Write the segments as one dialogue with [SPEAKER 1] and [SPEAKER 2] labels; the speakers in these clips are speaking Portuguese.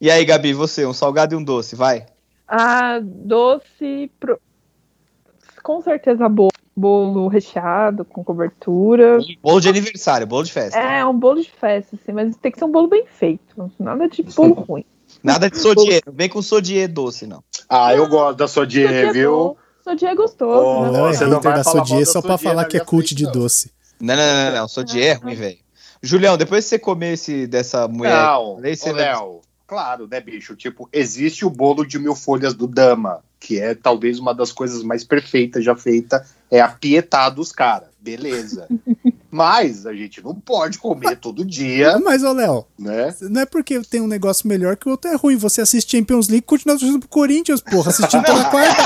[SPEAKER 1] E aí, Gabi, você, um salgado e um doce, vai.
[SPEAKER 2] Ah, doce. pro- Com certeza bolo, bolo recheado, com cobertura.
[SPEAKER 1] Bolo de aniversário, bolo de festa.
[SPEAKER 2] É, um bolo de festa, assim, mas tem que ser um bolo bem feito. Nada de bolo ruim.
[SPEAKER 1] Nada de sodier, não vem com sodier doce, não.
[SPEAKER 3] Ah, eu gosto da Sodier,
[SPEAKER 2] Sodier é bom,
[SPEAKER 3] viu?
[SPEAKER 2] Sodier é gostoso,
[SPEAKER 3] Oh,
[SPEAKER 2] né?
[SPEAKER 3] Não,
[SPEAKER 4] Não é
[SPEAKER 3] você
[SPEAKER 4] hater
[SPEAKER 3] não vai
[SPEAKER 4] da
[SPEAKER 3] falar mal
[SPEAKER 4] Sodier
[SPEAKER 3] da
[SPEAKER 4] só pra
[SPEAKER 3] Sodier
[SPEAKER 4] falar
[SPEAKER 3] na
[SPEAKER 4] que é
[SPEAKER 3] minha
[SPEAKER 4] cult
[SPEAKER 3] frente,
[SPEAKER 4] de
[SPEAKER 3] né? não.
[SPEAKER 4] doce.
[SPEAKER 1] Não, não, não, não, não. sodier é ruim, velho. Julião, depois que você comer esse, dessa mulher.
[SPEAKER 3] Não,
[SPEAKER 1] Aí você
[SPEAKER 3] ô,
[SPEAKER 1] vai-
[SPEAKER 3] Léo, claro, né, bicho? Tipo, existe o bolo de mil folhas do Dama, que é talvez uma das coisas mais perfeitas já feita, é a pietá dos caras, beleza. Mas a gente não pode comer todo dia,
[SPEAKER 4] É, Mas, ô Léo,
[SPEAKER 3] né?
[SPEAKER 4] não é porque tem um negócio melhor que o outro é ruim. Você assiste Champions League e continua assistindo pro Corinthians, porra. Assistindo toda quarta,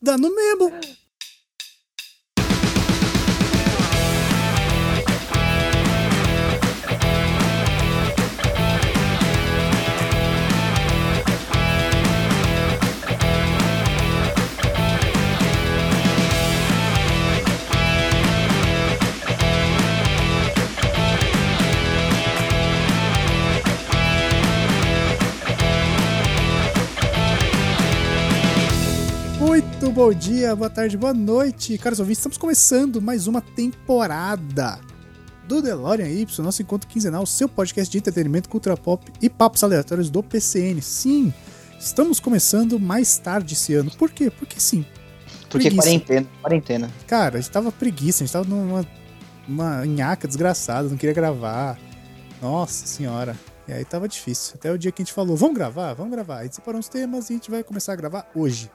[SPEAKER 4] dá no mesmo. Muito bom dia, boa tarde, boa noite, caros ouvintes. Estamos começando mais uma temporada do DeLorean Y, nosso encontro quinzenal, seu podcast de entretenimento, cultura pop e papos aleatórios do PCN. Sim, estamos começando mais tarde esse ano. Por quê? Porque sim.
[SPEAKER 1] Porque
[SPEAKER 4] Preguiça.
[SPEAKER 1] quarentena, quarentena.
[SPEAKER 4] Cara, a gente tava preguiça, a gente tava numa uma nhaca desgraçada, não queria gravar. Nossa senhora. E aí tava difícil. Até o dia que a gente falou, vamos gravar, vamos gravar. Aí separou uns temas e a gente vai começar a gravar hoje.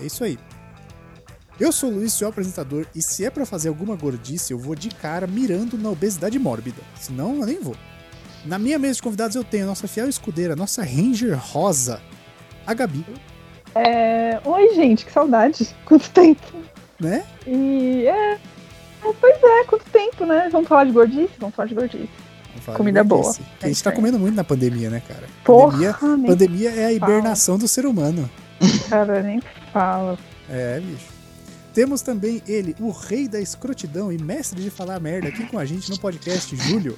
[SPEAKER 4] É isso aí. Eu sou o Luiz, seu apresentador, e se é pra fazer alguma gordice, eu vou de cara mirando na obesidade mórbida. Senão eu nem vou. Na minha mesa de convidados eu tenho a nossa fiel escudeira, a nossa Ranger Rosa, a Gabi,
[SPEAKER 2] É, Oi, gente, que saudade. Quanto tempo.
[SPEAKER 4] né?
[SPEAKER 2] E é. Pois é, quanto tempo, né? Vamos falar de gordice? Vamos falar de gordice.
[SPEAKER 4] Vamos falar de
[SPEAKER 2] Comida boa. É
[SPEAKER 4] gordice. A gente tá comendo muito na pandemia, né, cara? Pandemia
[SPEAKER 2] Porra, nem,
[SPEAKER 4] Pandemia é a hibernação do ser humano.
[SPEAKER 2] cara, nem fala.
[SPEAKER 4] É, bicho. Temos também ele, o rei da escrotidão e mestre de falar merda, aqui com a gente no podcast, Júlio.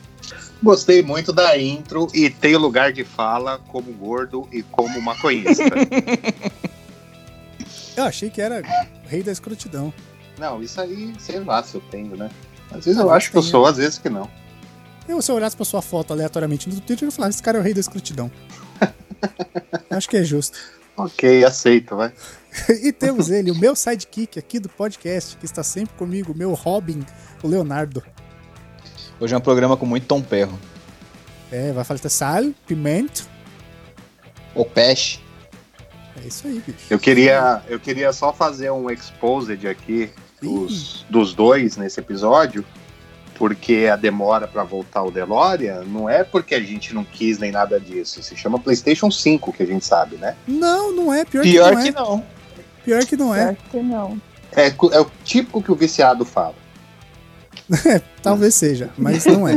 [SPEAKER 3] Gostei muito da intro e tem lugar de fala como gordo e como maconhista.
[SPEAKER 4] Eu achei que era o rei da escrotidão.
[SPEAKER 3] não, isso aí, sei lá se eu tenho, né? Às vezes eu acho que eu sou, às vezes que não.
[SPEAKER 4] Eu, se eu olhasse pra sua foto aleatoriamente no Twitter, eu falava, esse cara é o rei da escrotidão. Acho que é justo.
[SPEAKER 3] Ok, aceito, vai.
[SPEAKER 4] E temos ele, o meu sidekick aqui do podcast, que está sempre comigo, o meu Robin, o Leonardo.
[SPEAKER 1] Hoje é um programa com muito tom perro.
[SPEAKER 4] É, vai faltar sal, pimento.
[SPEAKER 1] O peixe.
[SPEAKER 4] É isso aí, bicho.
[SPEAKER 3] Eu queria, eu queria só fazer um exposed aqui dos, dos dois nesse episódio, porque a demora para voltar o DeLorean não é porque a gente não quis nem nada disso. Se chama PlayStation 5, que a gente sabe, né?
[SPEAKER 4] Não, não é. Pior,
[SPEAKER 1] Pior
[SPEAKER 4] que
[SPEAKER 1] que
[SPEAKER 4] não
[SPEAKER 1] não.
[SPEAKER 4] é. Pior que não é.
[SPEAKER 2] Acho que não.
[SPEAKER 3] É, cu- é o típico que o viciado fala.
[SPEAKER 4] Talvez seja, mas não é.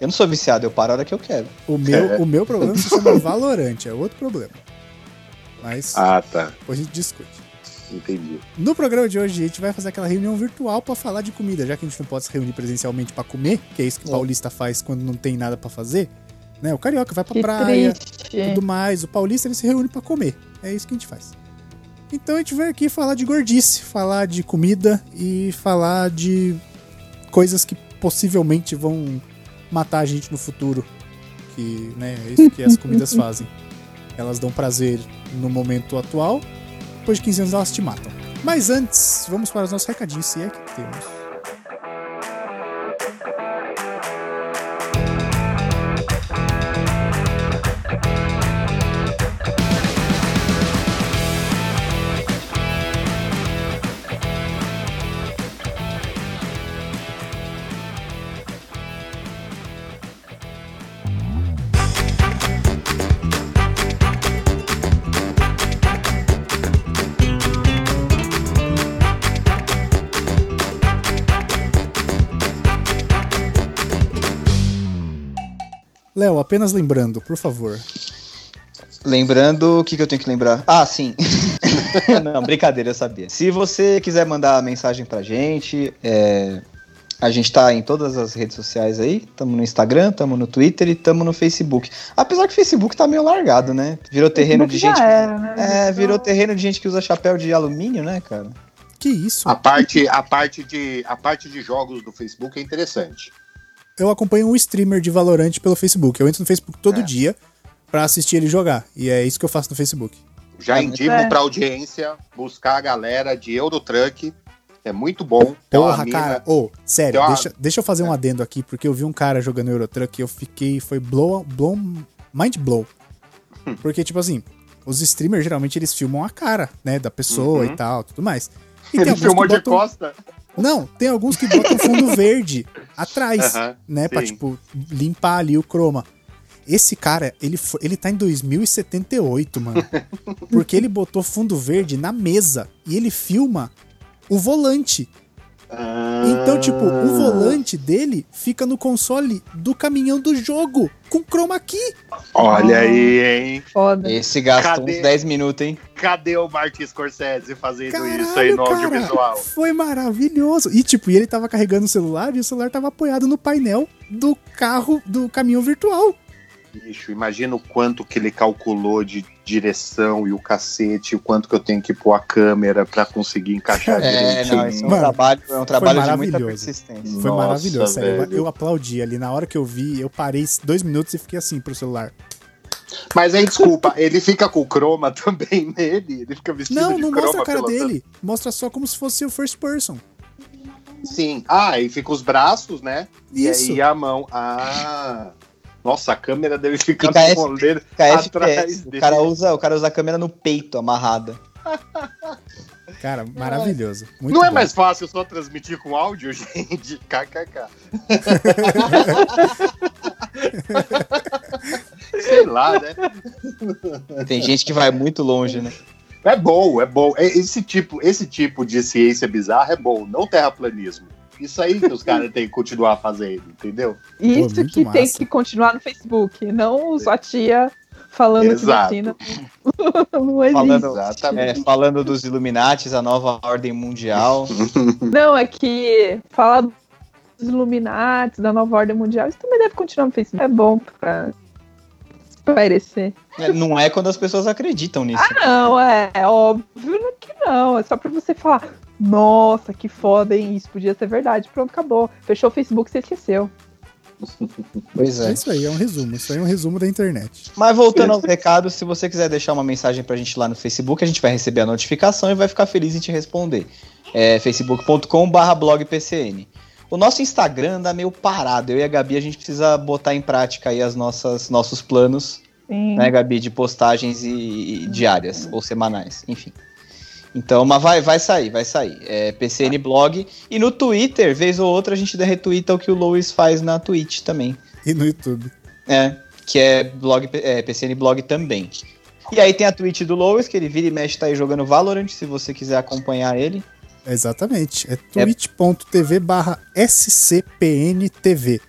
[SPEAKER 1] Eu não sou viciado, eu paro a hora que eu quero.
[SPEAKER 4] O meu, o meu problema se chama Valorante, é outro problema. Mas
[SPEAKER 3] Ah, tá.
[SPEAKER 4] depois a gente discute.
[SPEAKER 3] Entendi.
[SPEAKER 4] No programa de hoje, a gente vai fazer aquela reunião virtual pra falar de comida, já que a gente não pode se reunir presencialmente pra comer, que é isso que o paulista faz quando não tem nada pra fazer. Né? O carioca vai pra
[SPEAKER 2] Que
[SPEAKER 4] praia,
[SPEAKER 2] triste.
[SPEAKER 4] tudo mais. O paulista ele se reúne pra comer. É isso que a gente faz. Então a gente veio aqui falar de gordice, falar de comida e falar de coisas que possivelmente vão matar a gente no futuro. Que, né, é isso que as comidas fazem. Elas dão prazer no momento atual, depois de 15 anos elas te matam. Mas antes, vamos para os nossos recadinhos, se é que temos. Léo, apenas lembrando, por favor.
[SPEAKER 1] Lembrando, o que, que eu tenho que lembrar? Ah, sim. não, brincadeira, eu sabia. Se você quiser mandar mensagem pra gente, é, A gente tá em todas as redes sociais aí. Tamo no Instagram, tamo no Twitter e tamo no Facebook. Apesar que o Facebook tá meio largado, né? Virou terreno de
[SPEAKER 2] já
[SPEAKER 1] gente.
[SPEAKER 2] Era, né?
[SPEAKER 1] É,
[SPEAKER 2] Então,
[SPEAKER 1] virou terreno de gente que usa chapéu de alumínio, né, cara?
[SPEAKER 4] Que isso?
[SPEAKER 3] A parte, a, parte de, a parte de jogos do Facebook é interessante.
[SPEAKER 4] Eu acompanho um streamer de Valorant pelo Facebook. Eu entro no Facebook
[SPEAKER 3] É.
[SPEAKER 4] todo dia pra assistir ele jogar. E é isso que eu faço no Facebook.
[SPEAKER 3] Já
[SPEAKER 1] É,
[SPEAKER 3] indico
[SPEAKER 2] é.
[SPEAKER 3] pra audiência buscar a galera de Eurotruck. É muito bom. Tem uma
[SPEAKER 4] Porra,
[SPEAKER 3] mina-
[SPEAKER 4] cara. Ô, sério,
[SPEAKER 3] Tem uma- É.
[SPEAKER 4] deixa, deixa eu fazer um adendo aqui, porque eu vi um cara jogando Eurotruck e eu fiquei. Foi blow. blow mind blow. Porque, tipo assim, os streamers geralmente eles filmam a cara, né, da pessoa
[SPEAKER 3] Uhum.
[SPEAKER 4] e tal, tudo mais. E
[SPEAKER 3] Ele
[SPEAKER 4] alguns que
[SPEAKER 3] filmou de
[SPEAKER 4] botam-
[SPEAKER 3] costa.
[SPEAKER 4] Não, tem alguns que botam fundo verde atrás,
[SPEAKER 3] Aham,
[SPEAKER 4] né, pra,
[SPEAKER 3] sim.
[SPEAKER 4] tipo, limpar ali o croma. Esse cara, ele, fo- ele tá em 2078, mano. Porque ele botou fundo verde na mesa e ele filma o volante. Então, tipo,
[SPEAKER 1] Ah.
[SPEAKER 3] Ah.
[SPEAKER 4] o volante dele fica no console do caminhão do jogo, com chroma key. Ah.
[SPEAKER 3] Olha aí, hein?
[SPEAKER 2] Então, Foda.
[SPEAKER 1] Esse gasta
[SPEAKER 3] Cadê?
[SPEAKER 1] uns 10 minutos, hein?
[SPEAKER 3] Cadê o Martin Scorsese fazendo
[SPEAKER 4] Caralho,
[SPEAKER 3] isso aí no
[SPEAKER 4] cara.
[SPEAKER 3] audiovisual?
[SPEAKER 4] Foi maravilhoso. E, tipo, e ele tava carregando o celular e o celular tava apoiado no painel do carro, do caminhão virtual.
[SPEAKER 3] Bicho, imagina o quanto que ele calculou de direção e o cacete, o quanto que eu tenho que pôr a câmera pra conseguir encaixar
[SPEAKER 1] É,
[SPEAKER 3] direitinho.
[SPEAKER 1] não, esse é um
[SPEAKER 4] Mano,
[SPEAKER 1] trabalho, é um trabalho de muita
[SPEAKER 4] maravilhoso.
[SPEAKER 1] persistência.
[SPEAKER 4] Foi
[SPEAKER 3] Nossa,
[SPEAKER 4] maravilhoso, sério.
[SPEAKER 3] velho.
[SPEAKER 4] Eu, eu aplaudi ali. Na hora que eu vi, eu parei dois minutos e fiquei assim pro celular.
[SPEAKER 3] Mas aí, desculpa, ele fica com o croma também nele? Ele fica vestido
[SPEAKER 4] Não,
[SPEAKER 3] de
[SPEAKER 4] não
[SPEAKER 3] croma
[SPEAKER 4] mostra a cara
[SPEAKER 3] pelo tanto?
[SPEAKER 4] dele. Mostra só como se fosse o first person.
[SPEAKER 3] Sim. Ah, e fica os braços, né?
[SPEAKER 4] Isso.
[SPEAKER 3] E aí a mão. Ah... Nossa, a câmera deve ficar
[SPEAKER 1] Fica
[SPEAKER 3] no
[SPEAKER 1] é F-
[SPEAKER 3] moleiro.
[SPEAKER 1] KFPS,
[SPEAKER 3] Atrás
[SPEAKER 1] o
[SPEAKER 3] dele.
[SPEAKER 1] cara usa, o cara usa a câmera no peito, amarrada.
[SPEAKER 4] Cara, maravilhoso.
[SPEAKER 3] É.
[SPEAKER 4] Muito
[SPEAKER 3] Não é
[SPEAKER 4] bom.
[SPEAKER 3] mais fácil só transmitir com áudio, gente? KKK. Sei lá, né?
[SPEAKER 1] Tem gente que vai muito longe, né?
[SPEAKER 3] É bom, é bom. É- Esse tipo, esse tipo de ciência bizarra é bom, não terraplanismo. Isso aí que os caras têm que continuar fazendo, entendeu?
[SPEAKER 2] Isso
[SPEAKER 4] muito
[SPEAKER 2] que tem
[SPEAKER 4] massa.
[SPEAKER 2] que continuar no Facebook, não sua tia falando
[SPEAKER 3] Exato.
[SPEAKER 2] que vacina não existe.
[SPEAKER 1] Falando,
[SPEAKER 3] Exatamente.
[SPEAKER 1] é, falando dos Illuminates, a nova ordem mundial.
[SPEAKER 2] Não, é que falar dos Illuminati, da nova ordem mundial, isso também deve continuar no Facebook. É bom pra parecer.
[SPEAKER 1] É, Não é quando as pessoas acreditam nisso.
[SPEAKER 2] Não, é, é óbvio que não. É só pra você falar, nossa, que foda, hein? Isso podia ser verdade. Pronto, acabou. Fechou o Facebook, você esqueceu.
[SPEAKER 1] Pois
[SPEAKER 4] É isso aí, é um resumo. Isso aí é um resumo da internet.
[SPEAKER 1] Mas voltando aos recados, se você quiser deixar uma mensagem pra gente lá no Facebook, a gente vai receber a notificação e vai ficar feliz em te responder. É facebook.com.br blogpcn. O nosso Instagram anda meio parado. Eu e a Gabi, a gente precisa botar em prática aí as nossas, nossos planos,
[SPEAKER 2] Sim.
[SPEAKER 4] É.
[SPEAKER 1] né, Gabi, de postagens e, e diárias ou semanais, enfim. Então, mas vai, vai sair, vai sair. É PCN Blog. E no Twitter, vez ou outra, a gente retweeta o que o Lois faz na Twitch também.
[SPEAKER 4] E no YouTube.
[SPEAKER 1] É, que é blog, é, PCN Blog também. E aí tem a tweet do Lois, que ele vira e mexe, tá aí jogando Valorant, se você quiser acompanhar ele.
[SPEAKER 4] Exatamente. É twitch.tv barra scpntv.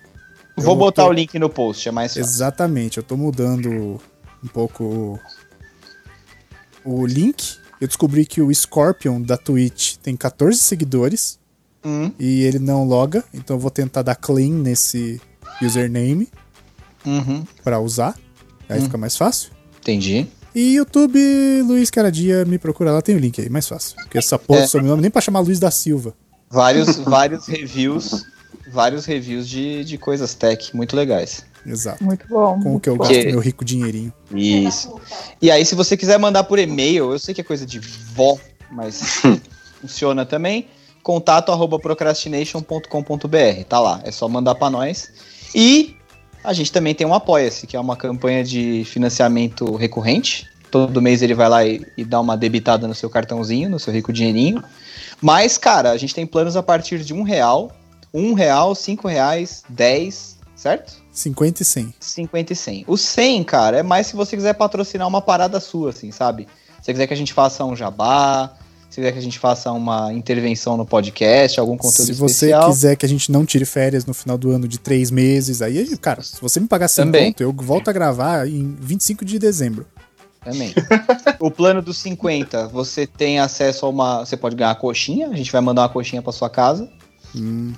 [SPEAKER 4] Eu
[SPEAKER 1] Vou botar
[SPEAKER 4] tô-
[SPEAKER 1] o link no post, é mais fácil.
[SPEAKER 4] Exatamente. Eu tô mudando um pouco o- o link. Eu descobri que o Scorpion da Twitch tem 14 seguidores
[SPEAKER 1] Hum,
[SPEAKER 4] e ele não loga, então eu vou tentar dar clean nesse username
[SPEAKER 1] uhum,
[SPEAKER 4] pra usar. Aí
[SPEAKER 1] Hum.
[SPEAKER 4] fica mais fácil.
[SPEAKER 1] entendi.
[SPEAKER 4] E YouTube, Luiz Caradia, me procura lá, tem o link aí, mais fácil. Porque essa porra
[SPEAKER 1] É.
[SPEAKER 4] do sobrenome nem pra chamar Luiz da Silva.
[SPEAKER 1] Vários, vários reviews, vários reviews de, de coisas tech muito legais.
[SPEAKER 4] Exato.
[SPEAKER 2] Muito bom. Hum,
[SPEAKER 4] Com o
[SPEAKER 2] muito
[SPEAKER 4] que eu
[SPEAKER 2] bom.
[SPEAKER 4] gasto
[SPEAKER 1] Que-
[SPEAKER 4] meu rico dinheirinho.
[SPEAKER 1] Isso. E aí, se você quiser mandar por e-mail, eu sei que é coisa de vó, mas funciona também. Contato arroba procrastination.com.br, tá lá, é só mandar pra nós. E a gente também tem um Apoia-se, que é uma campanha de financiamento recorrente. Todo mês ele vai lá e, e dá uma debitada no seu cartãozinho, no seu rico dinheirinho. Mas, cara, a gente tem planos a partir de um real, um real, cinco reais, dez, certo?
[SPEAKER 4] 50 e 100.
[SPEAKER 1] 50 e 100. O 100, cara, é mais se você quiser patrocinar uma parada sua, assim, sabe? Se você quiser que a gente faça um jabá, se quiser que a gente faça uma intervenção no podcast, algum conteúdo
[SPEAKER 4] se você
[SPEAKER 1] especial.
[SPEAKER 4] quiser que a gente não tire férias no final do ano de três meses, aí, cara, se você me pagar 100
[SPEAKER 1] Também.
[SPEAKER 4] conto, eu volto a gravar em 25 de dezembro.
[SPEAKER 1] Também. o plano dos 50, você tem acesso a uma. Você pode ganhar uma coxinha, a gente vai mandar uma coxinha pra sua casa.
[SPEAKER 4] Hum,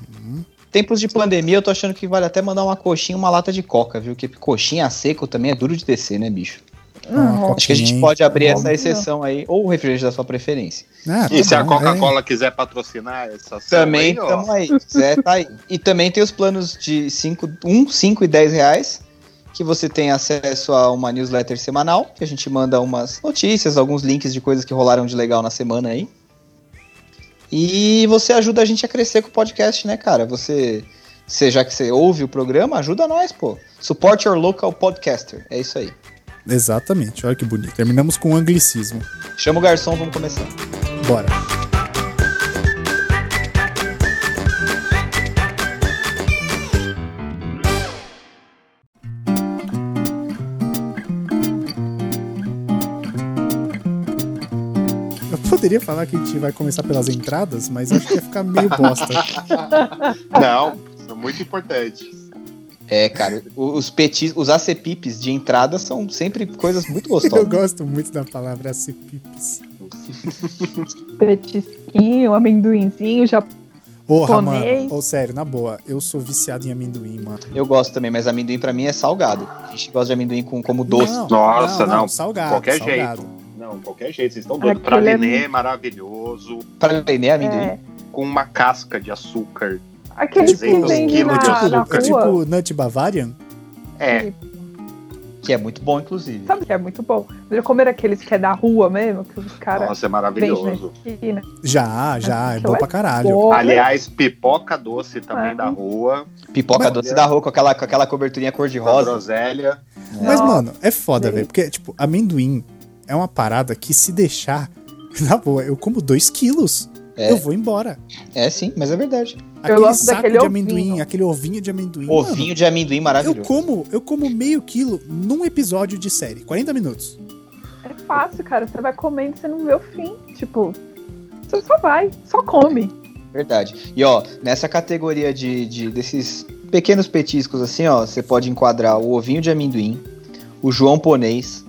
[SPEAKER 1] Tempos de pandemia, eu tô achando que vale até mandar uma coxinha uma lata de coca, viu? Porque coxinha a seco também é duro de descer, né, bicho?
[SPEAKER 4] Ah,
[SPEAKER 1] Acho que a gente
[SPEAKER 4] Sim.
[SPEAKER 1] pode abrir
[SPEAKER 2] Óbvio.
[SPEAKER 1] essa exceção aí, ou o refrigerante da sua preferência.
[SPEAKER 4] Ah, tá
[SPEAKER 3] E se a
[SPEAKER 4] bom, é.
[SPEAKER 3] Coca-Cola quiser patrocinar essa ação
[SPEAKER 1] Também
[SPEAKER 3] aí, ó,
[SPEAKER 1] estamos aí. Zé tá aí. E também tem os planos de 5, 1, 5 e 10 reais, que você tem acesso a uma newsletter semanal, que a gente manda umas notícias, alguns links de coisas que rolaram de legal na semana aí. E você ajuda a gente a crescer com o podcast, né, cara? Você, você já que você ouve o programa, ajuda nós, pô. Support your local podcaster. É isso aí.
[SPEAKER 4] Exatamente, olha que bonito. Terminamos com um anglicismo.
[SPEAKER 1] Chama o garçom, vamos começar.
[SPEAKER 4] Bora. Eu Poderia falar que a gente vai começar pelas entradas, mas acho que ia ficar meio bosta.
[SPEAKER 3] Não, isso é muito importante.
[SPEAKER 1] É, cara, o- os petis, os acepipes de entrada são sempre coisas muito
[SPEAKER 4] Eu
[SPEAKER 1] gostosas.
[SPEAKER 4] gosto muito da palavra acipipes.
[SPEAKER 2] um Petisquinho, um amendoinzinho, já
[SPEAKER 4] Porra, mano.
[SPEAKER 2] Japonês.
[SPEAKER 4] Ou sério, na boa, eu sou viciado em amendoim, mano.
[SPEAKER 1] Eu gosto também, mas amendoim pra mim é salgado. A gente gosta de amendoim com, como doce.
[SPEAKER 3] Nossa, não.
[SPEAKER 4] Salgado.
[SPEAKER 3] Qualquer
[SPEAKER 4] salgado.
[SPEAKER 3] jeito. Não, qualquer jeito, vocês estão doidos.
[SPEAKER 2] Aquele é
[SPEAKER 3] Pralinê é maravilhoso,
[SPEAKER 1] Pra entender amendoim.
[SPEAKER 2] é.
[SPEAKER 3] com uma casca de açúcar.
[SPEAKER 2] Aquele que
[SPEAKER 3] 300
[SPEAKER 2] vende
[SPEAKER 3] quilos
[SPEAKER 2] na,
[SPEAKER 3] de
[SPEAKER 2] na rua.
[SPEAKER 3] açúcar.
[SPEAKER 4] É tipo Nut Bavarian?
[SPEAKER 3] É,
[SPEAKER 1] Que é muito bom, inclusive.
[SPEAKER 2] Sabe que é muito bom? Já comeram aqueles que é da rua mesmo? Que os caras
[SPEAKER 3] nossa, é
[SPEAKER 2] vendem
[SPEAKER 3] é
[SPEAKER 2] na
[SPEAKER 3] maravilhoso.
[SPEAKER 2] esquina.
[SPEAKER 4] Já, já, é
[SPEAKER 2] Aquilo
[SPEAKER 4] bom
[SPEAKER 2] é
[SPEAKER 4] pra caralho.
[SPEAKER 2] Pô,
[SPEAKER 3] Aliás, pipoca doce também
[SPEAKER 2] Ah.
[SPEAKER 3] da rua,
[SPEAKER 1] Pipoca
[SPEAKER 4] Mas-
[SPEAKER 1] doce da rua com aquela, com aquela coberturinha
[SPEAKER 3] da
[SPEAKER 1] cor-de-rosa.
[SPEAKER 3] groselha.
[SPEAKER 4] Mas,
[SPEAKER 2] Nossa,
[SPEAKER 4] mano, é foda,
[SPEAKER 2] delícia.
[SPEAKER 4] velho. Porque, tipo, amendoim é uma parada que se deixar. Na boa, eu como 2 quilos.
[SPEAKER 1] É.
[SPEAKER 4] Eu vou embora.
[SPEAKER 1] É sim, mas é verdade.
[SPEAKER 4] Aquele
[SPEAKER 2] gosto
[SPEAKER 4] saco
[SPEAKER 2] daquele
[SPEAKER 4] de amendoim,
[SPEAKER 2] ovinho.
[SPEAKER 4] aquele ovinho de amendoim.
[SPEAKER 1] Ovinho de amendoim
[SPEAKER 4] mano, eu
[SPEAKER 1] maravilhoso.
[SPEAKER 4] como, eu como meio quilo num episódio de série, 40 minutos.
[SPEAKER 2] é fácil, cara. Você vai comendo e você não vê o fim. Tipo, você só vai, só come.
[SPEAKER 1] Verdade. E ó, nessa categoria de, de- desses pequenos petiscos assim, ó, você pode enquadrar o ovinho de amendoim, o João Ponês.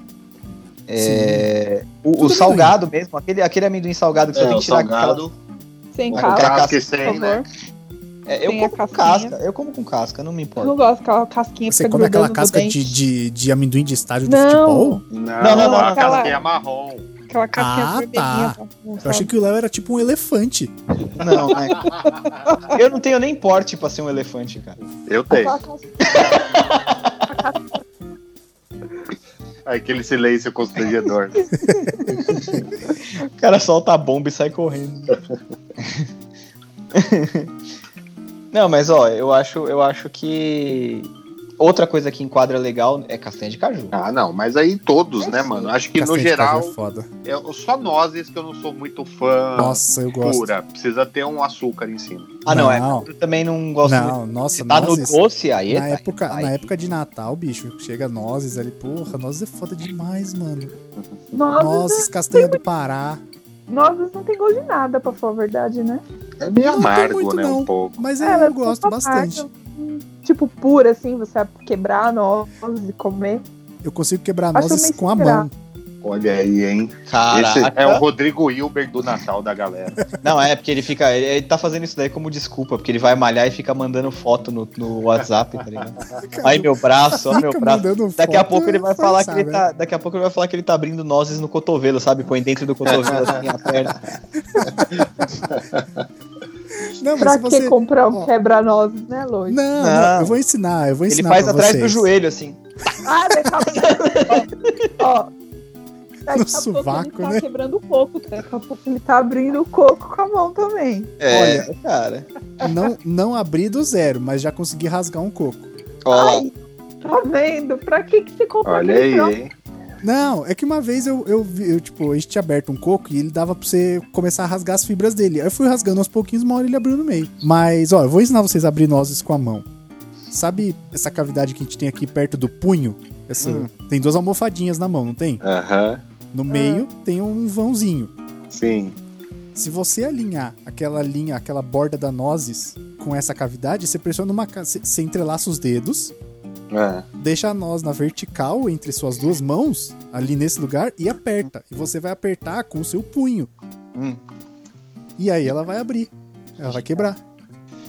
[SPEAKER 1] é, o, o
[SPEAKER 4] Tudo
[SPEAKER 1] salgado mesmo, aquele, aquele amendoim um salgado que você
[SPEAKER 3] É,
[SPEAKER 1] tem
[SPEAKER 3] o
[SPEAKER 1] que tirar
[SPEAKER 3] salgado,
[SPEAKER 2] Sem
[SPEAKER 3] com
[SPEAKER 1] Aquela-
[SPEAKER 2] casca,
[SPEAKER 3] casca e
[SPEAKER 2] por
[SPEAKER 3] sem,
[SPEAKER 2] favor.
[SPEAKER 3] né?
[SPEAKER 1] aquela- é, eu
[SPEAKER 2] Tem
[SPEAKER 1] como
[SPEAKER 2] a
[SPEAKER 1] com
[SPEAKER 2] casquinha.
[SPEAKER 1] casca, eu como com casca, não me
[SPEAKER 2] Eu
[SPEAKER 1] importo.
[SPEAKER 2] não gosto daquela casquinha
[SPEAKER 4] Você
[SPEAKER 2] fica
[SPEAKER 4] come aquela
[SPEAKER 2] grudando no
[SPEAKER 4] casca de,
[SPEAKER 2] dente.
[SPEAKER 4] de, de amendoim de estádio de
[SPEAKER 2] Não.
[SPEAKER 4] futebol?
[SPEAKER 3] Não,
[SPEAKER 1] Não, não, não,
[SPEAKER 3] a
[SPEAKER 2] aquela-
[SPEAKER 3] casquinha marrom.
[SPEAKER 2] Aquela casquinha
[SPEAKER 4] Ah,
[SPEAKER 2] vermelhinha.
[SPEAKER 4] tá.
[SPEAKER 2] Não,
[SPEAKER 4] Eu achei que o Léo era tipo um elefante.
[SPEAKER 1] Não, né? Eu não tenho nem porte pra ser um elefante, cara.
[SPEAKER 3] Eu tenho. Aquele silêncio constrangedor.
[SPEAKER 1] O cara solta a bomba e sai correndo. Não, mas ó, eu acho, eu acho que outra coisa que enquadra legal é castanha de caju.
[SPEAKER 3] Ah, não, mas aí todos, né, mano? Acho que
[SPEAKER 4] Castanha
[SPEAKER 3] no
[SPEAKER 4] de caju
[SPEAKER 3] geral,
[SPEAKER 4] É foda.
[SPEAKER 3] eu, só nozes que eu não sou muito fã
[SPEAKER 4] Nossa, eu gosto.
[SPEAKER 3] pura. Precisa ter um açúcar em cima.
[SPEAKER 1] Ah, não,
[SPEAKER 4] não.
[SPEAKER 1] é. Eu também não gosto muito.
[SPEAKER 4] Não,
[SPEAKER 1] Se
[SPEAKER 4] nossa,
[SPEAKER 1] tá no
[SPEAKER 4] nozes-
[SPEAKER 1] doce, aí
[SPEAKER 4] Na
[SPEAKER 1] tá.
[SPEAKER 4] época,
[SPEAKER 1] aí.
[SPEAKER 4] na época de Natal, bicho, chega nozes ali, porra, nozes é foda demais, mano.
[SPEAKER 2] Nozes, é
[SPEAKER 4] Nozes, castanha do Pará.
[SPEAKER 2] nozes não tem gosto de nada, pra falar a verdade, né?
[SPEAKER 3] É meio
[SPEAKER 4] Não, não tem
[SPEAKER 3] amargo,
[SPEAKER 4] muito,
[SPEAKER 3] né?
[SPEAKER 4] não.
[SPEAKER 3] Um pouco.
[SPEAKER 4] Mas
[SPEAKER 2] É,
[SPEAKER 4] eu
[SPEAKER 2] mas
[SPEAKER 4] gosto
[SPEAKER 2] fica
[SPEAKER 4] bastante.
[SPEAKER 2] amargo. Tipo, pura, assim, você quebrar nozes e comer.
[SPEAKER 4] Eu consigo quebrar
[SPEAKER 2] Acho
[SPEAKER 4] nozes
[SPEAKER 2] meio
[SPEAKER 4] com a
[SPEAKER 2] sem
[SPEAKER 4] mão.
[SPEAKER 3] Olha aí, hein? Esse
[SPEAKER 1] Caraca.
[SPEAKER 3] é o Rodrigo Hilbert do Natal da galera.
[SPEAKER 1] Não, é porque ele fica. Ele, ele tá fazendo isso daí como desculpa, porque ele vai malhar e fica mandando foto no, no WhatsApp, tá ligado? Aí meu braço, ó, meu
[SPEAKER 4] Fica
[SPEAKER 1] braço.
[SPEAKER 4] mandando
[SPEAKER 1] Daqui a
[SPEAKER 4] foto,
[SPEAKER 1] pouco ele vai
[SPEAKER 4] é
[SPEAKER 1] falar que ele
[SPEAKER 4] forçado,
[SPEAKER 1] tá. Daqui a pouco ele vai falar que ele tá abrindo nozes no cotovelo, sabe? Põe dentro do
[SPEAKER 3] É.
[SPEAKER 1] cotovelo assim a perna.
[SPEAKER 4] né? Não, mas
[SPEAKER 2] Pra
[SPEAKER 4] se
[SPEAKER 2] que
[SPEAKER 4] você...
[SPEAKER 2] comprar um
[SPEAKER 4] ó.
[SPEAKER 2] quebra-nozes, né,
[SPEAKER 4] Não,
[SPEAKER 2] Lois?
[SPEAKER 4] não,
[SPEAKER 1] Não.
[SPEAKER 4] eu vou ensinar, eu vou
[SPEAKER 1] Ele
[SPEAKER 4] ensinar
[SPEAKER 1] faz
[SPEAKER 4] é pra
[SPEAKER 1] atrás do
[SPEAKER 4] vocês.
[SPEAKER 1] joelho, assim.
[SPEAKER 2] Ah, daqui a pouco. ó, daqui
[SPEAKER 4] No
[SPEAKER 2] a
[SPEAKER 4] sovaco,
[SPEAKER 2] pouco ele tá
[SPEAKER 4] né?
[SPEAKER 2] quebrando o coco, daqui a pouco ele tá abrindo o coco com a mão também.
[SPEAKER 1] É, Olha, cara.
[SPEAKER 4] Não, não abri do zero, mas já consegui rasgar um coco.
[SPEAKER 1] Ó,
[SPEAKER 2] Ai, tá vendo? Pra que que você compra
[SPEAKER 3] Olha
[SPEAKER 2] aquele
[SPEAKER 3] aí,
[SPEAKER 2] troço?
[SPEAKER 3] hein?
[SPEAKER 4] Não, é que uma vez eu, eu, vi- eu, tipo, a gente tinha aberto um coco e ele dava pra você começar a rasgar as fibras dele. Aí eu fui rasgando aos pouquinhos, uma hora ele abriu no meio. Mas, ó, eu vou ensinar vocês a abrir nozes com a mão. Sabe essa cavidade que a gente tem aqui perto do punho? Essa-
[SPEAKER 1] Hum.
[SPEAKER 4] Tem duas almofadinhas na mão, não tem?
[SPEAKER 3] Aham.
[SPEAKER 4] No meio tem um vãozinho.
[SPEAKER 3] Sim.
[SPEAKER 4] Se você alinhar aquela linha, aquela borda da nozes com essa cavidade, você pressiona uma. ca- Você você entrelaça os dedos
[SPEAKER 3] É.
[SPEAKER 4] deixa a noz na vertical entre suas duas mãos, ali nesse lugar, e aperta. E você vai apertar com o seu punho.
[SPEAKER 1] hum,
[SPEAKER 4] E aí ela vai abrir. Ela vai quebrar.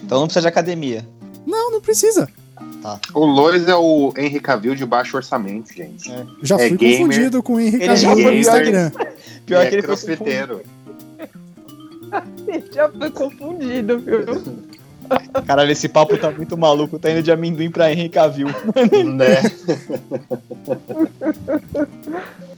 [SPEAKER 1] Então não precisa de academia.
[SPEAKER 4] Não, não precisa.
[SPEAKER 3] O Lois é o Henry Cavill de baixo orçamento, gente.
[SPEAKER 1] É.
[SPEAKER 4] Já
[SPEAKER 3] É
[SPEAKER 4] fui
[SPEAKER 3] gamer.
[SPEAKER 4] confundido com o Henrique
[SPEAKER 1] Ele já
[SPEAKER 4] Cavill no
[SPEAKER 1] foi
[SPEAKER 4] Instagram.
[SPEAKER 1] Pior
[SPEAKER 3] é
[SPEAKER 1] que ele foi
[SPEAKER 3] crossfiteiro.
[SPEAKER 2] Já foi confundido, viu?
[SPEAKER 3] é.
[SPEAKER 1] Caralho, esse papo tá muito maluco. Tá indo de amendoim pra Henrique Cavill.
[SPEAKER 3] né?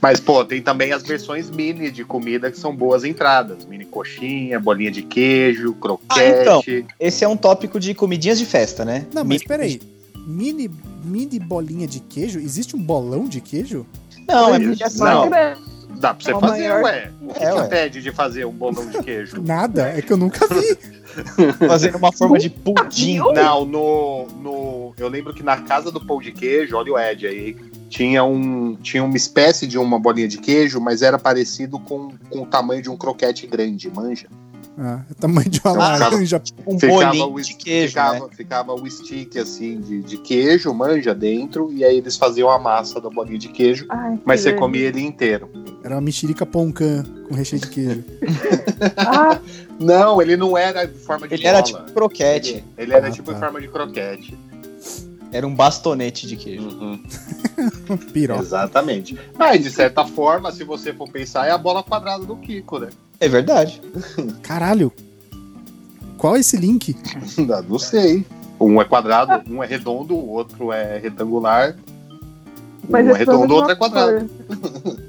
[SPEAKER 3] Mas, pô, tem também as versões mini de comida que são boas entradas. Mini coxinha, bolinha de queijo, croquete.
[SPEAKER 1] Ah, então. Esse é um tópico de comidinhas de festa, né?
[SPEAKER 4] Não, mas
[SPEAKER 1] Mini-
[SPEAKER 4] peraí. Mini, mini bolinha de queijo? Existe um bolão de queijo?
[SPEAKER 1] Não, é
[SPEAKER 3] Isso,
[SPEAKER 1] porque assim,
[SPEAKER 3] não.
[SPEAKER 1] ó,
[SPEAKER 3] Dá pra você
[SPEAKER 2] Ó,
[SPEAKER 3] fazer,
[SPEAKER 2] maior.
[SPEAKER 3] ué. O que
[SPEAKER 1] É,
[SPEAKER 3] te
[SPEAKER 1] ué.
[SPEAKER 3] impede de fazer um bolão de queijo?
[SPEAKER 4] Nada, é que eu nunca vi.
[SPEAKER 1] fazendo uma forma de pudim.
[SPEAKER 3] Não, no, no. Eu lembro que na casa do pão de queijo, olha o Ed aí, tinha, um, tinha uma espécie de uma bolinha de queijo, mas era parecido com, com o tamanho de um croquete grande, manja.
[SPEAKER 4] Ah, é o tamanho de uma
[SPEAKER 3] Ah,
[SPEAKER 4] laranja.
[SPEAKER 1] Um
[SPEAKER 3] Ficava
[SPEAKER 1] bolinho
[SPEAKER 3] o-
[SPEAKER 1] de queijo, né?
[SPEAKER 3] ficava, ficava o stick assim de, de queijo, manja dentro, e aí eles faziam a massa da bolinha de queijo,
[SPEAKER 2] Ai,
[SPEAKER 3] mas
[SPEAKER 2] que
[SPEAKER 3] você
[SPEAKER 1] Uhum.
[SPEAKER 2] delícia.
[SPEAKER 3] comia ele inteiro.
[SPEAKER 4] Era uma mexerica poncan com recheio de queijo.
[SPEAKER 2] Ah,
[SPEAKER 3] Não, ele não era de forma de
[SPEAKER 1] Ele era
[SPEAKER 3] bola.
[SPEAKER 1] tipo croquete.
[SPEAKER 3] Ele, ele era
[SPEAKER 4] Ah,
[SPEAKER 3] tipo
[SPEAKER 4] tá.
[SPEAKER 3] em forma de croquete.
[SPEAKER 1] Era um bastonete de
[SPEAKER 3] Hum.
[SPEAKER 1] queijo.
[SPEAKER 4] Piroca.
[SPEAKER 3] Exatamente. Mas de certa forma, se você for pensar, é a bola quadrada do Kiko, né?
[SPEAKER 1] É verdade.
[SPEAKER 4] Caralho. Qual é esse link?
[SPEAKER 3] Não, não sei. Um é
[SPEAKER 4] Ah.
[SPEAKER 3] quadrado, um é redondo, o outro é retangular.
[SPEAKER 2] mas
[SPEAKER 3] um é
[SPEAKER 2] é tudo a
[SPEAKER 3] redondo, o outro é
[SPEAKER 2] mesma
[SPEAKER 3] quadrado.
[SPEAKER 2] coisa.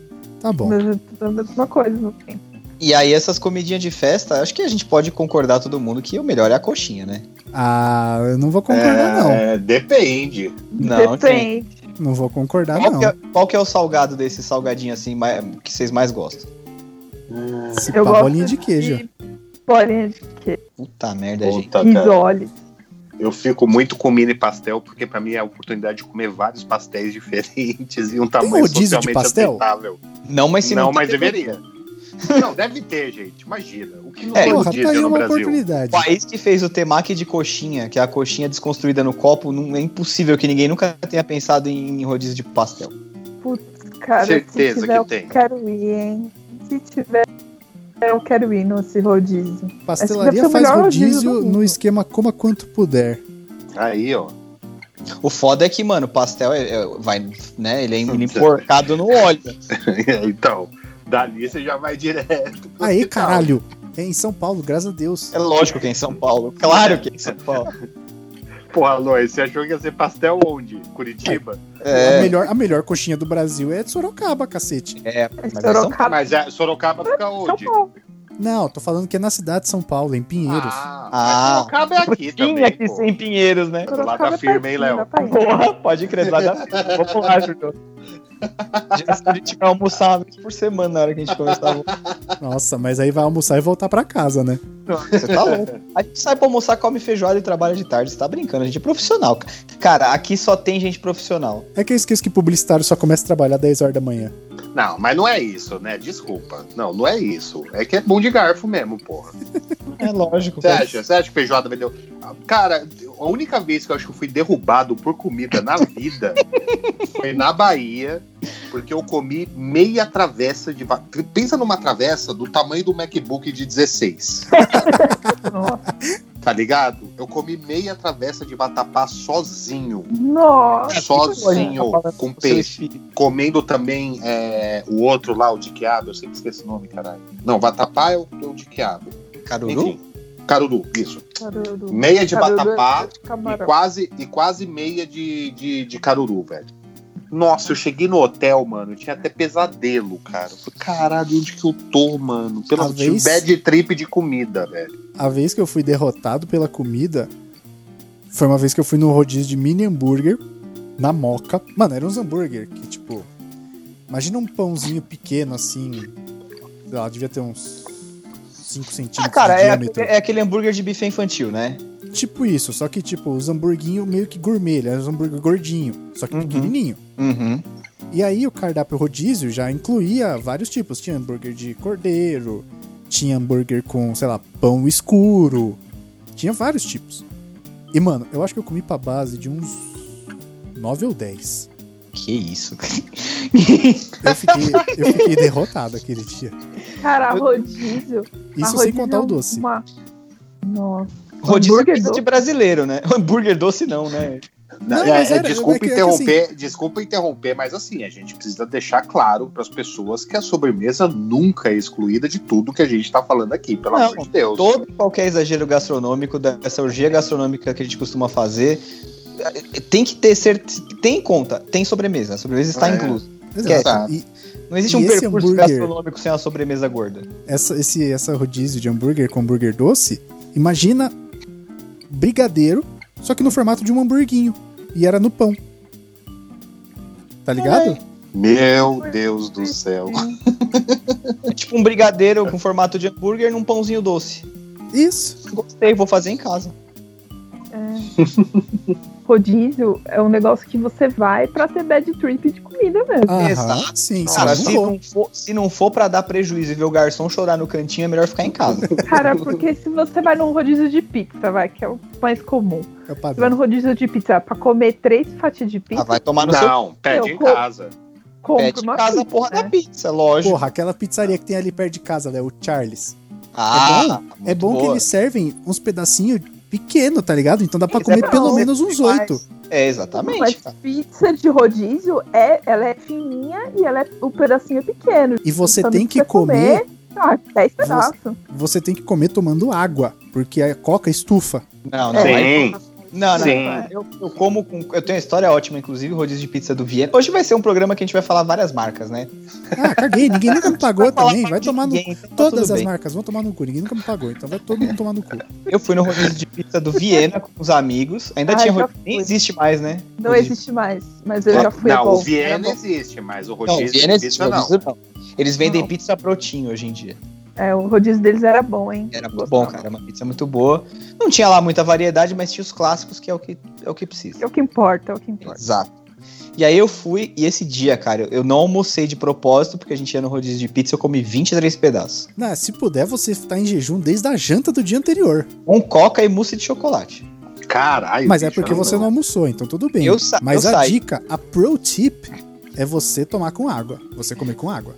[SPEAKER 4] Tá bom.
[SPEAKER 2] Mas é tudo a mesma coisa, no fim.
[SPEAKER 1] E aí, essas comidinhas de festa, acho que a gente pode concordar todo mundo que o melhor é a coxinha, né?
[SPEAKER 4] Ah, eu não vou concordar, não.
[SPEAKER 3] É, depende.
[SPEAKER 1] Não, gente.
[SPEAKER 2] Depende.
[SPEAKER 4] Não vou concordar,
[SPEAKER 1] Qual,
[SPEAKER 4] Ah, não.
[SPEAKER 1] que é, qual que é o salgado desse salgadinho assim mai- que vocês mais gostam?
[SPEAKER 4] Se
[SPEAKER 2] Eu
[SPEAKER 4] pá,
[SPEAKER 2] gosto
[SPEAKER 4] bolinha de queijo.
[SPEAKER 2] de bolinha
[SPEAKER 3] Tá,
[SPEAKER 2] de
[SPEAKER 1] Puta merda, gente.
[SPEAKER 3] Puta,
[SPEAKER 4] Então.
[SPEAKER 3] cara.
[SPEAKER 2] risole.
[SPEAKER 3] Eu fico muito com mini pastel, porque pra mim é a oportunidade de comer vários pastéis diferentes e um tamanho
[SPEAKER 4] rodízio de
[SPEAKER 3] socialmente
[SPEAKER 4] pastel?
[SPEAKER 3] aceitável.
[SPEAKER 1] Não, mas se
[SPEAKER 3] não,
[SPEAKER 1] não,
[SPEAKER 4] tá
[SPEAKER 3] mas
[SPEAKER 1] tem-
[SPEAKER 3] deveria. não, deve ter, gente. Imagina. O que não
[SPEAKER 1] É,
[SPEAKER 3] tem
[SPEAKER 4] Porra, tá aí
[SPEAKER 3] rodízio no
[SPEAKER 4] uma
[SPEAKER 3] Brasil?
[SPEAKER 1] O
[SPEAKER 4] oportunidade.
[SPEAKER 1] um país que fez o temaki de coxinha, que é a coxinha desconstruída no copo, não é impossível que ninguém nunca tenha pensado em rodízio de pastel.
[SPEAKER 2] Cara,
[SPEAKER 3] Certeza
[SPEAKER 2] se tiver,
[SPEAKER 3] que
[SPEAKER 2] eu
[SPEAKER 3] tem.
[SPEAKER 2] quero ir, hein? Se tiver, eu quero ir nesse rodízio. Esse
[SPEAKER 4] Pastelaria
[SPEAKER 2] deve ser o
[SPEAKER 4] faz
[SPEAKER 2] melhor rodízio
[SPEAKER 4] rodízio
[SPEAKER 2] do mundo.
[SPEAKER 4] no esquema coma quanto puder.
[SPEAKER 3] Aí, ó.
[SPEAKER 1] O foda é que, mano, pastel é, é- vai, né? Ele é emporcado no óleo.
[SPEAKER 3] então, dali você já vai direto. pro
[SPEAKER 4] Aê,
[SPEAKER 3] hospital.
[SPEAKER 4] caralho. É em São Paulo, graças a Deus.
[SPEAKER 1] É lógico que é em São Paulo. Claro que é em São Paulo.
[SPEAKER 3] Porra, Lois, você achou que ia ser pastel onde? Curitiba?
[SPEAKER 4] A,
[SPEAKER 1] É,
[SPEAKER 4] melhor, a melhor coxinha do Brasil é de Sorocaba, cacete.
[SPEAKER 1] é,
[SPEAKER 2] É
[SPEAKER 1] mas é São
[SPEAKER 2] Sorocaba.
[SPEAKER 3] Mas é, Sorocaba fica
[SPEAKER 2] São
[SPEAKER 3] onde?
[SPEAKER 2] Paulo.
[SPEAKER 4] Não, tô falando que é na cidade de São Paulo, em Pinheiros.
[SPEAKER 3] Ah,
[SPEAKER 1] Ah.
[SPEAKER 3] mas Sorocaba é aqui também.
[SPEAKER 1] Tinha que
[SPEAKER 3] pô.
[SPEAKER 1] ser em Pinheiros, né?
[SPEAKER 3] Do lado da
[SPEAKER 2] Sorocaba é
[SPEAKER 3] firma, tá hein,
[SPEAKER 2] pertinho,
[SPEAKER 3] Léo?
[SPEAKER 2] dá pra ir.
[SPEAKER 1] Porra, pode crer, lá da... Vamos lá, Júlio. Já se a gente vai almoçar uma vez por semana na hora que a gente começar a almoçar.
[SPEAKER 4] Nossa, mas aí vai almoçar e voltar pra casa, né?
[SPEAKER 1] Você tá louco. A gente sai pra almoçar, come feijoada e trabalha de tarde. Você tá brincando, a gente é profissional. ca- Cara, aqui só tem gente profissional.
[SPEAKER 4] É que eu esqueço que publicitário só começa a trabalhar 10 horas da manhã.
[SPEAKER 3] Não, mas não é isso, né? Desculpa. Não, não é isso. É que é bom de garfo mesmo, porra.
[SPEAKER 1] É lógico.
[SPEAKER 3] Você
[SPEAKER 1] cara.
[SPEAKER 3] acha? Você acha que feijoada vendeu? Ah, Cara, a única vez que eu acho que eu fui derrubado por comida na vida foi na Bahia, porque eu comi meia travessa de. va- Pensa numa travessa do tamanho do MacBook de 16.
[SPEAKER 2] Nossa.
[SPEAKER 3] Tá ligado? Eu comi meia travessa de vatapá sozinho.
[SPEAKER 2] Nossa.
[SPEAKER 3] Sozinho,
[SPEAKER 1] Tá falando
[SPEAKER 3] com
[SPEAKER 1] seus
[SPEAKER 3] peixe.
[SPEAKER 1] filhos.
[SPEAKER 3] Comendo também é, o outro lá, o de quiabo. Eu sempre esqueço o nome, caralho. Não, vatapá é o, é o de quiabo.
[SPEAKER 1] Caruru?
[SPEAKER 3] Enfim, caruru, isso.
[SPEAKER 2] Caruru.
[SPEAKER 3] Meia de
[SPEAKER 2] Caruru é
[SPEAKER 3] vatapá
[SPEAKER 2] de
[SPEAKER 3] e
[SPEAKER 2] camarão.
[SPEAKER 3] quase, e quase meia de, de, de caruru, velho. Nossa, eu cheguei no hotel, mano. Eu tinha até pesadelo, cara. Eu falei, caralho, onde que eu tô, mano? Pela
[SPEAKER 4] Talvez-
[SPEAKER 3] bad trip de comida, velho.
[SPEAKER 4] A vez que eu fui derrotado pela comida foi uma vez que eu fui no rodízio de mini hambúrguer na Moca. Mano, era uns hambúrguer que, tipo, imagina um pãozinho pequeno assim, sei lá, devia ter uns 5 centímetros
[SPEAKER 1] Ah, cara,
[SPEAKER 4] de
[SPEAKER 1] é
[SPEAKER 4] diâmetro.
[SPEAKER 1] aquele, é aquele hambúrguer de bife infantil, né?
[SPEAKER 4] Tipo isso, só que tipo, os hamburguinhos meio que gourmet, ele era uns hambúrguer gordinho, só que
[SPEAKER 1] Uhum.
[SPEAKER 4] pequenininho.
[SPEAKER 1] Uhum.
[SPEAKER 4] E aí o cardápio rodízio já incluía vários tipos, tinha hambúrguer de cordeiro, tinha hambúrguer com, sei lá, pão escuro, tinha vários tipos. E mano, eu acho que eu comi pra base de uns 9 ou 10.
[SPEAKER 1] Que isso, cara.
[SPEAKER 4] Eu fiquei, eu fiquei derrotado aquele dia.
[SPEAKER 2] Cara, rodízio.
[SPEAKER 4] Isso
[SPEAKER 2] Arroz
[SPEAKER 4] sem
[SPEAKER 2] de
[SPEAKER 4] contar o
[SPEAKER 2] jambu-
[SPEAKER 4] doce.
[SPEAKER 2] uma- Nossa.
[SPEAKER 1] Rodízio é
[SPEAKER 2] Hambúrguer
[SPEAKER 1] coisa de
[SPEAKER 2] doce.
[SPEAKER 1] brasileiro, né? Hambúrguer doce não, né?
[SPEAKER 4] Não,
[SPEAKER 3] É,
[SPEAKER 4] mas
[SPEAKER 3] é,
[SPEAKER 4] era- é
[SPEAKER 3] desculpa,
[SPEAKER 4] que- é que
[SPEAKER 3] interromper, desculpa interromper, mas assim, a gente precisa deixar claro para as pessoas que a sobremesa nunca é excluída de tudo que a gente está falando aqui, pelo
[SPEAKER 1] Não,
[SPEAKER 3] amor de Deus.
[SPEAKER 1] Todo e qualquer exagero gastronômico, dessa orgia gastronômica que a gente costuma fazer, tem que ter certeza. Tem em conta, tem sobremesa. A sobremesa está
[SPEAKER 3] É.
[SPEAKER 1] inclusa.
[SPEAKER 4] Exato. E
[SPEAKER 1] Não existe
[SPEAKER 4] E
[SPEAKER 1] um
[SPEAKER 4] esse
[SPEAKER 1] percurso
[SPEAKER 4] hambúrguer?
[SPEAKER 1] gastronômico sem uma sobremesa gorda.
[SPEAKER 4] essa, esse, essa rodízio de hambúrguer com hambúrguer doce, imagina brigadeiro, só que no formato de um hamburguinho. E era no pão. Tá ligado?
[SPEAKER 3] Meu Deus do céu.
[SPEAKER 1] É tipo um brigadeiro com formato de hambúrguer num pãozinho doce.
[SPEAKER 4] Isso.
[SPEAKER 1] Gostei, vou fazer em casa.
[SPEAKER 2] Rodízio é um negócio que você vai pra ter bad trip de comida mesmo.
[SPEAKER 4] Aham,
[SPEAKER 1] Exato.
[SPEAKER 4] sim, sim.
[SPEAKER 1] Cara,
[SPEAKER 4] não
[SPEAKER 1] se
[SPEAKER 4] vou.
[SPEAKER 1] não, for, se não for pra dar prejuízo e ver o garçom chorar no cantinho, é melhor ficar em casa.
[SPEAKER 4] Ah.
[SPEAKER 2] Cara, porque se você vai num rodízio de pizza, vai, que é o mais comum.
[SPEAKER 4] É o
[SPEAKER 2] Você vai
[SPEAKER 4] padrão.
[SPEAKER 2] num rodízio de pizza pra comer três fatias de
[SPEAKER 1] Ah,
[SPEAKER 2] pizza,
[SPEAKER 1] vai tomar no seu
[SPEAKER 3] Não, pede em
[SPEAKER 2] Eu vou-
[SPEAKER 3] casa.
[SPEAKER 2] compra
[SPEAKER 1] pé de
[SPEAKER 2] uma
[SPEAKER 1] casa a
[SPEAKER 2] pizza,
[SPEAKER 1] porra
[SPEAKER 2] né?
[SPEAKER 1] da pizza, lógico.
[SPEAKER 4] Porra, aquela pizzaria que tem ali perto de casa, né? O Charles.
[SPEAKER 1] Ah,
[SPEAKER 4] É bom que eles servem uns pedacinhos pequeno, tá ligado? Então dá pra
[SPEAKER 1] Eles é
[SPEAKER 4] comer
[SPEAKER 2] bom,
[SPEAKER 4] pelo
[SPEAKER 2] é
[SPEAKER 4] menos uns
[SPEAKER 1] demais.
[SPEAKER 4] oito.
[SPEAKER 1] É,
[SPEAKER 2] Mas
[SPEAKER 1] exatamente. cara.
[SPEAKER 2] pizza de rodízio é, ela é fininha e ela é, o pedacinho é pequeno.
[SPEAKER 4] E você
[SPEAKER 2] Então,
[SPEAKER 4] tem
[SPEAKER 2] pra
[SPEAKER 4] que comer,
[SPEAKER 2] ah, 10 pedaços.
[SPEAKER 4] você tem que comer tomando água, porque a coca estufa.
[SPEAKER 1] Não, não, aí-
[SPEAKER 3] Sim,
[SPEAKER 1] não, não.
[SPEAKER 3] sim.
[SPEAKER 1] Eu, eu como com. Eu tenho uma história ótima, inclusive, rodízio de pizza do Viena. Hoje vai ser um programa que a gente vai falar várias marcas, né?
[SPEAKER 4] Ah, caguei, ninguém nunca me pagou
[SPEAKER 1] Não falar
[SPEAKER 4] também, vai
[SPEAKER 1] de
[SPEAKER 4] tomar no
[SPEAKER 1] ninguém, então tá
[SPEAKER 4] Todas
[SPEAKER 1] tudo
[SPEAKER 4] as
[SPEAKER 1] bem.
[SPEAKER 4] marcas vão tomar no cu, ninguém nunca me pagou, então vai todo mundo tomar no cu.
[SPEAKER 1] Eu fui no rodízio de pizza do Viena com os amigos. Ainda
[SPEAKER 2] Ai,
[SPEAKER 1] tinha
[SPEAKER 2] Ah, já
[SPEAKER 1] rodízio. Nem
[SPEAKER 2] fui.
[SPEAKER 1] existe mais, né?
[SPEAKER 2] Não
[SPEAKER 1] Rodízio.
[SPEAKER 2] existe mais, mas eu já fui é
[SPEAKER 3] Não,
[SPEAKER 2] bom.
[SPEAKER 3] o Viena
[SPEAKER 2] Era bom.
[SPEAKER 3] existe, mas o
[SPEAKER 1] Não,
[SPEAKER 3] rodízio
[SPEAKER 1] Viena
[SPEAKER 3] de
[SPEAKER 1] existe.
[SPEAKER 3] pizza não.
[SPEAKER 1] rodízio não. Eles vendem
[SPEAKER 2] Não.
[SPEAKER 1] pizza protinho hoje em dia.
[SPEAKER 2] É, o rodízio deles era bom, hein?
[SPEAKER 1] Era muito
[SPEAKER 2] Gostava.
[SPEAKER 1] bom, cara. Uma pizza muito boa. Não tinha lá muita variedade, mas tinha os clássicos, que é o que, é o que precisa.
[SPEAKER 2] É o que importa, é o que importa.
[SPEAKER 1] Exato. E aí eu fui, e esse dia, cara, eu- eu não almocei de propósito, porque a gente ia no rodízio de pizza, eu comi 23 pedaços.
[SPEAKER 4] Não, se puder, você tá em jejum desde a janta do dia anterior.
[SPEAKER 1] Com coca e mousse de chocolate.
[SPEAKER 3] Caralho.
[SPEAKER 4] Mas é
[SPEAKER 3] bicho,
[SPEAKER 4] porque você não almoçou, então tudo bem.
[SPEAKER 1] Eu sa-
[SPEAKER 4] Mas
[SPEAKER 1] eu
[SPEAKER 4] a
[SPEAKER 1] saí.
[SPEAKER 4] dica, a pro tip é você tomar com água. Você comer com água.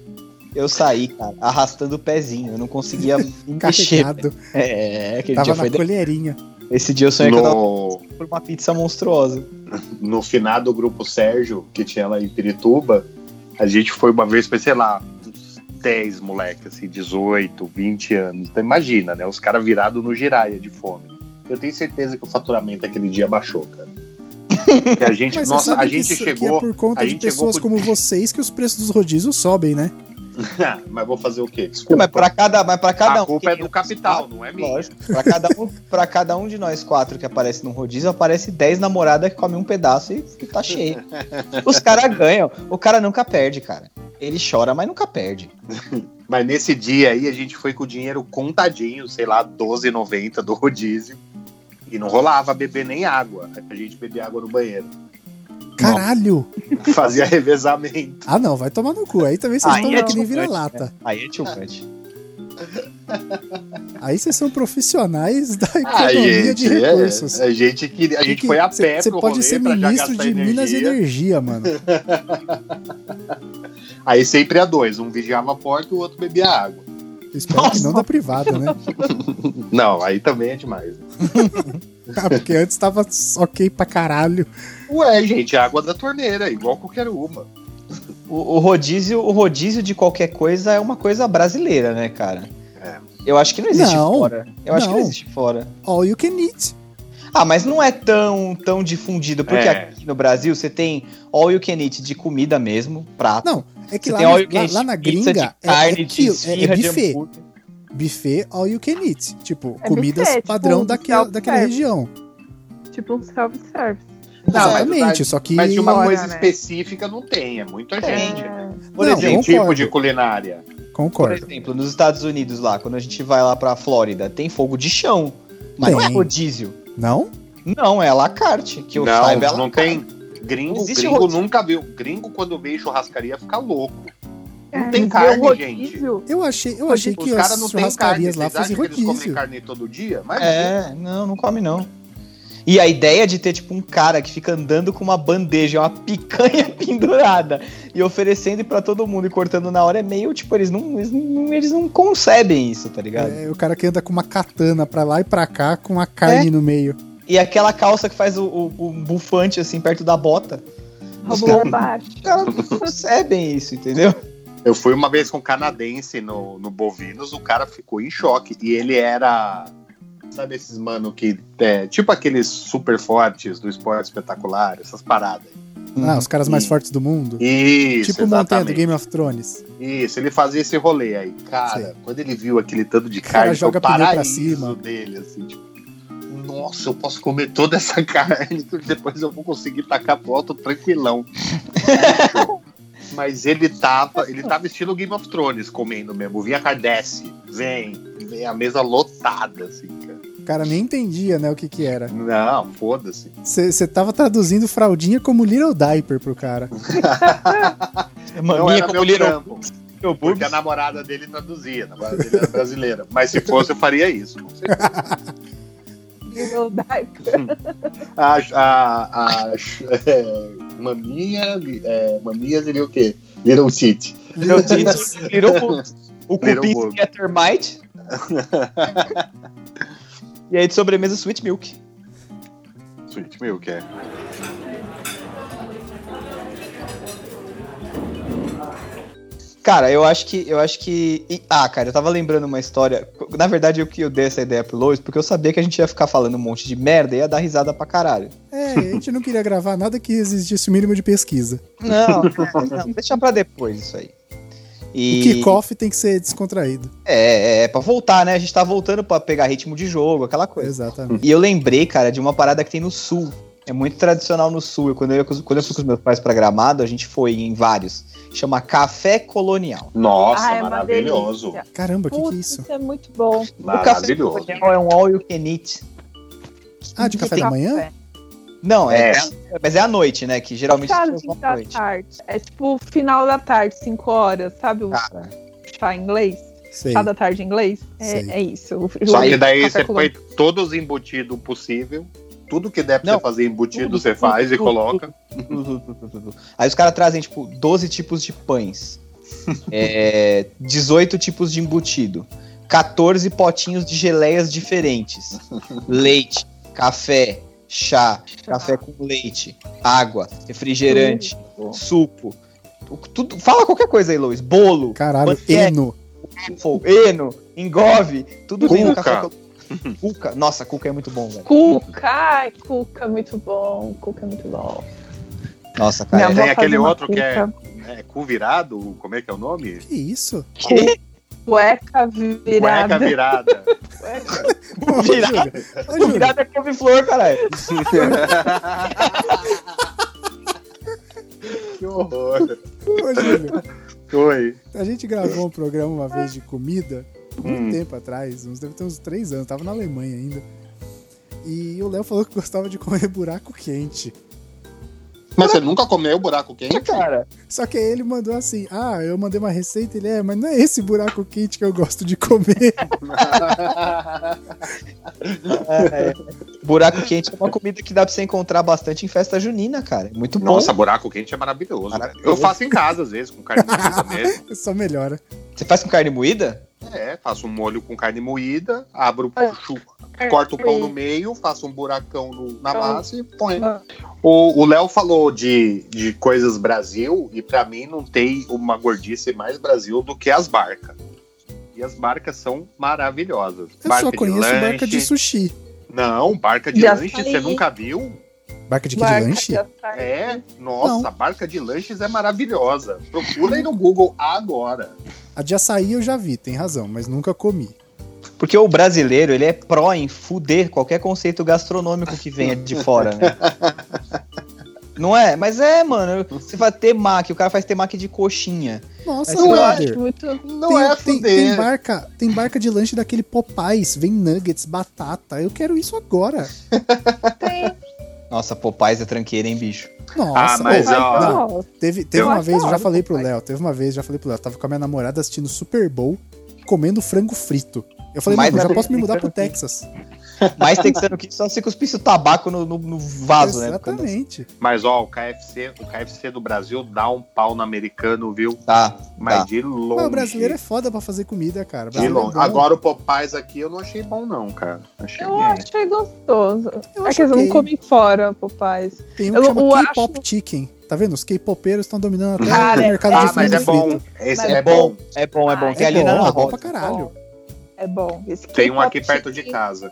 [SPEAKER 1] Eu saí, cara, arrastando o pezinho, eu não conseguia mexer.
[SPEAKER 4] Carregado.
[SPEAKER 1] É, aquele
[SPEAKER 4] Tava
[SPEAKER 1] dia foi...
[SPEAKER 4] na colherinha.
[SPEAKER 1] Esse dia eu
[SPEAKER 4] é
[SPEAKER 1] sonhei que eu tava
[SPEAKER 3] No,
[SPEAKER 1] por uma pizza monstruosa.
[SPEAKER 3] no final do grupo Sérgio, que tinha lá em Pirituba, a gente foi uma vez pra, sei lá, uns 10 moleques, assim, 18, 20 anos. Então imagina, né? Os caras virados no giraia de fome. Eu tenho certeza que o faturamento aquele dia baixou, cara. Porque a gente,
[SPEAKER 4] Mas você
[SPEAKER 3] nossa,
[SPEAKER 4] sabe
[SPEAKER 3] a
[SPEAKER 4] que
[SPEAKER 3] gente
[SPEAKER 4] isso aqui
[SPEAKER 3] chegou.
[SPEAKER 4] é por conta
[SPEAKER 3] a
[SPEAKER 4] de
[SPEAKER 3] gente chegou
[SPEAKER 4] pessoas
[SPEAKER 3] por-
[SPEAKER 4] como vocês que os preços dos rodízios sobem, né?
[SPEAKER 3] Ah, mas vou fazer o quê? Desculpa.
[SPEAKER 1] Mas pra cada, mas pra cada
[SPEAKER 3] a
[SPEAKER 1] um.
[SPEAKER 3] culpa é
[SPEAKER 1] quem-
[SPEAKER 3] do capital, não é minha.
[SPEAKER 1] Lógico. Pra cada, um, pra cada um de nós quatro que aparece num rodízio, aparece 10 namoradas que comem um pedaço e e tá cheio. Os caras ganham. O cara nunca perde, cara. Ele chora, mas nunca perde.
[SPEAKER 3] Mas nesse dia aí a gente foi com o dinheiro contadinho, sei lá, 12,90 do rodízio. E não rolava beber nem água. A gente bebia água no banheiro.
[SPEAKER 4] Caralho!
[SPEAKER 3] Fazia revezamento.
[SPEAKER 4] Ah, não, vai tomar no cu. Aí também vocês
[SPEAKER 1] Aí
[SPEAKER 4] estão
[SPEAKER 1] é
[SPEAKER 4] que nem
[SPEAKER 1] chocante,
[SPEAKER 4] vira-lata.
[SPEAKER 3] né?
[SPEAKER 1] Aí é chocante.
[SPEAKER 4] Aí vocês são profissionais da
[SPEAKER 3] A
[SPEAKER 4] economia de
[SPEAKER 3] gente, é,
[SPEAKER 4] recursos.
[SPEAKER 3] a gente, queria, a gente
[SPEAKER 4] Porque
[SPEAKER 3] foi a
[SPEAKER 4] cê-
[SPEAKER 3] pé
[SPEAKER 4] cê
[SPEAKER 3] pro
[SPEAKER 4] pode
[SPEAKER 3] rolê
[SPEAKER 4] ser
[SPEAKER 3] pra já
[SPEAKER 4] ministro
[SPEAKER 3] gastar
[SPEAKER 4] de Minas e
[SPEAKER 3] energia.
[SPEAKER 4] Energia, mano.
[SPEAKER 3] Aí sempre a dois, um vigiava a porta e o outro bebia água.
[SPEAKER 4] Eu espero que não da privada, né?
[SPEAKER 3] Não, aí também é demais. né?
[SPEAKER 4] Ah, porque antes tava ok pra caralho.
[SPEAKER 3] Ué, gente, é água da torneira, igual qualquer uma.
[SPEAKER 1] O, o rodízio, o rodízio de qualquer coisa é uma coisa brasileira, né, cara?
[SPEAKER 3] É.
[SPEAKER 1] Eu acho que não existe
[SPEAKER 4] Não,
[SPEAKER 1] fora. Eu acho que não
[SPEAKER 4] não.
[SPEAKER 1] existe fora.
[SPEAKER 4] All you can eat.
[SPEAKER 1] Ah, mas não é tão, tão difundido, porque
[SPEAKER 3] É.
[SPEAKER 1] aqui no Brasil você tem all you can eat de comida mesmo, prato.
[SPEAKER 4] Não, É que
[SPEAKER 1] Você
[SPEAKER 4] lá,
[SPEAKER 1] tem
[SPEAKER 4] no-
[SPEAKER 1] all you can
[SPEAKER 4] lá-
[SPEAKER 1] eat
[SPEAKER 4] lá na
[SPEAKER 1] de pizza,
[SPEAKER 4] gringa
[SPEAKER 1] de
[SPEAKER 4] é, é,
[SPEAKER 1] carne, de
[SPEAKER 4] aquilo, é, é
[SPEAKER 1] esfirra, de
[SPEAKER 4] buffet.
[SPEAKER 1] hambúrguer.
[SPEAKER 4] Buffet all you can eat. Tipo,
[SPEAKER 2] É
[SPEAKER 4] comidas
[SPEAKER 2] buffet, tipo,
[SPEAKER 4] padrão
[SPEAKER 2] um
[SPEAKER 4] daquela,
[SPEAKER 2] self-service.
[SPEAKER 4] daquela região.
[SPEAKER 2] Tipo um self-service.
[SPEAKER 3] mas-
[SPEAKER 4] Exatamente, só que.
[SPEAKER 3] Mas de uma
[SPEAKER 2] Olha,
[SPEAKER 3] coisa
[SPEAKER 2] né?
[SPEAKER 3] específica não tem, é muita gente. né?
[SPEAKER 2] É,
[SPEAKER 1] Por
[SPEAKER 4] Não,
[SPEAKER 1] exemplo,
[SPEAKER 3] Um tipo
[SPEAKER 4] concordo.
[SPEAKER 3] de culinária.
[SPEAKER 1] Por
[SPEAKER 4] Concordo.
[SPEAKER 1] exemplo, nos Estados Unidos lá, quando a gente vai lá pra Flórida, tem fogo de chão. Mas não é
[SPEAKER 4] Tem.
[SPEAKER 1] rodízio.
[SPEAKER 4] Não?
[SPEAKER 1] Não, é à la carte. Que eu
[SPEAKER 3] não,
[SPEAKER 1] saiba, é à la
[SPEAKER 3] não
[SPEAKER 1] carte.
[SPEAKER 3] tem. Gringo,
[SPEAKER 1] Existe
[SPEAKER 3] gringo
[SPEAKER 1] rodízio.
[SPEAKER 3] nunca viu. Gringo, quando vê churrascaria, fica louco. Não
[SPEAKER 2] É,
[SPEAKER 3] tem
[SPEAKER 2] mas
[SPEAKER 3] carne,
[SPEAKER 2] o
[SPEAKER 3] gente.
[SPEAKER 2] rodízio,
[SPEAKER 4] Eu achei, eu
[SPEAKER 1] tipo,
[SPEAKER 4] achei
[SPEAKER 3] Os
[SPEAKER 4] que
[SPEAKER 3] caras não
[SPEAKER 4] as
[SPEAKER 3] têm carne.
[SPEAKER 4] churrascarias
[SPEAKER 3] Vocês
[SPEAKER 4] lá
[SPEAKER 3] acham
[SPEAKER 4] fossem
[SPEAKER 3] que eles comem
[SPEAKER 4] rodízio.
[SPEAKER 3] carne todo dia? Mas
[SPEAKER 1] É, não, não come não. E a ideia de ter, tipo, um cara que fica andando com uma bandeja, uma picanha pendurada e oferecendo pra todo mundo e cortando na hora é meio, tipo, eles não, eles não, eles não concebem isso, tá ligado?
[SPEAKER 4] É, o cara que anda com uma katana pra lá e pra cá com a
[SPEAKER 1] É.
[SPEAKER 4] carne no meio.
[SPEAKER 1] E aquela calça que faz o, o- o bufante, assim, perto da bota.
[SPEAKER 2] Roubou baixo.
[SPEAKER 1] Os caras não concebem isso, entendeu?
[SPEAKER 3] Eu fui uma vez com um canadense no, no Bovinos, o cara ficou em choque. E ele era. Sabe esses mano que. É, tipo aqueles super fortes do esporte espetacular, essas paradas.
[SPEAKER 1] Uhum.
[SPEAKER 4] Ah, os caras mais
[SPEAKER 3] Sim.
[SPEAKER 4] fortes do mundo.
[SPEAKER 3] Isso,
[SPEAKER 4] tipo o Montanha do
[SPEAKER 3] exatamente.
[SPEAKER 4] Game of Thrones.
[SPEAKER 3] Isso, ele fazia esse rolê aí. Cara, quando ele viu aquele tanto de
[SPEAKER 4] Cara,
[SPEAKER 3] carne, foi
[SPEAKER 4] joga
[SPEAKER 3] o
[SPEAKER 4] pneu pra
[SPEAKER 3] paraíso
[SPEAKER 4] cima.
[SPEAKER 3] dele, assim, tipo. Nossa, eu posso comer toda essa carne, que depois eu vou conseguir tacar pro alto tranquilão. Mas ele tava, ele tava estilo Game of Thrones comendo mesmo. Vinha Kardashian, vem, vem a mesa lotada, assim, cara.
[SPEAKER 4] O cara nem entendia, né, o que que era.
[SPEAKER 3] Não, foda-se.
[SPEAKER 4] Você tava traduzindo fraldinha como Little Diaper pro cara.
[SPEAKER 3] Não
[SPEAKER 1] Maminha
[SPEAKER 3] era
[SPEAKER 1] como
[SPEAKER 3] meu
[SPEAKER 1] Little
[SPEAKER 3] trampo,
[SPEAKER 1] Little Boobs.
[SPEAKER 3] porque a namorada dele traduzia, a namorada dele era brasileira. Mas se fosse, eu faria isso, com certeza.
[SPEAKER 2] Little diaper.
[SPEAKER 3] a, a, a é, maminha, é, maminha seria o quê? Little City.
[SPEAKER 1] Little Tits, Little Boobs. O
[SPEAKER 3] Little
[SPEAKER 1] cupim
[SPEAKER 3] Boobs.
[SPEAKER 1] que é termite. E aí de sobremesa, Sweet Milk.
[SPEAKER 3] Sweet Milk, é.
[SPEAKER 1] Cara, eu acho que. Eu acho que. e- ah, cara, eu tava lembrando uma história. Na verdade, eu que eu dei essa ideia pro Lois, porque eu sabia que a gente ia ficar falando um monte de merda e ia dar risada pra caralho.
[SPEAKER 4] É, a gente não queria gravar nada que exigisse o mínimo de pesquisa.
[SPEAKER 1] Não, é, não deixa pra depois isso aí. E,
[SPEAKER 4] O kickoff tem que ser descontraído.
[SPEAKER 1] É, é, é pra voltar, né? A gente tá voltando pra pegar ritmo de jogo, aquela coisa.
[SPEAKER 4] Exatamente.
[SPEAKER 1] E eu lembrei, cara, de uma parada que tem no sul. É muito tradicional no sul. E Quando eu, ia com- quando eu fui com os meus pais pra Gramado, a gente foi em vários. Chama Café Colonial.
[SPEAKER 3] Nossa,
[SPEAKER 2] Ah, é uma
[SPEAKER 3] maravilhoso.
[SPEAKER 2] delícia.
[SPEAKER 4] Caramba, o que, que
[SPEAKER 2] Putz,
[SPEAKER 4] é
[SPEAKER 2] isso?
[SPEAKER 4] isso?
[SPEAKER 2] é muito bom.
[SPEAKER 1] o Café
[SPEAKER 3] Maravilhoso.
[SPEAKER 1] Colonial é um all you can eat.
[SPEAKER 4] Ah, de
[SPEAKER 1] Que
[SPEAKER 4] café da manhã?
[SPEAKER 2] é Café.
[SPEAKER 1] Não, é,
[SPEAKER 3] É.
[SPEAKER 1] é- mas é à noite, né? Que geralmente
[SPEAKER 2] Tarde
[SPEAKER 1] serve à
[SPEAKER 2] da
[SPEAKER 1] noite.
[SPEAKER 2] tarde. É tipo o final da tarde, 5 horas, sabe? O
[SPEAKER 1] Cara,
[SPEAKER 2] chá inglês.
[SPEAKER 4] Sei.
[SPEAKER 2] Chá da tarde inglês.
[SPEAKER 4] Sei.
[SPEAKER 2] É, é isso. O-
[SPEAKER 3] Só
[SPEAKER 2] o-
[SPEAKER 3] que daí
[SPEAKER 2] café
[SPEAKER 3] você
[SPEAKER 2] com
[SPEAKER 3] põe todos os embutidos possível. Tudo que der pra
[SPEAKER 1] Não.
[SPEAKER 3] você fazer embutido,
[SPEAKER 1] Tudo,
[SPEAKER 3] você
[SPEAKER 1] tudo,
[SPEAKER 3] faz e
[SPEAKER 1] tudo,
[SPEAKER 3] coloca.
[SPEAKER 1] tudo, tudo, tudo. Aí os caras trazem, tipo, 12 tipos de pães, é, 18 tipos de embutido, 14 potinhos de geleias diferentes, leite, café, chá, café com leite, água, refrigerante, suco. o- Tudo, fala qualquer coisa aí, Luiz. Bolo,
[SPEAKER 4] Caralho,
[SPEAKER 1] Panqueca.
[SPEAKER 4] Eno.
[SPEAKER 1] Apple, Eno, Engove, tudo vem no
[SPEAKER 3] Cuca.
[SPEAKER 1] café. com- Cuca. Nossa, cuca é muito bom, velho.
[SPEAKER 2] Cuca, ai, cuca é muito bom, cuca é muito bom.
[SPEAKER 1] Nossa,
[SPEAKER 2] Minha
[SPEAKER 1] cara.
[SPEAKER 3] tem
[SPEAKER 2] avó faz
[SPEAKER 3] aquele
[SPEAKER 2] uma
[SPEAKER 3] outro que é-
[SPEAKER 2] cuca,
[SPEAKER 3] É, cu virado, como é que é o nome?
[SPEAKER 4] Que isso?
[SPEAKER 1] Que?
[SPEAKER 2] Cueca
[SPEAKER 3] Cueca
[SPEAKER 2] virada.
[SPEAKER 3] virada.
[SPEAKER 2] Cueca-
[SPEAKER 4] Ô,
[SPEAKER 1] Virada.
[SPEAKER 4] Júlio, ô, Júlio,
[SPEAKER 1] Virada é couve-flor, caralho.
[SPEAKER 3] que horror.
[SPEAKER 4] ô, Júlio.
[SPEAKER 3] Oi.
[SPEAKER 4] A gente gravou um programa uma vez de comida, muito
[SPEAKER 3] Hum.
[SPEAKER 4] tempo atrás, uns, deve ter uns três anos, tava na Alemanha ainda. E o Léo falou que gostava de comer buraco quente.
[SPEAKER 3] Mas você nunca comeu buraco quente?
[SPEAKER 1] Cara,
[SPEAKER 4] Só que aí ele mandou assim: Ah, eu mandei uma receita, ele é, mas não é esse buraco quente que eu gosto de comer.
[SPEAKER 1] é, buraco quente é uma comida que dá pra você encontrar bastante em festa junina, cara. É Muito bom.
[SPEAKER 3] Nossa, buraco quente é maravilhoso. cara.
[SPEAKER 1] Maravilhoso.
[SPEAKER 3] Eu faço em casa, às vezes, com carne moída mesmo.
[SPEAKER 4] é Só melhora.
[SPEAKER 1] Você faz com carne moída?
[SPEAKER 3] É, faço um molho com carne moída, abro, chu, corto o pão no meio, faço um buracão no- na massa e põe. O o Léo falou de, de coisas Brasil, e pra mim não tem uma gordice mais Brasil do que as barcas. E as barcas são maravilhosas.
[SPEAKER 4] Eu só conheço barca de sushi.
[SPEAKER 3] Não, barca de
[SPEAKER 2] De
[SPEAKER 3] lanche,
[SPEAKER 2] açaí.
[SPEAKER 3] você nunca viu?
[SPEAKER 4] Barca de que
[SPEAKER 2] Barca
[SPEAKER 4] de lanche?
[SPEAKER 2] de açaí.
[SPEAKER 3] É, nossa, a barca de lanches é maravilhosa. Procura aí no Google agora.
[SPEAKER 4] A de açaí eu já vi, tem razão, mas nunca comi.
[SPEAKER 1] Porque o brasileiro, ele é pró em fuder qualquer conceito gastronômico que venha de fora, né? Não é? Mas é, mano. Você vai temaki, o cara faz temaki de coxinha.
[SPEAKER 4] Nossa,
[SPEAKER 1] Mas eu
[SPEAKER 2] Eu
[SPEAKER 4] brother.
[SPEAKER 2] acho muito.
[SPEAKER 3] Não
[SPEAKER 4] tem,
[SPEAKER 3] é
[SPEAKER 4] tem,
[SPEAKER 3] fuder.
[SPEAKER 4] tem barca, tem barca de lanche daquele Popeyes, vem nuggets, batata. Eu quero isso agora.
[SPEAKER 2] Tem.
[SPEAKER 1] Nossa, Popeyes é tranqueira, hein, bicho?
[SPEAKER 4] Nossa,
[SPEAKER 3] Ah, mas,
[SPEAKER 4] ô,
[SPEAKER 3] ó,
[SPEAKER 4] não,
[SPEAKER 2] Nossa,
[SPEAKER 4] teve, teve
[SPEAKER 3] eu
[SPEAKER 4] uma
[SPEAKER 2] acho
[SPEAKER 4] vez, eu já
[SPEAKER 2] ótimo,
[SPEAKER 4] falei pro
[SPEAKER 2] pai.
[SPEAKER 4] Léo, teve uma vez, eu já falei pro Léo, eu tava com a minha namorada assistindo Super Bowl, comendo frango frito. Eu falei,
[SPEAKER 1] Mas
[SPEAKER 4] mano, eu já
[SPEAKER 1] era-
[SPEAKER 4] posso me mudar pro Texas.
[SPEAKER 1] Mas tem que ser no kit, só se cuspisse o tabaco no, no- no vaso, né? Porque não-
[SPEAKER 4] Exatamente.
[SPEAKER 3] Mas ó, o KFC, o KFC do Brasil dá um pau no americano, viu?
[SPEAKER 1] Tá,
[SPEAKER 3] Mas
[SPEAKER 1] tá.
[SPEAKER 3] de longe.
[SPEAKER 4] Não, o brasileiro é foda pra fazer comida, cara. O
[SPEAKER 3] de
[SPEAKER 4] brasileiro é
[SPEAKER 3] longe.
[SPEAKER 4] bom.
[SPEAKER 3] Agora o Popeyes aqui eu não achei bom, não, cara. Achei
[SPEAKER 2] Eu
[SPEAKER 3] bem.
[SPEAKER 2] achei gostoso.
[SPEAKER 4] Eu
[SPEAKER 2] é
[SPEAKER 4] acho
[SPEAKER 2] que eles não
[SPEAKER 4] ok.
[SPEAKER 2] comem fora, Popais.
[SPEAKER 4] Tem um
[SPEAKER 2] eu-
[SPEAKER 4] que chama
[SPEAKER 2] eu acho-
[SPEAKER 4] K-pop chicken. Tá vendo? Os K-popeiros estão dominando até
[SPEAKER 2] Cara,
[SPEAKER 4] o mercado
[SPEAKER 3] Ah,
[SPEAKER 4] de
[SPEAKER 3] mas
[SPEAKER 4] comida
[SPEAKER 3] é bom.
[SPEAKER 4] frita.
[SPEAKER 3] Esse
[SPEAKER 2] Mas
[SPEAKER 3] é, bom.
[SPEAKER 1] É bom, é bom.
[SPEAKER 2] Ah,
[SPEAKER 1] Tem
[SPEAKER 4] é
[SPEAKER 1] ali
[SPEAKER 4] bom,
[SPEAKER 1] na Ana
[SPEAKER 4] é bom
[SPEAKER 1] Rosa.
[SPEAKER 4] pra caralho.
[SPEAKER 2] É bom. Esse tá
[SPEAKER 3] Tem um
[SPEAKER 2] K-pop
[SPEAKER 3] aqui perto de
[SPEAKER 2] chicken
[SPEAKER 3] casa.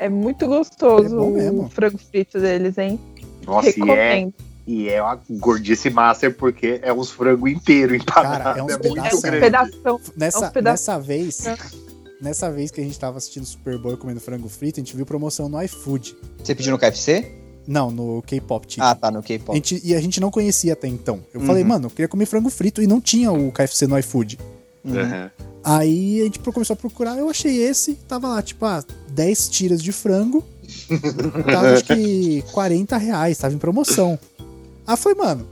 [SPEAKER 2] É muito
[SPEAKER 4] É
[SPEAKER 2] gostoso
[SPEAKER 4] bom mesmo.
[SPEAKER 2] o frango frito deles, hein?
[SPEAKER 3] Nossa, e é,
[SPEAKER 2] Recomendo.
[SPEAKER 3] e é uma gordice master porque é uns frango inteiro empanado.
[SPEAKER 4] Cara, é uns
[SPEAKER 3] muito
[SPEAKER 2] É
[SPEAKER 4] pedaços,
[SPEAKER 2] um
[SPEAKER 4] grande.
[SPEAKER 2] pedação.
[SPEAKER 4] Nessa,
[SPEAKER 2] É um pedaço-
[SPEAKER 4] nessa vez. Nessa vez que a gente tava assistindo Super Bowl e comendo frango frito, a gente viu promoção no iFood.
[SPEAKER 1] Você pediu no KFC?
[SPEAKER 4] Não, no K-pop chicken.
[SPEAKER 1] Ah, tá, no
[SPEAKER 4] A
[SPEAKER 1] K-pop.
[SPEAKER 4] gente- e a gente não conhecia até então. Eu falei,
[SPEAKER 1] Uhum.
[SPEAKER 4] mano, eu queria comer frango frito e não tinha o KFC no iFood.
[SPEAKER 1] Uhum.
[SPEAKER 3] Uhum.
[SPEAKER 4] Aí a gente pro- começou a procurar, eu achei esse, tava lá, tipo, ah, 10 tiras de frango, tava acho que 40 reais, tava em promoção. Aí eu falei, mano,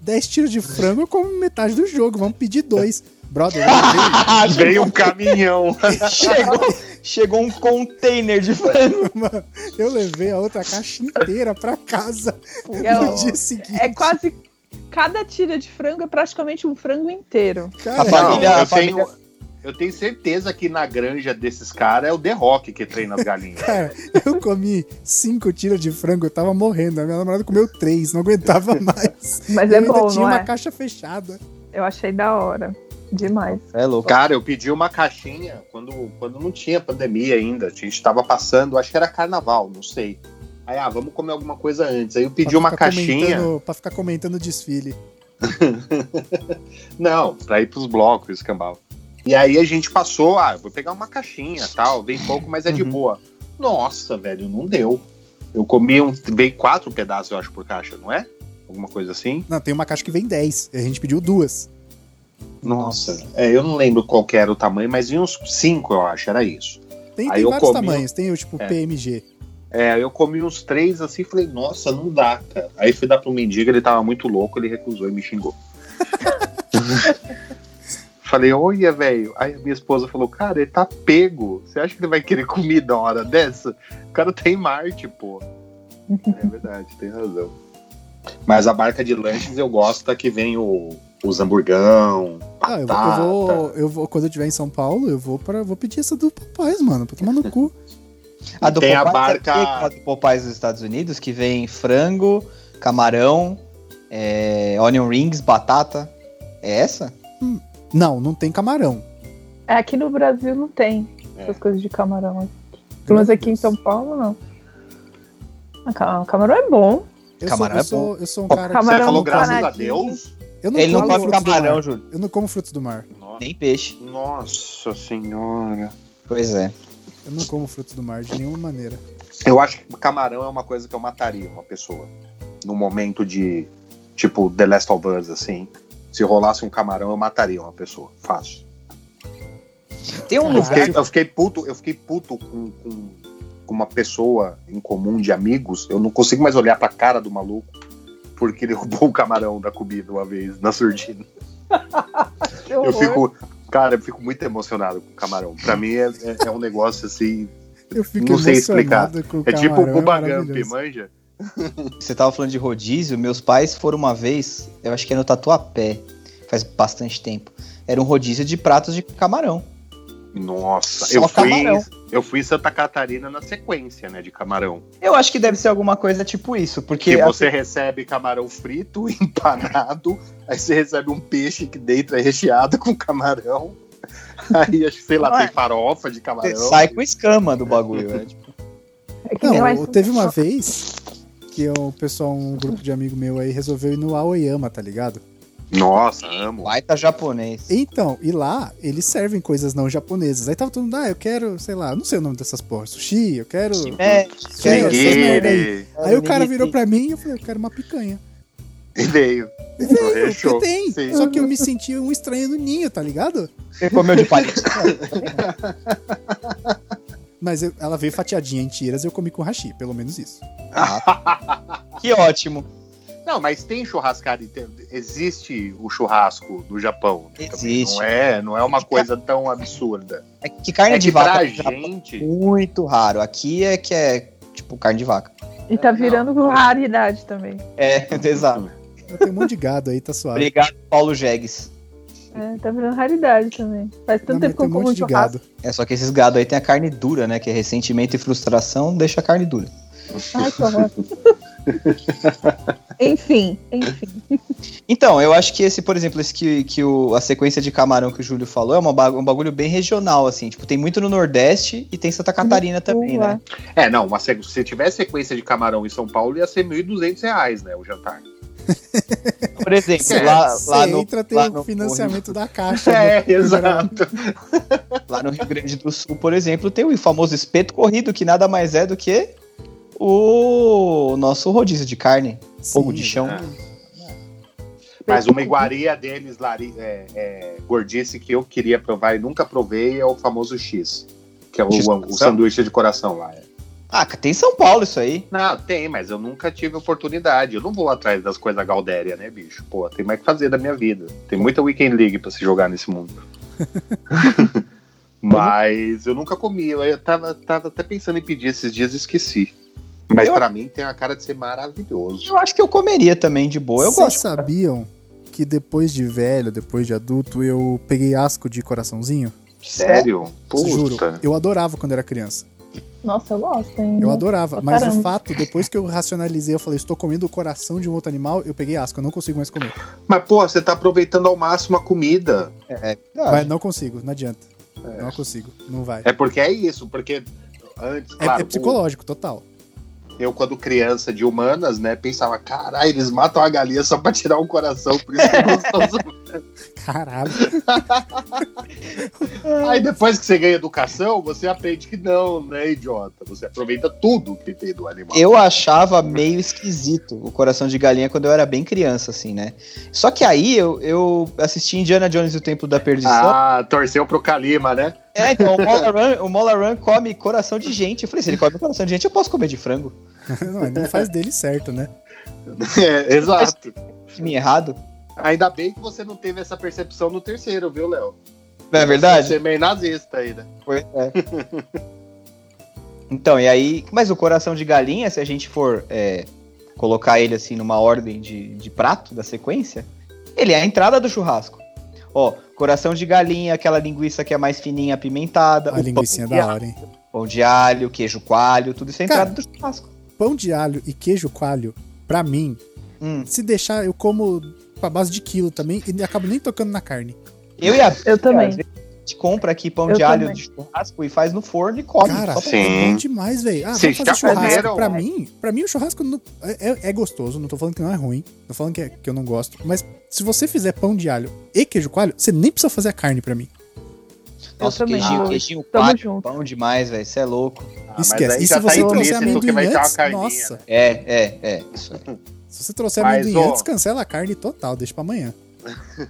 [SPEAKER 4] 10 tiras de frango eu como metade do jogo, vamos pedir dois. Brother,
[SPEAKER 3] Veio um caminhão.
[SPEAKER 1] Ah, chegou, chegou um container de frango.
[SPEAKER 4] mano, eu levei a outra caixa inteira pra casa no
[SPEAKER 2] É,
[SPEAKER 4] dia seguinte.
[SPEAKER 2] é quase. Cada tira de frango é praticamente um frango inteiro.
[SPEAKER 4] Cara,
[SPEAKER 1] A família-
[SPEAKER 3] Não,
[SPEAKER 1] a
[SPEAKER 3] eu,
[SPEAKER 1] família-
[SPEAKER 3] tenho, eu tenho certeza que na granja desses caras é o The Rock que treina as galinhas.
[SPEAKER 4] Cara, eu comi cinco tiras de frango, eu tava morrendo. A minha namorada comeu três, não aguentava mais.
[SPEAKER 2] Mas
[SPEAKER 4] eu
[SPEAKER 2] é
[SPEAKER 4] ainda
[SPEAKER 2] bom,
[SPEAKER 4] tinha
[SPEAKER 2] não
[SPEAKER 4] uma
[SPEAKER 2] é?
[SPEAKER 4] caixa fechada.
[SPEAKER 2] Eu achei da hora. Demais.
[SPEAKER 1] É louco.
[SPEAKER 3] Cara, eu pedi uma caixinha quando, quando não tinha pandemia ainda. A gente tava passando, acho que era carnaval, não sei. Aí, ah, vamos comer alguma coisa antes. Aí eu pedi
[SPEAKER 4] Pra
[SPEAKER 3] uma
[SPEAKER 4] ficar
[SPEAKER 3] caixinha.
[SPEAKER 4] comentando- Pra ficar comentando o desfile.
[SPEAKER 3] Não, pra ir pros blocos, escambau. E aí a gente passou, ah, vou pegar uma caixinha tal, vem pouco, mas é de
[SPEAKER 1] Uhum.
[SPEAKER 3] boa. Nossa, velho, não deu. Eu comi um. Veio quatro pedaços, eu acho, por caixa, não é? Alguma coisa assim?
[SPEAKER 4] Não, tem uma caixa que vem dez. e A gente pediu duas.
[SPEAKER 3] Nossa. É, eu não lembro qual que era o tamanho, mas vinha uns cinco, eu acho, era isso.
[SPEAKER 4] Tem,
[SPEAKER 3] Aí
[SPEAKER 4] tem
[SPEAKER 3] eu
[SPEAKER 4] vários
[SPEAKER 3] comi.
[SPEAKER 4] tamanhos. Tem o tipo
[SPEAKER 3] É.
[SPEAKER 4] PMG.
[SPEAKER 3] É, eu comi uns três assim e falei, nossa, não dá, cara. Aí fui dar pro mendigo, ele tava muito louco, ele recusou e me xingou. falei, olha, velho. Aí a minha esposa falou, cara, ele tá pego. Você acha que ele vai querer comida uma hora dessa? O cara tem Marte, pô. é verdade, tem razão. Mas a barca de lanches eu gosto da que vem o, os hamburgão,
[SPEAKER 4] Ah, eu, eu
[SPEAKER 3] batata.
[SPEAKER 4] vou, eu vou. Quando eu estiver em São Paulo, eu vou para vou pedir essa do Papais, mano. Pra tomar no cu.
[SPEAKER 1] A do
[SPEAKER 3] Tem a
[SPEAKER 1] Popeyes,
[SPEAKER 3] barca-
[SPEAKER 1] sabe aquela do Popeyes dos Estados Unidos, que vem frango, camarão, é, onion rings, batata. É essa?
[SPEAKER 4] Não, não tem camarão.
[SPEAKER 2] É, aqui no Brasil não tem
[SPEAKER 3] É.
[SPEAKER 2] essas coisas de camarão. Pelo menos aqui em São Paulo, não. Ah, ca- O camarão é bom.
[SPEAKER 4] Eu
[SPEAKER 1] Camarão é
[SPEAKER 4] sou, eu sou, eu sou um
[SPEAKER 1] Pô,
[SPEAKER 4] cara.
[SPEAKER 3] Você
[SPEAKER 2] camarão
[SPEAKER 3] falou
[SPEAKER 4] eu não
[SPEAKER 3] graças a
[SPEAKER 2] empanadinho.
[SPEAKER 3] Deus?
[SPEAKER 4] Eu não
[SPEAKER 1] Ele não né?
[SPEAKER 4] como
[SPEAKER 1] come
[SPEAKER 4] frutos do mar.
[SPEAKER 1] camarão, Júlio.
[SPEAKER 4] Eu não como frutos do mar.
[SPEAKER 1] Nem peixe.
[SPEAKER 3] Nossa senhora.
[SPEAKER 1] Pois é.
[SPEAKER 4] Eu não como frutos do mar de nenhuma maneira.
[SPEAKER 3] Eu acho que camarão é uma coisa que eu mataria uma pessoa. Num momento de, tipo, The Last of Us, assim. Se rolasse um camarão, eu mataria uma pessoa. Fácil.
[SPEAKER 1] Tem um
[SPEAKER 3] Eu
[SPEAKER 1] lugar.
[SPEAKER 3] fiquei, eu fiquei puto, eu fiquei puto com, com- com uma pessoa em comum de amigos. Eu não consigo mais olhar pra cara do maluco. Porque ele roubou o camarão da comida uma vez, na surdina.
[SPEAKER 2] Que
[SPEAKER 3] Eu
[SPEAKER 2] horror.
[SPEAKER 3] fico. Cara, eu fico muito emocionado com camarão. Pra mim é- é- é um negócio assim.
[SPEAKER 4] Eu fico
[SPEAKER 3] Não sei
[SPEAKER 4] emocionado com o
[SPEAKER 3] É tipo
[SPEAKER 4] camarão,
[SPEAKER 3] o Bubagamp,
[SPEAKER 4] maravilhoso.
[SPEAKER 3] manja?
[SPEAKER 1] Você tava falando de rodízio, meus pais foram uma vez, eu acho que é no Tatuapé, faz bastante tempo. Era um rodízio de pratos de camarão.
[SPEAKER 3] Nossa,
[SPEAKER 1] Só
[SPEAKER 3] eu fui,
[SPEAKER 1] camarão.
[SPEAKER 3] eu fui em Santa Catarina na sequência, né, de camarão.
[SPEAKER 1] Eu acho que deve ser alguma coisa tipo isso, porque
[SPEAKER 3] Que, você recebe camarão frito, empanado, aí você recebe um peixe que dentro é recheado com camarão. Aí, acho que, sei lá,
[SPEAKER 1] Não é?
[SPEAKER 3] tem farofa de
[SPEAKER 1] você
[SPEAKER 3] camarão.
[SPEAKER 1] sai com escama do bagulho, né? Tipo,
[SPEAKER 2] É que nem
[SPEAKER 4] Não,
[SPEAKER 2] lá em
[SPEAKER 4] eu-
[SPEAKER 2] São
[SPEAKER 4] teve
[SPEAKER 2] Paulo.
[SPEAKER 4] uma vez que o pessoal, um grupo de amigo meu aí, resolveu ir no Aoyama, tá ligado?
[SPEAKER 1] um
[SPEAKER 3] Nossa, amo.
[SPEAKER 1] baita japonês.
[SPEAKER 4] Então, e lá eles servem coisas não japonesas. Aí tava todo mundo, ah, eu quero, sei lá, não sei o nome dessas porras, sushi, eu quero.
[SPEAKER 1] Sim, é,
[SPEAKER 4] sushi,
[SPEAKER 1] quero
[SPEAKER 4] essas merda aí.
[SPEAKER 3] Nigiri.
[SPEAKER 4] Aí o cara virou pra mim e eu falei, eu quero uma picanha.
[SPEAKER 3] E veio.
[SPEAKER 4] E veio,
[SPEAKER 3] Fechou.
[SPEAKER 4] porque tem.
[SPEAKER 3] Sim.
[SPEAKER 4] Só que eu me senti um estranho no ninho, tá ligado?
[SPEAKER 1] Você comeu de palha.
[SPEAKER 4] Mas eu- ela veio fatiadinha em tiras e eu comi com hashi, pelo menos isso.
[SPEAKER 1] que ótimo.
[SPEAKER 3] Não, Não, mas tem churrascaria. tem- Existe o churrasco do Japão. né, também.
[SPEAKER 1] Existe.
[SPEAKER 3] Não é, não é uma coisa tão absurda.
[SPEAKER 1] É que carne
[SPEAKER 3] É
[SPEAKER 1] de
[SPEAKER 3] que
[SPEAKER 1] vaca
[SPEAKER 3] pra
[SPEAKER 1] no Japão é
[SPEAKER 3] gente.
[SPEAKER 1] muito raro. Aqui é que é tipo carne de vaca.
[SPEAKER 2] E tá
[SPEAKER 3] Não.
[SPEAKER 2] virando raridade também.
[SPEAKER 1] É, exato.
[SPEAKER 4] Tem um monte de gado aí, tá suave.
[SPEAKER 1] Obrigado, Paulo Jegues.
[SPEAKER 2] É, tá virando raridade também. Faz
[SPEAKER 4] Não,
[SPEAKER 2] tanto
[SPEAKER 4] mas
[SPEAKER 2] tempo que
[SPEAKER 4] tem
[SPEAKER 2] eu
[SPEAKER 4] um
[SPEAKER 2] como
[SPEAKER 4] monte de
[SPEAKER 2] churrasco.
[SPEAKER 4] gado.
[SPEAKER 1] É só que esses gado aí tem a carne dura, né? Que é ressentimento e frustração, deixa a carne dura.
[SPEAKER 2] Ai, que horror. enfim, enfim.
[SPEAKER 1] Então, eu acho que esse, por exemplo, esse que, que o, a sequência de camarão que o Júlio falou é uma ba- um bagulho bem regional, assim. Tipo, tem muito no Nordeste e tem Santa Catarina também,
[SPEAKER 2] Boa.
[SPEAKER 1] né?
[SPEAKER 3] É, não, uma, se se tiver sequência de camarão em São Paulo, ia ser R$ 1.200 reais, né, o jantar.
[SPEAKER 1] Por exemplo,
[SPEAKER 3] É,
[SPEAKER 1] lá,
[SPEAKER 4] Você
[SPEAKER 1] lá, no,
[SPEAKER 4] entra, tem
[SPEAKER 1] lá,
[SPEAKER 4] o
[SPEAKER 1] no,
[SPEAKER 4] financiamento da caixa. né?
[SPEAKER 3] É, exato.
[SPEAKER 1] lá no Rio Grande do Sul, por exemplo, tem o famoso espeto corrido, que nada mais é do que o nosso rodízio de carne. Fogo
[SPEAKER 4] Sim,
[SPEAKER 1] de chão.
[SPEAKER 3] Mas uma iguaria deles, Lari, é, é, gordice, que eu queria provar e nunca provei é o famoso X. Que é o,
[SPEAKER 1] X
[SPEAKER 3] o
[SPEAKER 1] coração?
[SPEAKER 3] sanduíche de coração lá. é.
[SPEAKER 1] Ah, tem em São Paulo isso aí.
[SPEAKER 3] Não, tem, mas eu nunca tive oportunidade. Eu não vou atrás das coisas gaudéria, né, bicho? Pô, tem mais o que fazer da minha vida. Tem muita Weekend League pra se jogar nesse mundo. mas eu nunca comi. Eu, eu tava, tava até pensando em pedir esses dias e esqueci. Mas
[SPEAKER 1] Eu-
[SPEAKER 3] pra mim tem a cara de ser maravilhoso.
[SPEAKER 1] Eu acho que eu comeria também, de boa. Eu
[SPEAKER 4] Vocês
[SPEAKER 1] gosto.
[SPEAKER 4] sabiam que depois de velho, depois de adulto, eu peguei asco de coraçãozinho?
[SPEAKER 3] É, Sério? Puta.
[SPEAKER 4] Juro, eu adorava quando era criança.
[SPEAKER 2] Nossa, eu gosto, hein?
[SPEAKER 4] Eu adorava,
[SPEAKER 2] Uhum. Pra
[SPEAKER 4] mas o
[SPEAKER 2] caramba.
[SPEAKER 4] fato, depois que eu racionalizei, eu falei, estou comendo o coração de um outro animal, eu peguei asco, eu não consigo mais comer.
[SPEAKER 3] Mas, pô, você tá aproveitando ao máximo a comida.
[SPEAKER 1] Ah,
[SPEAKER 4] Mas não consigo, não adianta. Não consigo, não vai.
[SPEAKER 3] É porque é isso, porque antes,
[SPEAKER 4] É,
[SPEAKER 3] claro,
[SPEAKER 4] é psicológico, total.
[SPEAKER 3] eu quando criança de humanas, né, pensava, caralho, eles matam a galinha só pra tirar um coração, por isso que é gostoso.
[SPEAKER 4] Caralho.
[SPEAKER 3] Aí depois que você ganha educação, você aprende que não, né, idiota? Você aproveita tudo que tem do animal.
[SPEAKER 1] Eu achava meio esquisito o coração de galinha quando eu era bem criança, assim, né? Só que aí eu, eu assisti Indiana Jones e o Templo da Perdição.
[SPEAKER 3] Ah, torceu pro Kalima, né?
[SPEAKER 1] É, então, o Molaran, o Molaran come coração de gente. Eu falei, se ele come coração de gente, eu posso comer de frango.
[SPEAKER 4] Não, não faz dele certo, né?
[SPEAKER 3] É, exato.
[SPEAKER 1] Que me errado.
[SPEAKER 3] Ainda bem que você não teve essa percepção no terceiro, viu, Léo?
[SPEAKER 1] Não é
[SPEAKER 3] Você
[SPEAKER 1] verdade?
[SPEAKER 3] é meio nazista ainda.
[SPEAKER 1] Pois é. Então, e aí. Mas o coração de galinha, se a gente for é, colocar ele assim numa ordem de, de prato da sequência, ele é a entrada do churrasco. Ó, coração de galinha, aquela linguiça que é mais fininha, apimentada. o
[SPEAKER 4] A
[SPEAKER 1] pão
[SPEAKER 4] linguiça é
[SPEAKER 1] de
[SPEAKER 4] da hora, hein?
[SPEAKER 1] Pão de alho, queijo coalho, tudo isso é
[SPEAKER 4] Cara.
[SPEAKER 1] entrada do churrasco.
[SPEAKER 4] Pão de alho e queijo coalho, pra mim,
[SPEAKER 1] Hum.
[SPEAKER 4] se deixar, eu como pra base de quilo também e acabo nem tocando na carne.
[SPEAKER 1] Eu e a Bia,
[SPEAKER 2] Eu também.
[SPEAKER 1] às vezes, A gente compra aqui pão
[SPEAKER 2] Eu
[SPEAKER 1] de alho
[SPEAKER 2] também.
[SPEAKER 1] de churrasco e faz no forno e come.
[SPEAKER 4] Cara,
[SPEAKER 1] Só pra-
[SPEAKER 3] Sim.
[SPEAKER 4] é bom demais, velho. Ah,
[SPEAKER 3] Vocês
[SPEAKER 4] vamos fazer
[SPEAKER 3] já
[SPEAKER 4] churrasco.
[SPEAKER 3] comeram?
[SPEAKER 4] Pra mim, pra mim, o churrasco não- é, é- é gostoso. Não tô falando que não é ruim. Tô falando que, é- que eu não gosto. Mas se você fizer pão de alho e queijo coalho, você nem precisa fazer a carne pra mim.
[SPEAKER 1] Nossa,
[SPEAKER 2] Eu também,
[SPEAKER 1] queijinho,
[SPEAKER 2] Lu.
[SPEAKER 1] queijinho
[SPEAKER 2] Tamo
[SPEAKER 1] coalho,
[SPEAKER 2] junto.
[SPEAKER 1] pão demais, velho. Você é louco.
[SPEAKER 3] Ah,
[SPEAKER 4] Esquece. E se você trouxer amendoim antes, nossa.
[SPEAKER 1] É, é, é. Isso aí.
[SPEAKER 4] Se você trouxer
[SPEAKER 3] né? Mas,
[SPEAKER 4] amendoim
[SPEAKER 3] ó.
[SPEAKER 4] antes, cancela a carne total. Deixa pra amanhã.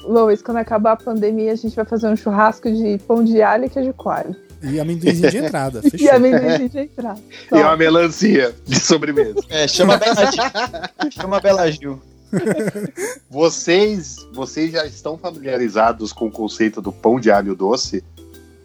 [SPEAKER 2] Lois, quando acabar a pandemia, a gente vai fazer um churrasco de pão de alho e queijo coalho.
[SPEAKER 4] E amendoinzinho de entrada.
[SPEAKER 2] E
[SPEAKER 4] Fechou.
[SPEAKER 2] a amendoim de entrar.
[SPEAKER 3] E uma melancia de sobremesa.
[SPEAKER 1] É, chama a Bela Gil. chama a Bela Gil.
[SPEAKER 3] Vocês, vocês já estão familiarizados com o conceito do pão de alho doce?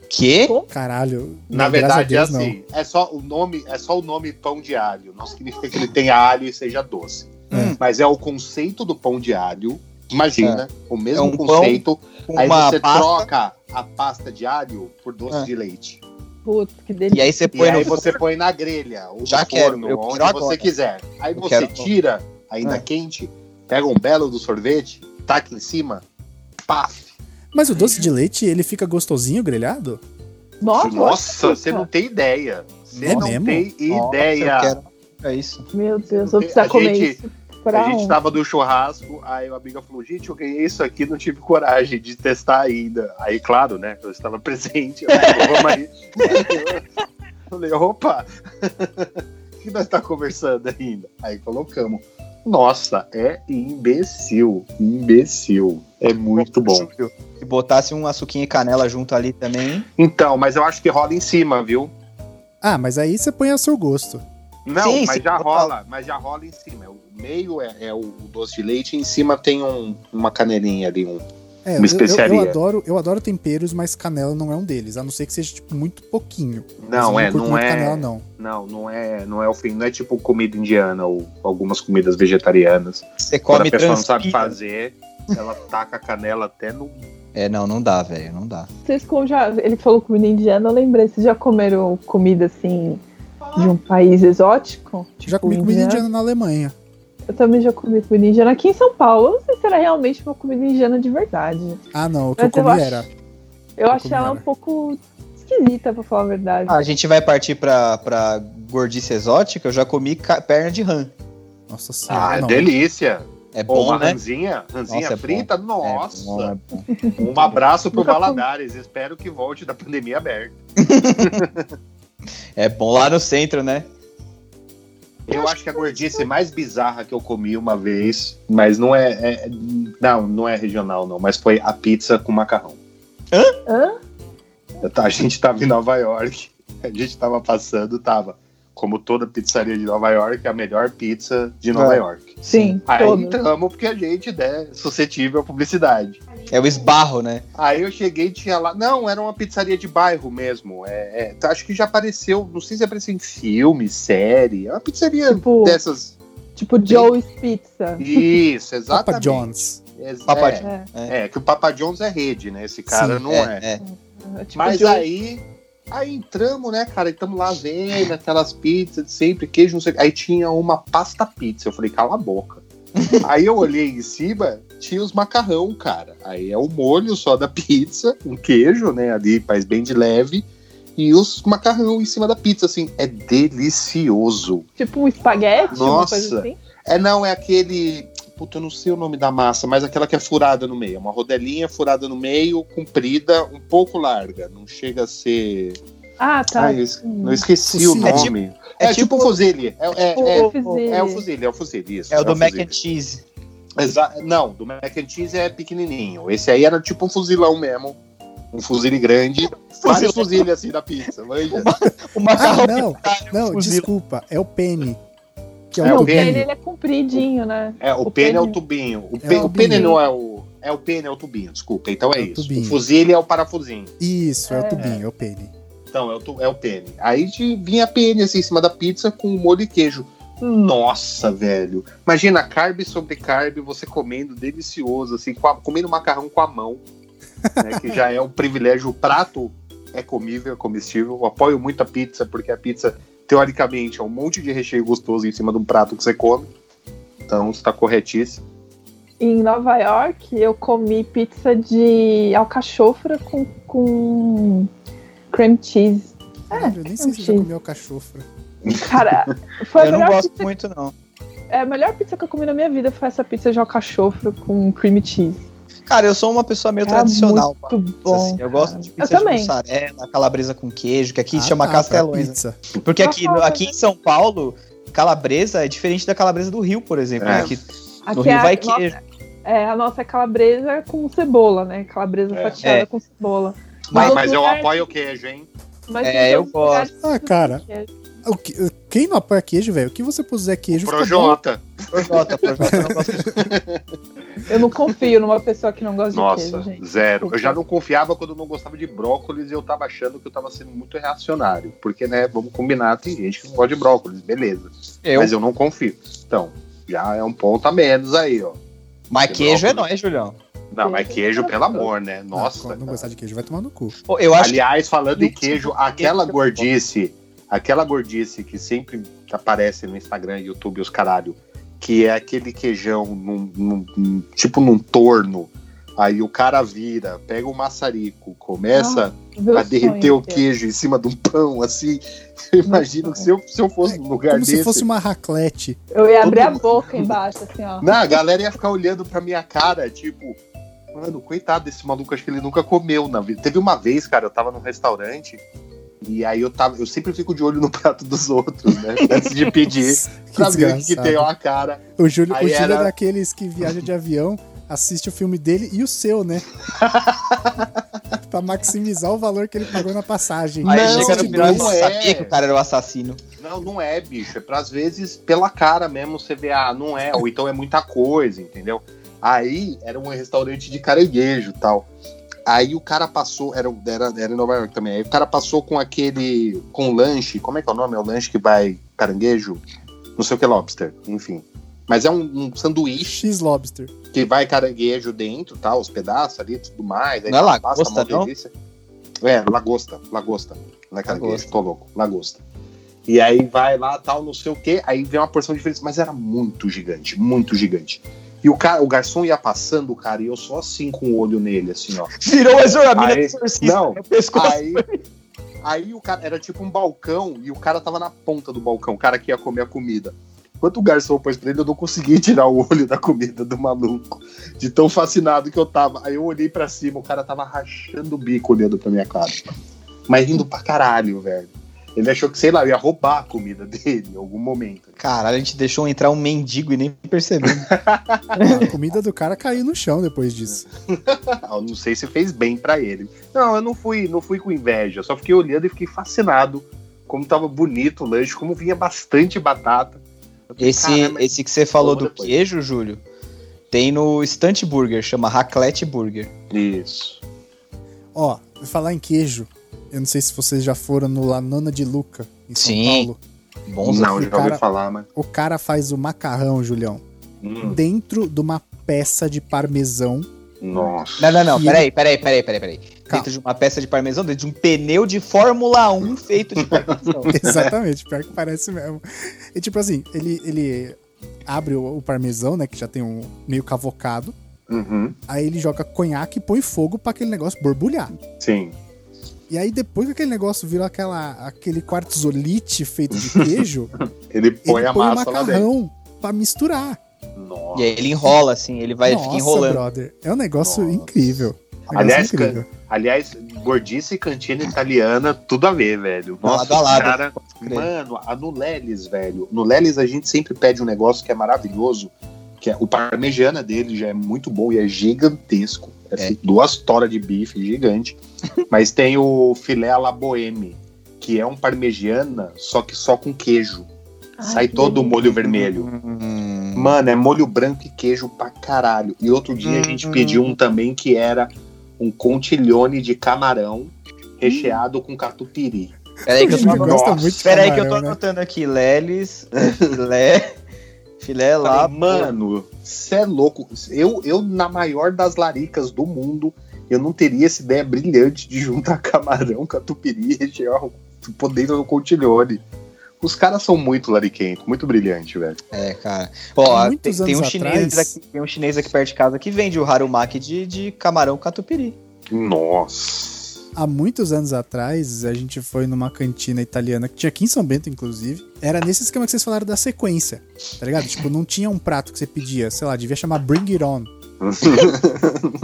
[SPEAKER 1] Quê?
[SPEAKER 4] Caralho.
[SPEAKER 3] Na
[SPEAKER 4] não, graças a
[SPEAKER 3] verdade
[SPEAKER 4] Deus,
[SPEAKER 3] é assim, é só o nome, é só o nome pão de alho, não significa que ele tenha alho e seja doce.
[SPEAKER 4] Hum.
[SPEAKER 3] Mas é o conceito do pão de alho. Imagina, o mesmo
[SPEAKER 1] É um pão
[SPEAKER 3] conceito,
[SPEAKER 1] Com
[SPEAKER 3] aí
[SPEAKER 1] Uma
[SPEAKER 3] você
[SPEAKER 1] pasta.
[SPEAKER 3] troca a pasta de alho por doce
[SPEAKER 1] É.
[SPEAKER 3] de leite.
[SPEAKER 2] Putz, que
[SPEAKER 1] E
[SPEAKER 2] delícia.
[SPEAKER 1] aí você
[SPEAKER 3] E
[SPEAKER 1] põe
[SPEAKER 3] aí
[SPEAKER 1] no
[SPEAKER 3] você põe na grelha, ou
[SPEAKER 1] Já
[SPEAKER 3] no
[SPEAKER 1] quero,
[SPEAKER 3] forno,
[SPEAKER 1] eu
[SPEAKER 3] onde
[SPEAKER 1] quero
[SPEAKER 3] você
[SPEAKER 1] agora.
[SPEAKER 3] quiser. Aí
[SPEAKER 1] Eu
[SPEAKER 3] você
[SPEAKER 1] quero-
[SPEAKER 3] tira, ainda
[SPEAKER 1] É.
[SPEAKER 3] quente, pega um belo do sorvete, taca em cima, paf,
[SPEAKER 4] Mas o doce de leite, ele fica gostosinho grelhado?
[SPEAKER 2] Nossa,
[SPEAKER 3] Nossa,
[SPEAKER 2] nossa.
[SPEAKER 3] você não tem ideia. Você
[SPEAKER 4] É
[SPEAKER 3] não
[SPEAKER 4] mesmo?
[SPEAKER 3] tem
[SPEAKER 1] Nossa,
[SPEAKER 3] ideia.
[SPEAKER 1] eu quero- É isso.
[SPEAKER 2] Meu Deus, vou precisar
[SPEAKER 3] A
[SPEAKER 2] comer
[SPEAKER 3] gente-
[SPEAKER 2] isso.
[SPEAKER 3] A
[SPEAKER 2] Pra um.
[SPEAKER 3] gente tá-
[SPEAKER 2] onde?
[SPEAKER 3] tava no churrasco, aí uma amiga falou: gente, eu ganhei isso aqui, não tive coragem de testar ainda. Aí, claro, né? Eu estava presente. Eu falei, vamos aí. Eu falei, opa! O que nós tá conversando ainda? Aí colocamos. Nossa, é imbecil. Imbecil. É muito bom.
[SPEAKER 1] Se botasse um açuquinho e canela junto ali também.
[SPEAKER 3] Então, mas eu acho que rola em cima, viu?
[SPEAKER 4] Ah, mas aí você põe a seu gosto.
[SPEAKER 3] Não,
[SPEAKER 1] Sim,
[SPEAKER 3] mas
[SPEAKER 1] sim,
[SPEAKER 3] já
[SPEAKER 1] total.
[SPEAKER 3] rola, mas já rola em cima. O meio é, é o doce de leite e em cima tem um- uma canelinha ali, um
[SPEAKER 4] É,
[SPEAKER 3] Uma
[SPEAKER 4] eu- eu- Eu,
[SPEAKER 3] especiaria.
[SPEAKER 4] adoro, eu adoro temperos, mas canela não é um deles. A não ser que seja, tipo, muito pouquinho. Mas eu
[SPEAKER 3] Não, é,
[SPEAKER 4] curto
[SPEAKER 3] não
[SPEAKER 4] muito
[SPEAKER 3] é.
[SPEAKER 4] Canela, não.
[SPEAKER 3] Não, não é, não é o fim. Não é tipo comida indiana ou algumas comidas vegetarianas.
[SPEAKER 1] Você
[SPEAKER 3] Quando
[SPEAKER 1] come
[SPEAKER 3] a pessoa não sabe
[SPEAKER 1] transpira.
[SPEAKER 3] fazer, ela taca a canela até no.
[SPEAKER 1] É, não, não dá, velho, não dá.
[SPEAKER 2] Vocês com já. Ele falou comida indiana, eu lembrei. Vocês já comeram comida assim de um país exótico? Tipo,
[SPEAKER 4] já comi comida
[SPEAKER 2] indiana?
[SPEAKER 4] indiana na Alemanha.
[SPEAKER 2] Eu também já comi comida indiana aqui em São Paulo. Eu não sei se era realmente uma comida indiana de verdade.
[SPEAKER 4] Ah, não. O que
[SPEAKER 2] Mas
[SPEAKER 4] eu
[SPEAKER 2] eu
[SPEAKER 4] comi
[SPEAKER 2] acho-
[SPEAKER 4] era.
[SPEAKER 2] Eu
[SPEAKER 4] Eu
[SPEAKER 2] achei
[SPEAKER 4] comi
[SPEAKER 2] ela
[SPEAKER 4] nada.
[SPEAKER 2] um pouco esquisita, pra falar a verdade.
[SPEAKER 3] Ah,
[SPEAKER 1] A gente vai partir pra, pra gordice exótica, eu já comi ca- perna de rã.
[SPEAKER 4] Nossa
[SPEAKER 3] Ah,
[SPEAKER 4] senhora.
[SPEAKER 3] é
[SPEAKER 4] não.
[SPEAKER 3] delícia!
[SPEAKER 1] É
[SPEAKER 3] Ou uma
[SPEAKER 1] bom, né?
[SPEAKER 3] ranzinha, ranzinha
[SPEAKER 1] Nossa, é bom.
[SPEAKER 3] frita,
[SPEAKER 1] É
[SPEAKER 3] nossa!
[SPEAKER 1] bom, é bom.
[SPEAKER 3] Um abraço pro
[SPEAKER 2] Nunca comi.
[SPEAKER 3] Valadares, espero que volte da pandemia aberta.
[SPEAKER 1] É bom lá no centro, né?
[SPEAKER 3] Eu acho que a gordice mais bizarra que eu comi uma vez, mas não é, é- Não, não é regional, não, mas foi a pizza com macarrão.
[SPEAKER 2] Hã?
[SPEAKER 3] Eu tá- A gente tava em Nova York, a gente tava passando, tava. Como toda pizzaria de Nova York, a melhor pizza de Nova
[SPEAKER 1] É.
[SPEAKER 3] York.
[SPEAKER 2] Sim,
[SPEAKER 3] Aí
[SPEAKER 2] todas.
[SPEAKER 3] entramos porque a gente né, é suscetível à publicidade.
[SPEAKER 1] É o esbarro, né?
[SPEAKER 3] Aí eu cheguei e tinha lá. Não, era uma pizzaria de bairro mesmo. É, é, tá, acho que já apareceu, não sei se apareceu em filme, série. É uma pizzaria
[SPEAKER 2] Tipo-
[SPEAKER 3] dessas.
[SPEAKER 2] Tipo Joe's Pizza.
[SPEAKER 3] Isso, exatamente.
[SPEAKER 4] Papa John's.
[SPEAKER 3] É,
[SPEAKER 1] Papa
[SPEAKER 3] é,
[SPEAKER 2] É.
[SPEAKER 3] é, que o Papa John's é rede, né? Esse cara
[SPEAKER 4] Sim,
[SPEAKER 3] não é.
[SPEAKER 1] é.
[SPEAKER 2] é tipo
[SPEAKER 3] Mas
[SPEAKER 2] Joe's-
[SPEAKER 3] aí, aí entramos, né, cara? Estamos lá vendo aquelas pizzas de sempre, queijo, não sei. o quê. Aí tinha uma pasta pizza. Eu falei, cala a boca. aí eu olhei em cima, tinha os macarrão, cara. Aí é o molho só da pizza, um queijo, né, ali, faz bem de leve. E os macarrão em cima da pizza, assim, é delicioso.
[SPEAKER 2] Tipo um espaguete, uma coisa
[SPEAKER 3] Nossa.
[SPEAKER 2] assim.
[SPEAKER 3] É, não, é aquele. Puta, eu não sei o nome da massa, mas aquela que é furada no meio. É uma rodelinha furada no meio, comprida, um pouco larga. Não chega a ser.
[SPEAKER 2] Ah, tá.
[SPEAKER 3] Ah, eu es- não esqueci o
[SPEAKER 4] Focinho.
[SPEAKER 1] É
[SPEAKER 3] nome. É,
[SPEAKER 1] é tipo-
[SPEAKER 3] tipo o fuzile. É, é,
[SPEAKER 2] Tipo,
[SPEAKER 3] é,
[SPEAKER 2] eu fiz ele.
[SPEAKER 3] é o fuzile, é o fuzile, isso.
[SPEAKER 1] É o do mac
[SPEAKER 3] fuzile.
[SPEAKER 1] and cheese.
[SPEAKER 3] Exa- Não, do mac and cheese é pequenininho. Esse aí era tipo um fuzilão mesmo. Um fuzile grande. Vários fuziles assim da pizza, manja.
[SPEAKER 1] O
[SPEAKER 4] Ah,
[SPEAKER 1] macarrão
[SPEAKER 4] não. Não,
[SPEAKER 1] um fuzil.
[SPEAKER 4] desculpa. É o penne. Que é,
[SPEAKER 3] É
[SPEAKER 4] o
[SPEAKER 2] Não,
[SPEAKER 3] o
[SPEAKER 2] o pene
[SPEAKER 4] penne.
[SPEAKER 2] ele é compridinho, né?
[SPEAKER 3] É, o,
[SPEAKER 2] O
[SPEAKER 3] pene, é o
[SPEAKER 2] pene.
[SPEAKER 3] tubinho. O, pe...
[SPEAKER 4] o
[SPEAKER 3] o pene
[SPEAKER 4] tubinho.
[SPEAKER 3] não é o... É o pene, é o tubinho, desculpa. Então é,
[SPEAKER 4] É o
[SPEAKER 3] isso.
[SPEAKER 4] tubinho.
[SPEAKER 3] O fuzile é o parafusinho.
[SPEAKER 4] Isso, é o
[SPEAKER 2] É.
[SPEAKER 4] tubinho, é o penne.
[SPEAKER 3] Então, é o, tu- é o pene. Aí de- vinha a pene assim, em cima da pizza com o molho e queijo. Nossa, velho. Imagina carb sobre carb, você comendo delicioso, assim, com a- comendo macarrão com a mão, né, que já é um privilégio. O prato é comível, é comestível. Eu apoio muito a pizza, porque a pizza, teoricamente, é um monte de recheio gostoso em cima de um prato que você come. Então, está corretíssimo.
[SPEAKER 2] Em Nova York, eu comi pizza de alcachofra com, com cream cheese.
[SPEAKER 3] É,
[SPEAKER 4] Caralho, eu nem sei se eu já
[SPEAKER 2] sim.
[SPEAKER 4] comi alcachofra.
[SPEAKER 2] Cara, foi a
[SPEAKER 1] eu não
[SPEAKER 2] melhor
[SPEAKER 1] gosto
[SPEAKER 2] pizza,
[SPEAKER 1] muito, não.
[SPEAKER 2] é, a melhor pizza que eu comi na minha vida foi essa pizza de alcachofra com cream cheese.
[SPEAKER 1] Cara, eu sou uma pessoa meio
[SPEAKER 2] Era
[SPEAKER 1] tradicional. pra
[SPEAKER 2] É Muito
[SPEAKER 1] pizza,
[SPEAKER 2] bom.
[SPEAKER 1] assim. Eu gosto
[SPEAKER 2] cara.
[SPEAKER 1] de
[SPEAKER 2] Eu
[SPEAKER 1] pizza de
[SPEAKER 2] também.
[SPEAKER 1] mussarela, calabresa com queijo, que aqui
[SPEAKER 4] Ah,
[SPEAKER 1] se chama
[SPEAKER 4] tá, pra
[SPEAKER 1] castelões. né?
[SPEAKER 4] pizza.
[SPEAKER 1] Porque
[SPEAKER 2] Pra
[SPEAKER 1] aqui,
[SPEAKER 2] falar
[SPEAKER 1] no-
[SPEAKER 2] a
[SPEAKER 1] aqui em São Paulo, calabresa é diferente da calabresa do Rio, por exemplo.
[SPEAKER 3] É.
[SPEAKER 1] né? Que
[SPEAKER 2] Aqui
[SPEAKER 1] no Rio
[SPEAKER 2] é a
[SPEAKER 1] vai
[SPEAKER 2] nossa-
[SPEAKER 1] queijo.
[SPEAKER 2] É, a nossa é calabresa com cebola, né? Calabresa
[SPEAKER 3] É.
[SPEAKER 2] fatiada
[SPEAKER 1] É.
[SPEAKER 2] com cebola.
[SPEAKER 3] Mas,
[SPEAKER 2] Mas
[SPEAKER 3] mas eu
[SPEAKER 2] lugar-
[SPEAKER 3] apoio o queijo, hein?
[SPEAKER 2] Mas
[SPEAKER 1] É,
[SPEAKER 2] tem
[SPEAKER 1] eu
[SPEAKER 2] outros lugares que
[SPEAKER 4] Ah, cara.
[SPEAKER 2] tem queijo.
[SPEAKER 4] O que- quem não apoia queijo, velho? O que você puser queijo, fica bom.
[SPEAKER 3] Projota.
[SPEAKER 1] Projota, projota, eu não gosto de-
[SPEAKER 2] Eu não confio numa pessoa que não gosta de
[SPEAKER 3] Nossa,
[SPEAKER 2] queijo, gente.
[SPEAKER 3] zero. Eu já não confiava quando eu não gostava de brócolis e eu tava achando que eu tava sendo muito reacionário. Porque, né, vamos combinar, tem gente que não gosta de brócolis, beleza.
[SPEAKER 1] Eu,
[SPEAKER 3] Mas eu não confio. Então, já é um ponto a menos aí, ó.
[SPEAKER 1] mas queijo é
[SPEAKER 3] brócolis.
[SPEAKER 1] nóis, Julião.
[SPEAKER 3] Não, mas queijo, pelo amor, né?
[SPEAKER 4] Não,
[SPEAKER 3] Nossa.
[SPEAKER 4] Ah, Não, gostar de queijo, vai tomar no cu.
[SPEAKER 1] Pô, Eu acho
[SPEAKER 3] Aliás, falando em
[SPEAKER 1] Não,
[SPEAKER 3] queijo,
[SPEAKER 1] queijo
[SPEAKER 3] é aquela
[SPEAKER 1] que eu
[SPEAKER 3] gordice, aquela gordice que sempre aparece no Instagram, YouTube, os caralho, que é aquele queijão num- num- num- tipo num torno. Aí o cara vira, pega o maçarico, começa
[SPEAKER 2] Meu
[SPEAKER 3] pra
[SPEAKER 2] sonho, é
[SPEAKER 3] derreter o
[SPEAKER 2] cara.
[SPEAKER 3] queijo em cima de um pão, assim. Eu imagino que se eu, se eu fosse no lugar
[SPEAKER 4] É Como
[SPEAKER 3] desse.
[SPEAKER 4] se fosse uma raclete.
[SPEAKER 2] Eu ia abrir a
[SPEAKER 3] Todo-
[SPEAKER 2] boca embaixo, assim, ó.
[SPEAKER 3] Não, a galera ia ficar olhando pra minha cara, tipo. Mano, coitado desse maluco, acho que ele nunca comeu na vida. Teve uma vez, cara, eu tava num restaurante. E aí eu tava. Eu sempre fico de olho no prato dos outros, né? Antes de pedir.
[SPEAKER 4] Que
[SPEAKER 3] pra ver o que que
[SPEAKER 4] desgraçado.
[SPEAKER 3] tem uma cara.
[SPEAKER 4] O Júlio, o
[SPEAKER 3] Aí
[SPEAKER 4] Júlio é
[SPEAKER 3] era-
[SPEAKER 4] daqueles que viaja de avião, assiste o filme dele e o seu, né? pra maximizar o valor que ele pagou na passagem.
[SPEAKER 1] Aí
[SPEAKER 3] Não,
[SPEAKER 1] chega no
[SPEAKER 3] não
[SPEAKER 1] final e
[SPEAKER 3] é.
[SPEAKER 1] sabia que o cara era o assassino.
[SPEAKER 3] Não, não é, bicho. É pra, às vezes, pela cara mesmo, você vê, ah, não é, ou então é muita coisa, entendeu? Aí era um restaurante de caranguejo e tal. Aí o cara passou, era, era, era em Nova York também, aí o cara passou com aquele, com lanche, como é que é o nome? É o lanche que vai caranguejo? Não sei o que, lobster, enfim. Mas é um, um sanduíche
[SPEAKER 4] X-Lobster.
[SPEAKER 3] que vai caranguejo dentro, tá? Os pedaços ali, tudo mais. Aí
[SPEAKER 1] Não é
[SPEAKER 3] passa
[SPEAKER 1] lagosta,
[SPEAKER 3] mó
[SPEAKER 1] não?
[SPEAKER 3] delícia. É, lagosta, lagosta. Não é caranguejo,
[SPEAKER 1] Lagosta.
[SPEAKER 3] tô louco, lagosta. E aí vai lá, tal, não sei o quê, aí vem uma porção diferente, mas era muito gigante, muito gigante. E o, cara, o garçom ia passando, cara, e eu só assim com o olho nele, assim, ó.
[SPEAKER 1] Virou a juramina
[SPEAKER 3] Aí-
[SPEAKER 1] do exorcista.
[SPEAKER 3] não,
[SPEAKER 1] no pescoço.
[SPEAKER 3] Aí, aí o cara era tipo um balcão e o cara tava na ponta do balcão, o cara que ia comer a comida. Enquanto o garçom pôs pra ele, eu não consegui tirar o olho da comida do maluco, de tão fascinado que eu tava. Aí eu olhei pra cima, o cara tava rachando o bico olhando pra minha cara. Mas rindo pra caralho, velho. Ele achou que, sei lá, eu ia roubar a comida dele em algum momento.
[SPEAKER 1] Caralho, a gente deixou entrar um mendigo e nem percebeu.
[SPEAKER 4] A comida do cara caiu no chão depois disso.
[SPEAKER 3] Eu não sei se fez bem pra ele. Não, eu não fui, não fui com inveja, só fiquei olhando e fiquei fascinado como tava bonito o lanche, como vinha bastante batata. Eu falei,
[SPEAKER 1] Esse,
[SPEAKER 3] "Caramba,
[SPEAKER 1] esse que você falou
[SPEAKER 3] Vamos
[SPEAKER 1] do
[SPEAKER 3] depois.
[SPEAKER 1] queijo, Júlio, tem no Stunt Burger, chama Raclette Burger.
[SPEAKER 3] Isso.
[SPEAKER 4] Ó, vou falar em queijo. Eu não sei se vocês já foram no La Nona de Luca, em São
[SPEAKER 1] Sim.
[SPEAKER 4] Paulo.
[SPEAKER 1] Bons
[SPEAKER 3] não,
[SPEAKER 4] aqui,
[SPEAKER 3] já ouvi
[SPEAKER 4] cara.
[SPEAKER 3] falar, mas.
[SPEAKER 4] O cara faz o macarrão, Julião,
[SPEAKER 3] Hum,
[SPEAKER 4] dentro de uma peça de parmesão.
[SPEAKER 3] nossa.
[SPEAKER 1] Não, não, não,
[SPEAKER 4] E
[SPEAKER 1] peraí, peraí, peraí, peraí, peraí.
[SPEAKER 4] Calma.
[SPEAKER 1] Dentro de uma peça de parmesão, dentro de um pneu de Fórmula 1 feito de parmesão.
[SPEAKER 4] Exatamente, pior que parece mesmo. E tipo assim, ele, ele abre o, o parmesão, né, que já tem um meio cavocado.
[SPEAKER 3] Uhum,
[SPEAKER 4] Aí ele joga conhaque e põe fogo pra aquele negócio borbulhar.
[SPEAKER 3] Sim.
[SPEAKER 4] E aí depois que aquele negócio virou aquela, aquele quartzolite feito de queijo,
[SPEAKER 3] Ele põe
[SPEAKER 4] ele
[SPEAKER 3] a
[SPEAKER 4] põe o
[SPEAKER 3] massa lá dentro.
[SPEAKER 4] macarrão pra misturar.
[SPEAKER 1] E
[SPEAKER 3] Nossa.
[SPEAKER 1] aí ele enrola, assim, ele vai fica
[SPEAKER 4] Nossa,
[SPEAKER 1] enrolando.
[SPEAKER 4] brother. É um negócio
[SPEAKER 3] Nossa.
[SPEAKER 4] incrível. Um negócio
[SPEAKER 3] Aliás,
[SPEAKER 4] incrível.
[SPEAKER 3] Aliás, gordice e cantina italiana, tudo a ver, velho.
[SPEAKER 1] Tá
[SPEAKER 3] Nossa,
[SPEAKER 1] lado a lado,
[SPEAKER 3] cara.
[SPEAKER 1] crer.
[SPEAKER 3] Mano, a no Lelis, velho. No Lelis a gente sempre pede um negócio que é maravilhoso, que é o parmegiana dele já é muito bom e é gigantesco. É,
[SPEAKER 1] É.
[SPEAKER 3] assim, duas toras de bife gigante. Mas tem o filé à la boheme, que é um parmegiana, só que só com queijo.
[SPEAKER 2] Ai,
[SPEAKER 3] Sai
[SPEAKER 2] que
[SPEAKER 3] todo o
[SPEAKER 2] delícia.
[SPEAKER 3] molho vermelho.
[SPEAKER 1] Hum,
[SPEAKER 3] Mano, é molho branco e queijo pra caralho. E outro dia a gente
[SPEAKER 1] Hum.
[SPEAKER 3] pediu um também que era um contiglione de camarão recheado com catupiry.
[SPEAKER 1] peraí é que eu tô
[SPEAKER 4] Ele
[SPEAKER 3] Nossa.
[SPEAKER 1] anotando.
[SPEAKER 4] gosta muito de
[SPEAKER 1] Peraí que eu tô
[SPEAKER 4] camarão, né?
[SPEAKER 1] anotando aqui. Lelis, filé, filé lá.
[SPEAKER 3] Falei, mano, cê é louco. Eu, eu, na maior das laricas do mundo, eu não teria essa ideia brilhante de juntar camarão, catupiry e rechear o poder do contiglione. Os caras são muito lariquentos, muito brilhante, velho.
[SPEAKER 1] É, cara. Ó, tem,
[SPEAKER 4] muitos
[SPEAKER 1] tem um
[SPEAKER 4] anos
[SPEAKER 1] chinês
[SPEAKER 4] atrás-
[SPEAKER 1] aqui, tem um chinês aqui perto de casa que vende o harumaki de, de camarão catupiry.
[SPEAKER 3] Nossa.
[SPEAKER 4] Há muitos anos atrás, a gente foi numa cantina italiana que tinha aqui em São Bento, inclusive. Era nesse esquema que vocês falaram da sequência, tá ligado? Tipo, não tinha um prato que você pedia, sei lá, devia chamar Bring It On.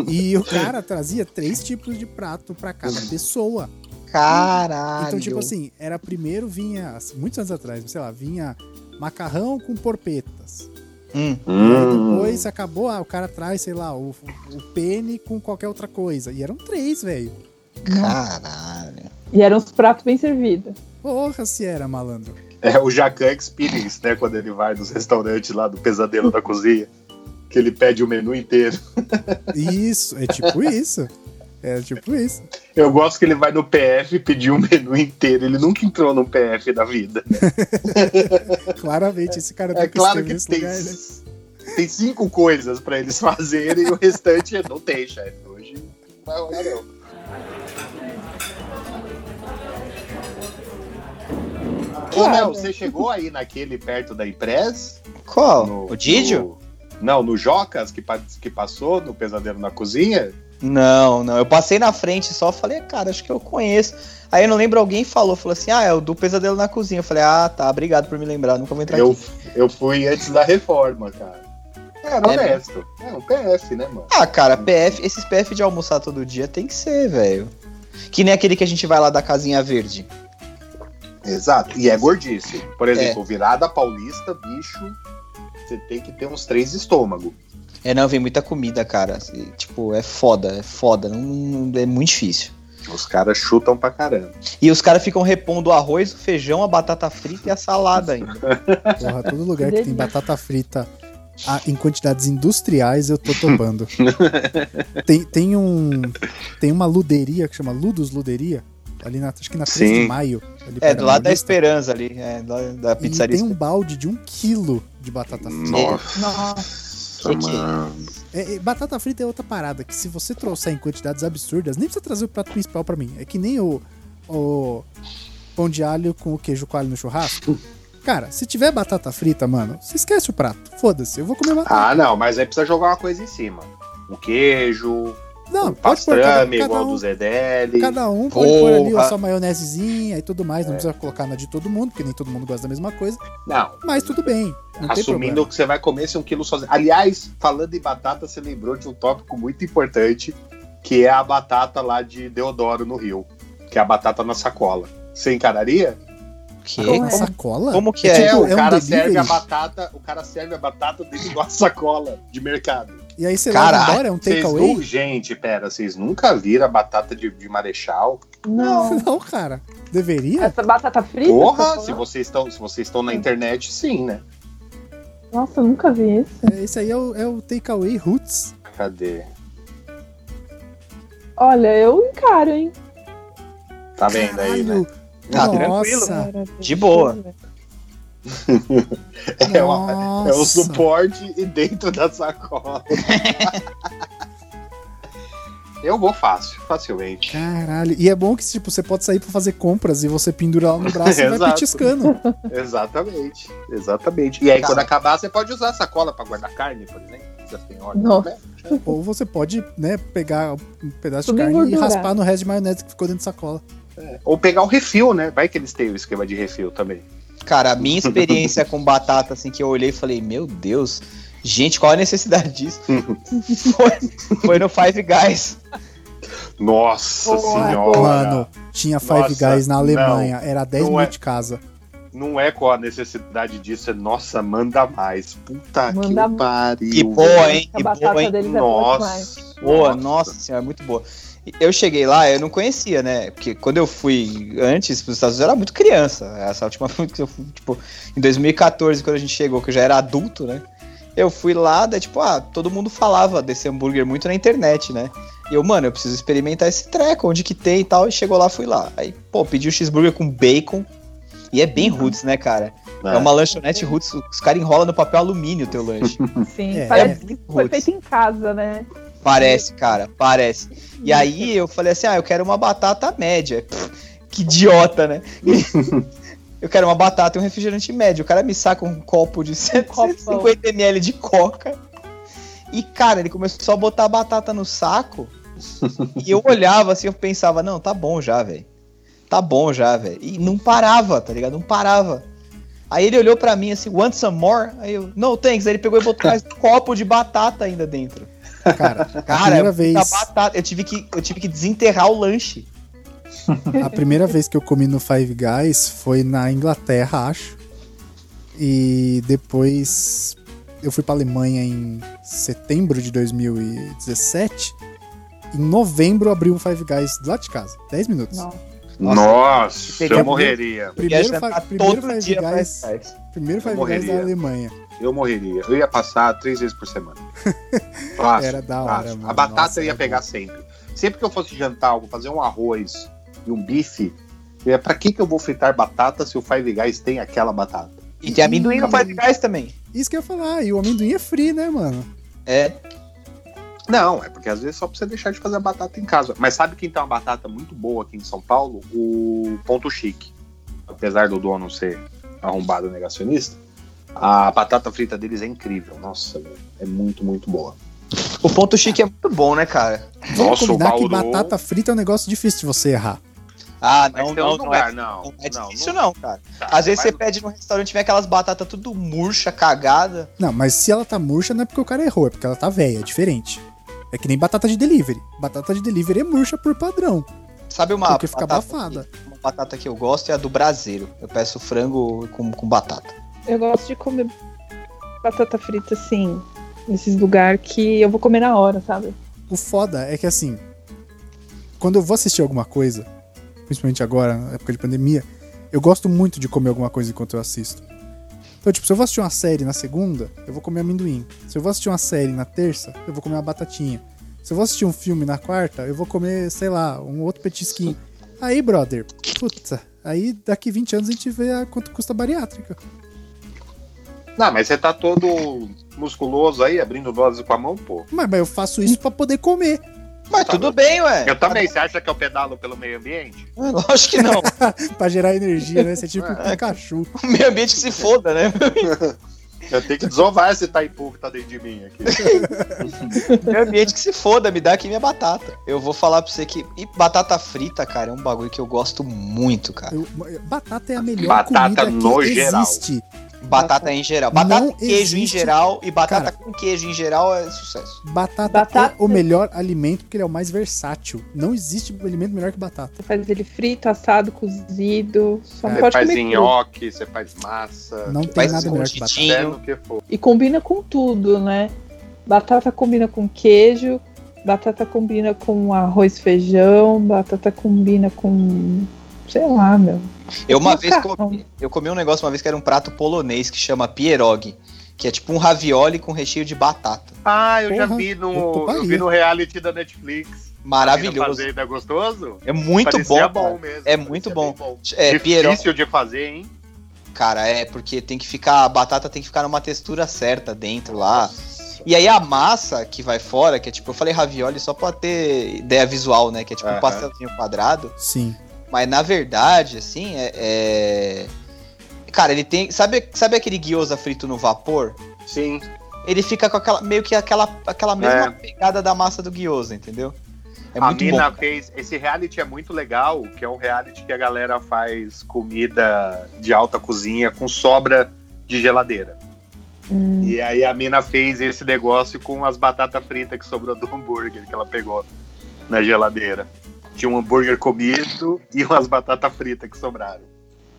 [SPEAKER 4] E o cara trazia três tipos de prato pra cada pessoa.
[SPEAKER 1] Caralho.
[SPEAKER 4] Então, tipo assim, era primeiro vinha, assim, muitos anos atrás, sei lá, vinha macarrão com porpetas.
[SPEAKER 1] Hum,
[SPEAKER 4] Aí
[SPEAKER 3] Hum.
[SPEAKER 4] depois acabou, ah, o cara traz, sei lá, o, o pene com qualquer outra coisa. E eram três, velho.
[SPEAKER 1] caralho.
[SPEAKER 2] E eram uns pratos bem servidos.
[SPEAKER 4] Porra, se era, malandro.
[SPEAKER 3] É o Jacan Experience, né? Quando ele vai nos restaurantes lá do Pesadelo da Cozinha. Que ele pede o menu inteiro.
[SPEAKER 4] Isso, é tipo isso. É tipo isso.
[SPEAKER 3] Eu gosto que ele vai no PF pedir o menu inteiro. Ele nunca entrou no PF da vida.
[SPEAKER 4] Claramente, esse cara
[SPEAKER 3] É
[SPEAKER 4] nunca
[SPEAKER 3] claro
[SPEAKER 4] esteve
[SPEAKER 3] que
[SPEAKER 4] nesse
[SPEAKER 3] tem,
[SPEAKER 4] lugar, né?
[SPEAKER 3] tem cinco coisas pra eles fazerem e o restante é, não tem, chefe. Hoje não vai rolar, não. Ô, Mel, você
[SPEAKER 4] né?
[SPEAKER 3] chegou aí naquele perto da Impress?
[SPEAKER 1] Qual?
[SPEAKER 3] No-
[SPEAKER 1] o Didio?
[SPEAKER 3] no- Não, no Jocas, que, pa- que passou no Pesadelo na Cozinha?
[SPEAKER 1] Não, não. Eu passei na frente só, falei, cara, acho que eu conheço. Aí eu não lembro, alguém falou, falou assim, ah, é o do Pesadelo na Cozinha. Eu falei, ah, tá, obrigado por me lembrar, nunca vou entrar
[SPEAKER 3] Eu,
[SPEAKER 1] aqui.
[SPEAKER 3] eu fui antes da reforma, cara. Era
[SPEAKER 1] É
[SPEAKER 3] honesto. É um PF, né, mano?
[SPEAKER 1] Ah, cara, PF, esses PF de almoçar todo dia tem que ser, velho. Que nem aquele que a gente vai lá da Casinha Verde.
[SPEAKER 3] Exato. E é gordice. Por exemplo, virada paulista, bicho, você tem que ter uns três estômagos.
[SPEAKER 1] É, não, vem muita comida, cara. E, Tipo, é foda, é foda. Não, não- é muito difícil.
[SPEAKER 3] Os caras chutam pra caramba.
[SPEAKER 1] E os caras ficam repondo o arroz, o feijão, a batata frita e a salada ainda.
[SPEAKER 4] né? Porra, todo lugar que tem batata frita ah, em quantidades industriais, eu tô topando. tem, tem, um, tem uma luderia que chama Ludus Luderia, ali na, acho que na 3 de
[SPEAKER 3] Sim.
[SPEAKER 4] maio. ali
[SPEAKER 1] É,
[SPEAKER 4] perto
[SPEAKER 1] do lado da
[SPEAKER 4] Paulista.
[SPEAKER 1] Esperança ali, é, do- da
[SPEAKER 4] E
[SPEAKER 1] pizzaria.
[SPEAKER 4] tem um balde de um quilo de batata frita.
[SPEAKER 3] Nossa,
[SPEAKER 1] Que que-
[SPEAKER 3] mano.
[SPEAKER 4] É, é, batata frita é outra parada, que se você trouxer em quantidades absurdas, nem precisa trazer o prato principal pra mim. É que nem o, o pão de alho com o queijo coalho no churrasco. Cara, se tiver batata frita, mano, você esquece o prato. Foda-se, eu vou comer batata.
[SPEAKER 3] Ah, não, mas aí precisa jogar uma coisa em cima. Um queijo,
[SPEAKER 4] não,
[SPEAKER 3] um
[SPEAKER 4] pode pôr cada,
[SPEAKER 3] pastrame
[SPEAKER 4] cada
[SPEAKER 3] igual
[SPEAKER 4] um.
[SPEAKER 3] do Zedeli.
[SPEAKER 4] Cada um pode pôr ali a
[SPEAKER 1] Porra.
[SPEAKER 4] sua maionesezinha e tudo mais. Não precisa colocar na de todo mundo, porque nem todo mundo gosta da mesma coisa.
[SPEAKER 3] Não,
[SPEAKER 4] Mas tudo bem. Não tem
[SPEAKER 3] assumindo
[SPEAKER 4] problema.
[SPEAKER 3] que você vai comer esse um quilo sozinho. Aliás, falando em batata, você lembrou de um tópico muito importante, que é a batata lá de Deodoro, no Rio. Que é a batata na sacola. Você encararia?
[SPEAKER 1] Que?
[SPEAKER 4] Como, sacola?
[SPEAKER 1] como que
[SPEAKER 4] tipo,
[SPEAKER 1] é?
[SPEAKER 3] o
[SPEAKER 4] um
[SPEAKER 3] cara
[SPEAKER 4] delivery?
[SPEAKER 3] serve a batata, o cara serve a batata dentro de uma sacola de mercado.
[SPEAKER 4] E aí você leva
[SPEAKER 1] Caralho,
[SPEAKER 4] embora? É um
[SPEAKER 3] Vocês
[SPEAKER 4] takeaway?
[SPEAKER 3] nu- Gente, pera, vocês nunca viram a batata de, de marechal?
[SPEAKER 2] Não.
[SPEAKER 4] Não, cara. Deveria?
[SPEAKER 2] Essa batata frita?
[SPEAKER 3] Porra,
[SPEAKER 2] tá
[SPEAKER 3] se
[SPEAKER 2] falando?
[SPEAKER 3] vocês estão, se vocês estão na internet, sim, né?
[SPEAKER 2] Nossa, eu nunca vi isso.
[SPEAKER 4] É, Esse aí é o, é o takeaway roots.
[SPEAKER 3] Cadê?
[SPEAKER 2] Olha, eu encaro, hein?
[SPEAKER 3] Tá vendo aí, né?
[SPEAKER 4] Tá,
[SPEAKER 1] Ah,
[SPEAKER 4] Nossa,
[SPEAKER 1] De boa.
[SPEAKER 3] É, uma-
[SPEAKER 4] nossa.
[SPEAKER 3] é o suporte e dentro da sacola. Eu vou fácil, facilmente.
[SPEAKER 4] Caralho. E é bom que tipo, você pode sair pra fazer compras e você pendura lá no braço e vai
[SPEAKER 3] Exato.
[SPEAKER 4] petiscando.
[SPEAKER 3] Exatamente, exatamente. E aí,
[SPEAKER 1] Cara.
[SPEAKER 3] quando acabar, você pode usar a sacola pra guardar carne, por exemplo. Já tem ordem,
[SPEAKER 2] Nossa.
[SPEAKER 3] né?
[SPEAKER 4] Ou você pode, né, pegar um pedaço
[SPEAKER 2] Tudo
[SPEAKER 4] de carne e
[SPEAKER 2] engordurar.
[SPEAKER 4] raspar no resto de maionese que ficou dentro da sacola.
[SPEAKER 3] né? Ou pegar o refil, né? Vai que eles têm o esquema de refil também.
[SPEAKER 1] Cara, a minha experiência com batata, assim, que eu olhei e falei, meu Deus, gente, qual a necessidade disso? foi, foi no Five Guys.
[SPEAKER 3] Nossa
[SPEAKER 2] Boa,
[SPEAKER 3] senhora!
[SPEAKER 4] Mano, tinha Five
[SPEAKER 3] Nossa,
[SPEAKER 4] Guys na Alemanha. Era 10
[SPEAKER 3] Não
[SPEAKER 4] minutos
[SPEAKER 3] é.
[SPEAKER 4] de casa.
[SPEAKER 3] Não é qual a necessidade disso, é nossa, manda mais. Puta
[SPEAKER 2] Manda
[SPEAKER 3] que
[SPEAKER 2] mais.
[SPEAKER 3] pariu.
[SPEAKER 1] Que boa, hein?
[SPEAKER 2] A
[SPEAKER 1] Que
[SPEAKER 2] batata
[SPEAKER 1] boa, hein?
[SPEAKER 2] deles é boa demais.
[SPEAKER 3] Nossa.
[SPEAKER 1] Boa, nossa senhora, muito boa. E Eu cheguei lá, eu não conhecia, né? Porque quando eu fui antes para os Estados Unidos, eu era muito criança. Essa última vez que eu fui, tipo, em 2014, quando a gente chegou, que eu já era adulto, né? Eu fui lá, daí, tipo, ah, todo mundo falava desse hambúrguer muito na internet, né? E eu, mano, eu preciso experimentar esse treco, onde que tem e tal. E chegou lá, fui lá. Aí, pô, pedi o cheeseburger com bacon. E é bem roots, né, cara? É, uma lanchonete roots, os caras enrolam no papel alumínio o teu lanche.
[SPEAKER 2] Sim,
[SPEAKER 4] É,
[SPEAKER 2] parece que foi
[SPEAKER 1] roots.
[SPEAKER 2] feito em casa, né?
[SPEAKER 1] Parece, cara, parece. E aí eu falei assim: ah, eu quero uma batata média. Pff, que idiota, né? eu quero uma batata e um refrigerante médio. O cara me saca um copo de 150 ml de coca. E, cara, ele começou a botar a batata no saco. e eu olhava assim, eu pensava: não, tá bom já, velho. Tá bom já, velho. E não parava, tá ligado? Não parava. Aí ele olhou pra mim assim, want some more? Aí eu, no thanks. Aí ele pegou e botou mais um copo de batata ainda dentro.
[SPEAKER 4] Cara, a
[SPEAKER 1] Cara,
[SPEAKER 4] primeira
[SPEAKER 1] eu fui na
[SPEAKER 4] vez.
[SPEAKER 1] batata. Eu tive que eu tive que desenterrar o lanche.
[SPEAKER 4] A primeira vez que eu comi no Five Guys foi na Inglaterra, acho. E depois eu fui pra Alemanha em setembro de 2017. Em novembro abriu o Five Guys lá de casa, 10 minutos.
[SPEAKER 2] Não.
[SPEAKER 3] Nossa,
[SPEAKER 1] Peguei
[SPEAKER 3] eu
[SPEAKER 1] a-
[SPEAKER 3] morreria.
[SPEAKER 1] Eu ia
[SPEAKER 4] Primeiro,
[SPEAKER 1] jantar
[SPEAKER 4] fi- primeiro
[SPEAKER 1] todo
[SPEAKER 4] Five
[SPEAKER 1] dia pra
[SPEAKER 4] Guys,
[SPEAKER 1] Guys.
[SPEAKER 4] primeiro
[SPEAKER 3] Eu
[SPEAKER 4] Five Guys da
[SPEAKER 3] morreria.
[SPEAKER 4] Alemanha.
[SPEAKER 3] Eu morreria. Eu ia passar três vezes por semana. Fácil,
[SPEAKER 4] Era da hora,
[SPEAKER 3] fácil.
[SPEAKER 4] mano.
[SPEAKER 3] A batata
[SPEAKER 4] Nossa, é
[SPEAKER 3] eu ia
[SPEAKER 4] era
[SPEAKER 3] pegar sempre. Sempre que eu fosse jantar algo, fazer um arroz e um bife, eu ia, pra que, que eu vou fritar batata se o Five Guys tem aquela batata?
[SPEAKER 1] E de amendoim no Five Guys também.
[SPEAKER 4] Isso que eu ia falar, e o amendoim é free, né, mano?
[SPEAKER 1] É.
[SPEAKER 3] Não, é porque às vezes só pra você deixar de fazer a batata em casa. Mas sabe quem tem uma batata muito boa aqui em São Paulo? O Ponto Chique. Apesar do dono ser arrombado negacionista, a batata frita deles é incrível. Nossa, velho, é muito, muito boa.
[SPEAKER 1] O ponto chique é muito bom, né, cara?
[SPEAKER 4] Vamos
[SPEAKER 3] Nossa, o
[SPEAKER 4] combinar que
[SPEAKER 3] Baldo-
[SPEAKER 4] batata frita é um negócio difícil de você errar.
[SPEAKER 1] Ah,
[SPEAKER 3] Mas
[SPEAKER 1] não,
[SPEAKER 3] tem
[SPEAKER 1] não,
[SPEAKER 3] um
[SPEAKER 1] não é.
[SPEAKER 3] lugar, não.
[SPEAKER 1] Não é
[SPEAKER 3] não,
[SPEAKER 1] difícil,
[SPEAKER 3] não-
[SPEAKER 1] não, cara.
[SPEAKER 3] tá,
[SPEAKER 1] Às vezes
[SPEAKER 3] vai
[SPEAKER 1] você
[SPEAKER 3] no-
[SPEAKER 1] pede no restaurante vem aquelas batatas tudo murcha, cagada.
[SPEAKER 4] Não, mas se ela tá murcha não é porque o cara errou, é porque ela tá velha, é diferente. É que nem batata de delivery. Batata de delivery é murcha por padrão.
[SPEAKER 1] Sabe uma
[SPEAKER 4] Porque fica abafada.
[SPEAKER 1] que- uma batata que eu gosto é a do braseiro. Eu peço frango com, com batata.
[SPEAKER 2] Eu gosto de comer batata frita, assim, nesses lugares que eu vou comer na hora, sabe?
[SPEAKER 4] O foda é que assim. quando eu vou assistir alguma coisa, principalmente agora, na época de pandemia, eu gosto muito de comer alguma coisa enquanto eu assisto. Então, tipo, se eu vou assistir uma série na segunda, eu vou comer amendoim. Se eu vou assistir uma série na terça, eu vou comer uma batatinha. Se eu vou assistir um filme na quarta, eu vou comer, sei lá, um outro petisquinho. Aí, brother, puta, aí daqui 20 anos a gente vê a quanto custa a bariátrica.
[SPEAKER 3] Não, mas você tá todo musculoso aí, abrindo doses com a mão, pô.
[SPEAKER 4] Mas, mas eu faço isso pra poder comer.
[SPEAKER 1] Mas
[SPEAKER 3] Tá
[SPEAKER 1] tudo
[SPEAKER 3] louco.
[SPEAKER 1] bem, ué.
[SPEAKER 3] Eu também, você acha que eu pedalo pelo meio ambiente?
[SPEAKER 1] É, Lógico que não.
[SPEAKER 4] Pra gerar energia, né? Você é tipo um Pikachu.
[SPEAKER 1] O meio ambiente que se foda, né?
[SPEAKER 3] Eu tenho que desovar esse taipu que tá dentro de mim aqui.
[SPEAKER 1] O meio ambiente que se foda, me dá aqui minha batata. Eu vou falar pra você que. E batata frita, cara, é um bagulho que eu gosto muito, cara.
[SPEAKER 4] Eu- batata é a melhor
[SPEAKER 3] Batata
[SPEAKER 4] comida que
[SPEAKER 3] no geral.
[SPEAKER 4] existe.
[SPEAKER 1] Batata em geral. Batata
[SPEAKER 4] Não
[SPEAKER 1] com queijo em
[SPEAKER 4] existe-
[SPEAKER 1] geral e batata
[SPEAKER 4] Cara.
[SPEAKER 1] com queijo em geral é sucesso.
[SPEAKER 4] Batata,
[SPEAKER 2] Batata-
[SPEAKER 4] é o melhor alimento porque ele é o mais versátil. Não existe alimento melhor que batata.
[SPEAKER 2] Você faz ele frito, assado, cozido. Só
[SPEAKER 1] É,
[SPEAKER 2] não
[SPEAKER 3] Você
[SPEAKER 2] pode
[SPEAKER 3] faz
[SPEAKER 2] comer tudo.
[SPEAKER 3] nhoque, você faz massa.
[SPEAKER 4] Não
[SPEAKER 3] você
[SPEAKER 4] tem
[SPEAKER 3] faz
[SPEAKER 4] nada melhor que batata.
[SPEAKER 3] até
[SPEAKER 1] escondidinho.
[SPEAKER 3] no que for.
[SPEAKER 2] E combina com tudo, né? Batata combina com queijo, batata combina com arroz e feijão, batata combina com. sei lá, meu.
[SPEAKER 1] Eu uma vez
[SPEAKER 2] Macarrão.
[SPEAKER 1] comi, eu comi um negócio uma vez que era um prato polonês que chama pierogi, que é tipo um ravioli com recheio de batata.
[SPEAKER 3] Ah, eu já
[SPEAKER 4] Porra,
[SPEAKER 3] vi
[SPEAKER 4] eu
[SPEAKER 3] no,
[SPEAKER 4] tô
[SPEAKER 3] eu vi
[SPEAKER 4] Bahia.
[SPEAKER 3] no reality da Netflix.
[SPEAKER 1] Maravilhoso.
[SPEAKER 3] Fazenda gostoso?
[SPEAKER 1] É muito bom.
[SPEAKER 3] Parecia
[SPEAKER 1] cara.
[SPEAKER 3] mesmo.
[SPEAKER 1] É
[SPEAKER 3] parecia
[SPEAKER 1] muito
[SPEAKER 3] bem
[SPEAKER 1] bom. É, pierogi,
[SPEAKER 3] Difícil de fazer, hein?
[SPEAKER 1] cara, é porque tem que ficar a batata tem que ficar numa textura certa dentro
[SPEAKER 3] Ah.
[SPEAKER 1] lá. E aí a massa que vai fora, que é tipo, eu falei ravioli só pra ter ideia visual, né? Que é tipo um
[SPEAKER 3] Aham.
[SPEAKER 1] pastelzinho quadrado.
[SPEAKER 4] Sim.
[SPEAKER 1] Mas na verdade, assim, é. é- Cara, ele tem. Sabe, sabe aquele gyoza frito no vapor?
[SPEAKER 3] Sim.
[SPEAKER 1] Ele fica com aquela. meio que aquela, aquela mesma pegada da massa do gyoza, entendeu? É
[SPEAKER 3] É. a
[SPEAKER 1] muito bom.
[SPEAKER 3] mina fez. Esse reality é muito legal, que é um reality que a galera faz comida de alta cozinha com sobra de geladeira.
[SPEAKER 2] Hum,
[SPEAKER 3] E aí a mina fez esse negócio com as batatas fritas que sobrou do hambúrguer que ela pegou na geladeira. Tinha um hambúrguer comido e umas batatas fritas que sobraram.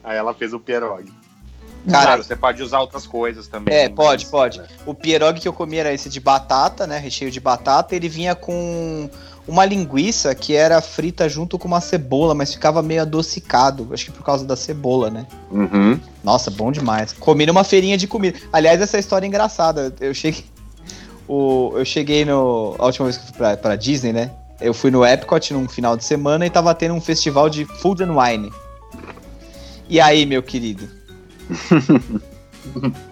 [SPEAKER 3] Aí ela fez o pierogi.
[SPEAKER 1] Cara,
[SPEAKER 3] claro, você pode usar outras coisas também.
[SPEAKER 1] É, pode, pode.
[SPEAKER 3] né?
[SPEAKER 1] O pierogi que eu comi era esse de batata, né? Recheio de batata. Ele vinha com uma linguiça que era frita junto com uma cebola, mas ficava meio adocicado. Acho que por causa da cebola, né?
[SPEAKER 3] Uhum.
[SPEAKER 1] Nossa, bom demais. Comi numa feirinha de comida. Aliás, essa história é engraçada. Eu cheguei. O, eu cheguei no. A última vez que eu fui pra, pra Disney, né? Eu fui no Epcot num final de semana e tava tendo um festival de food and wine. E aí, meu querido?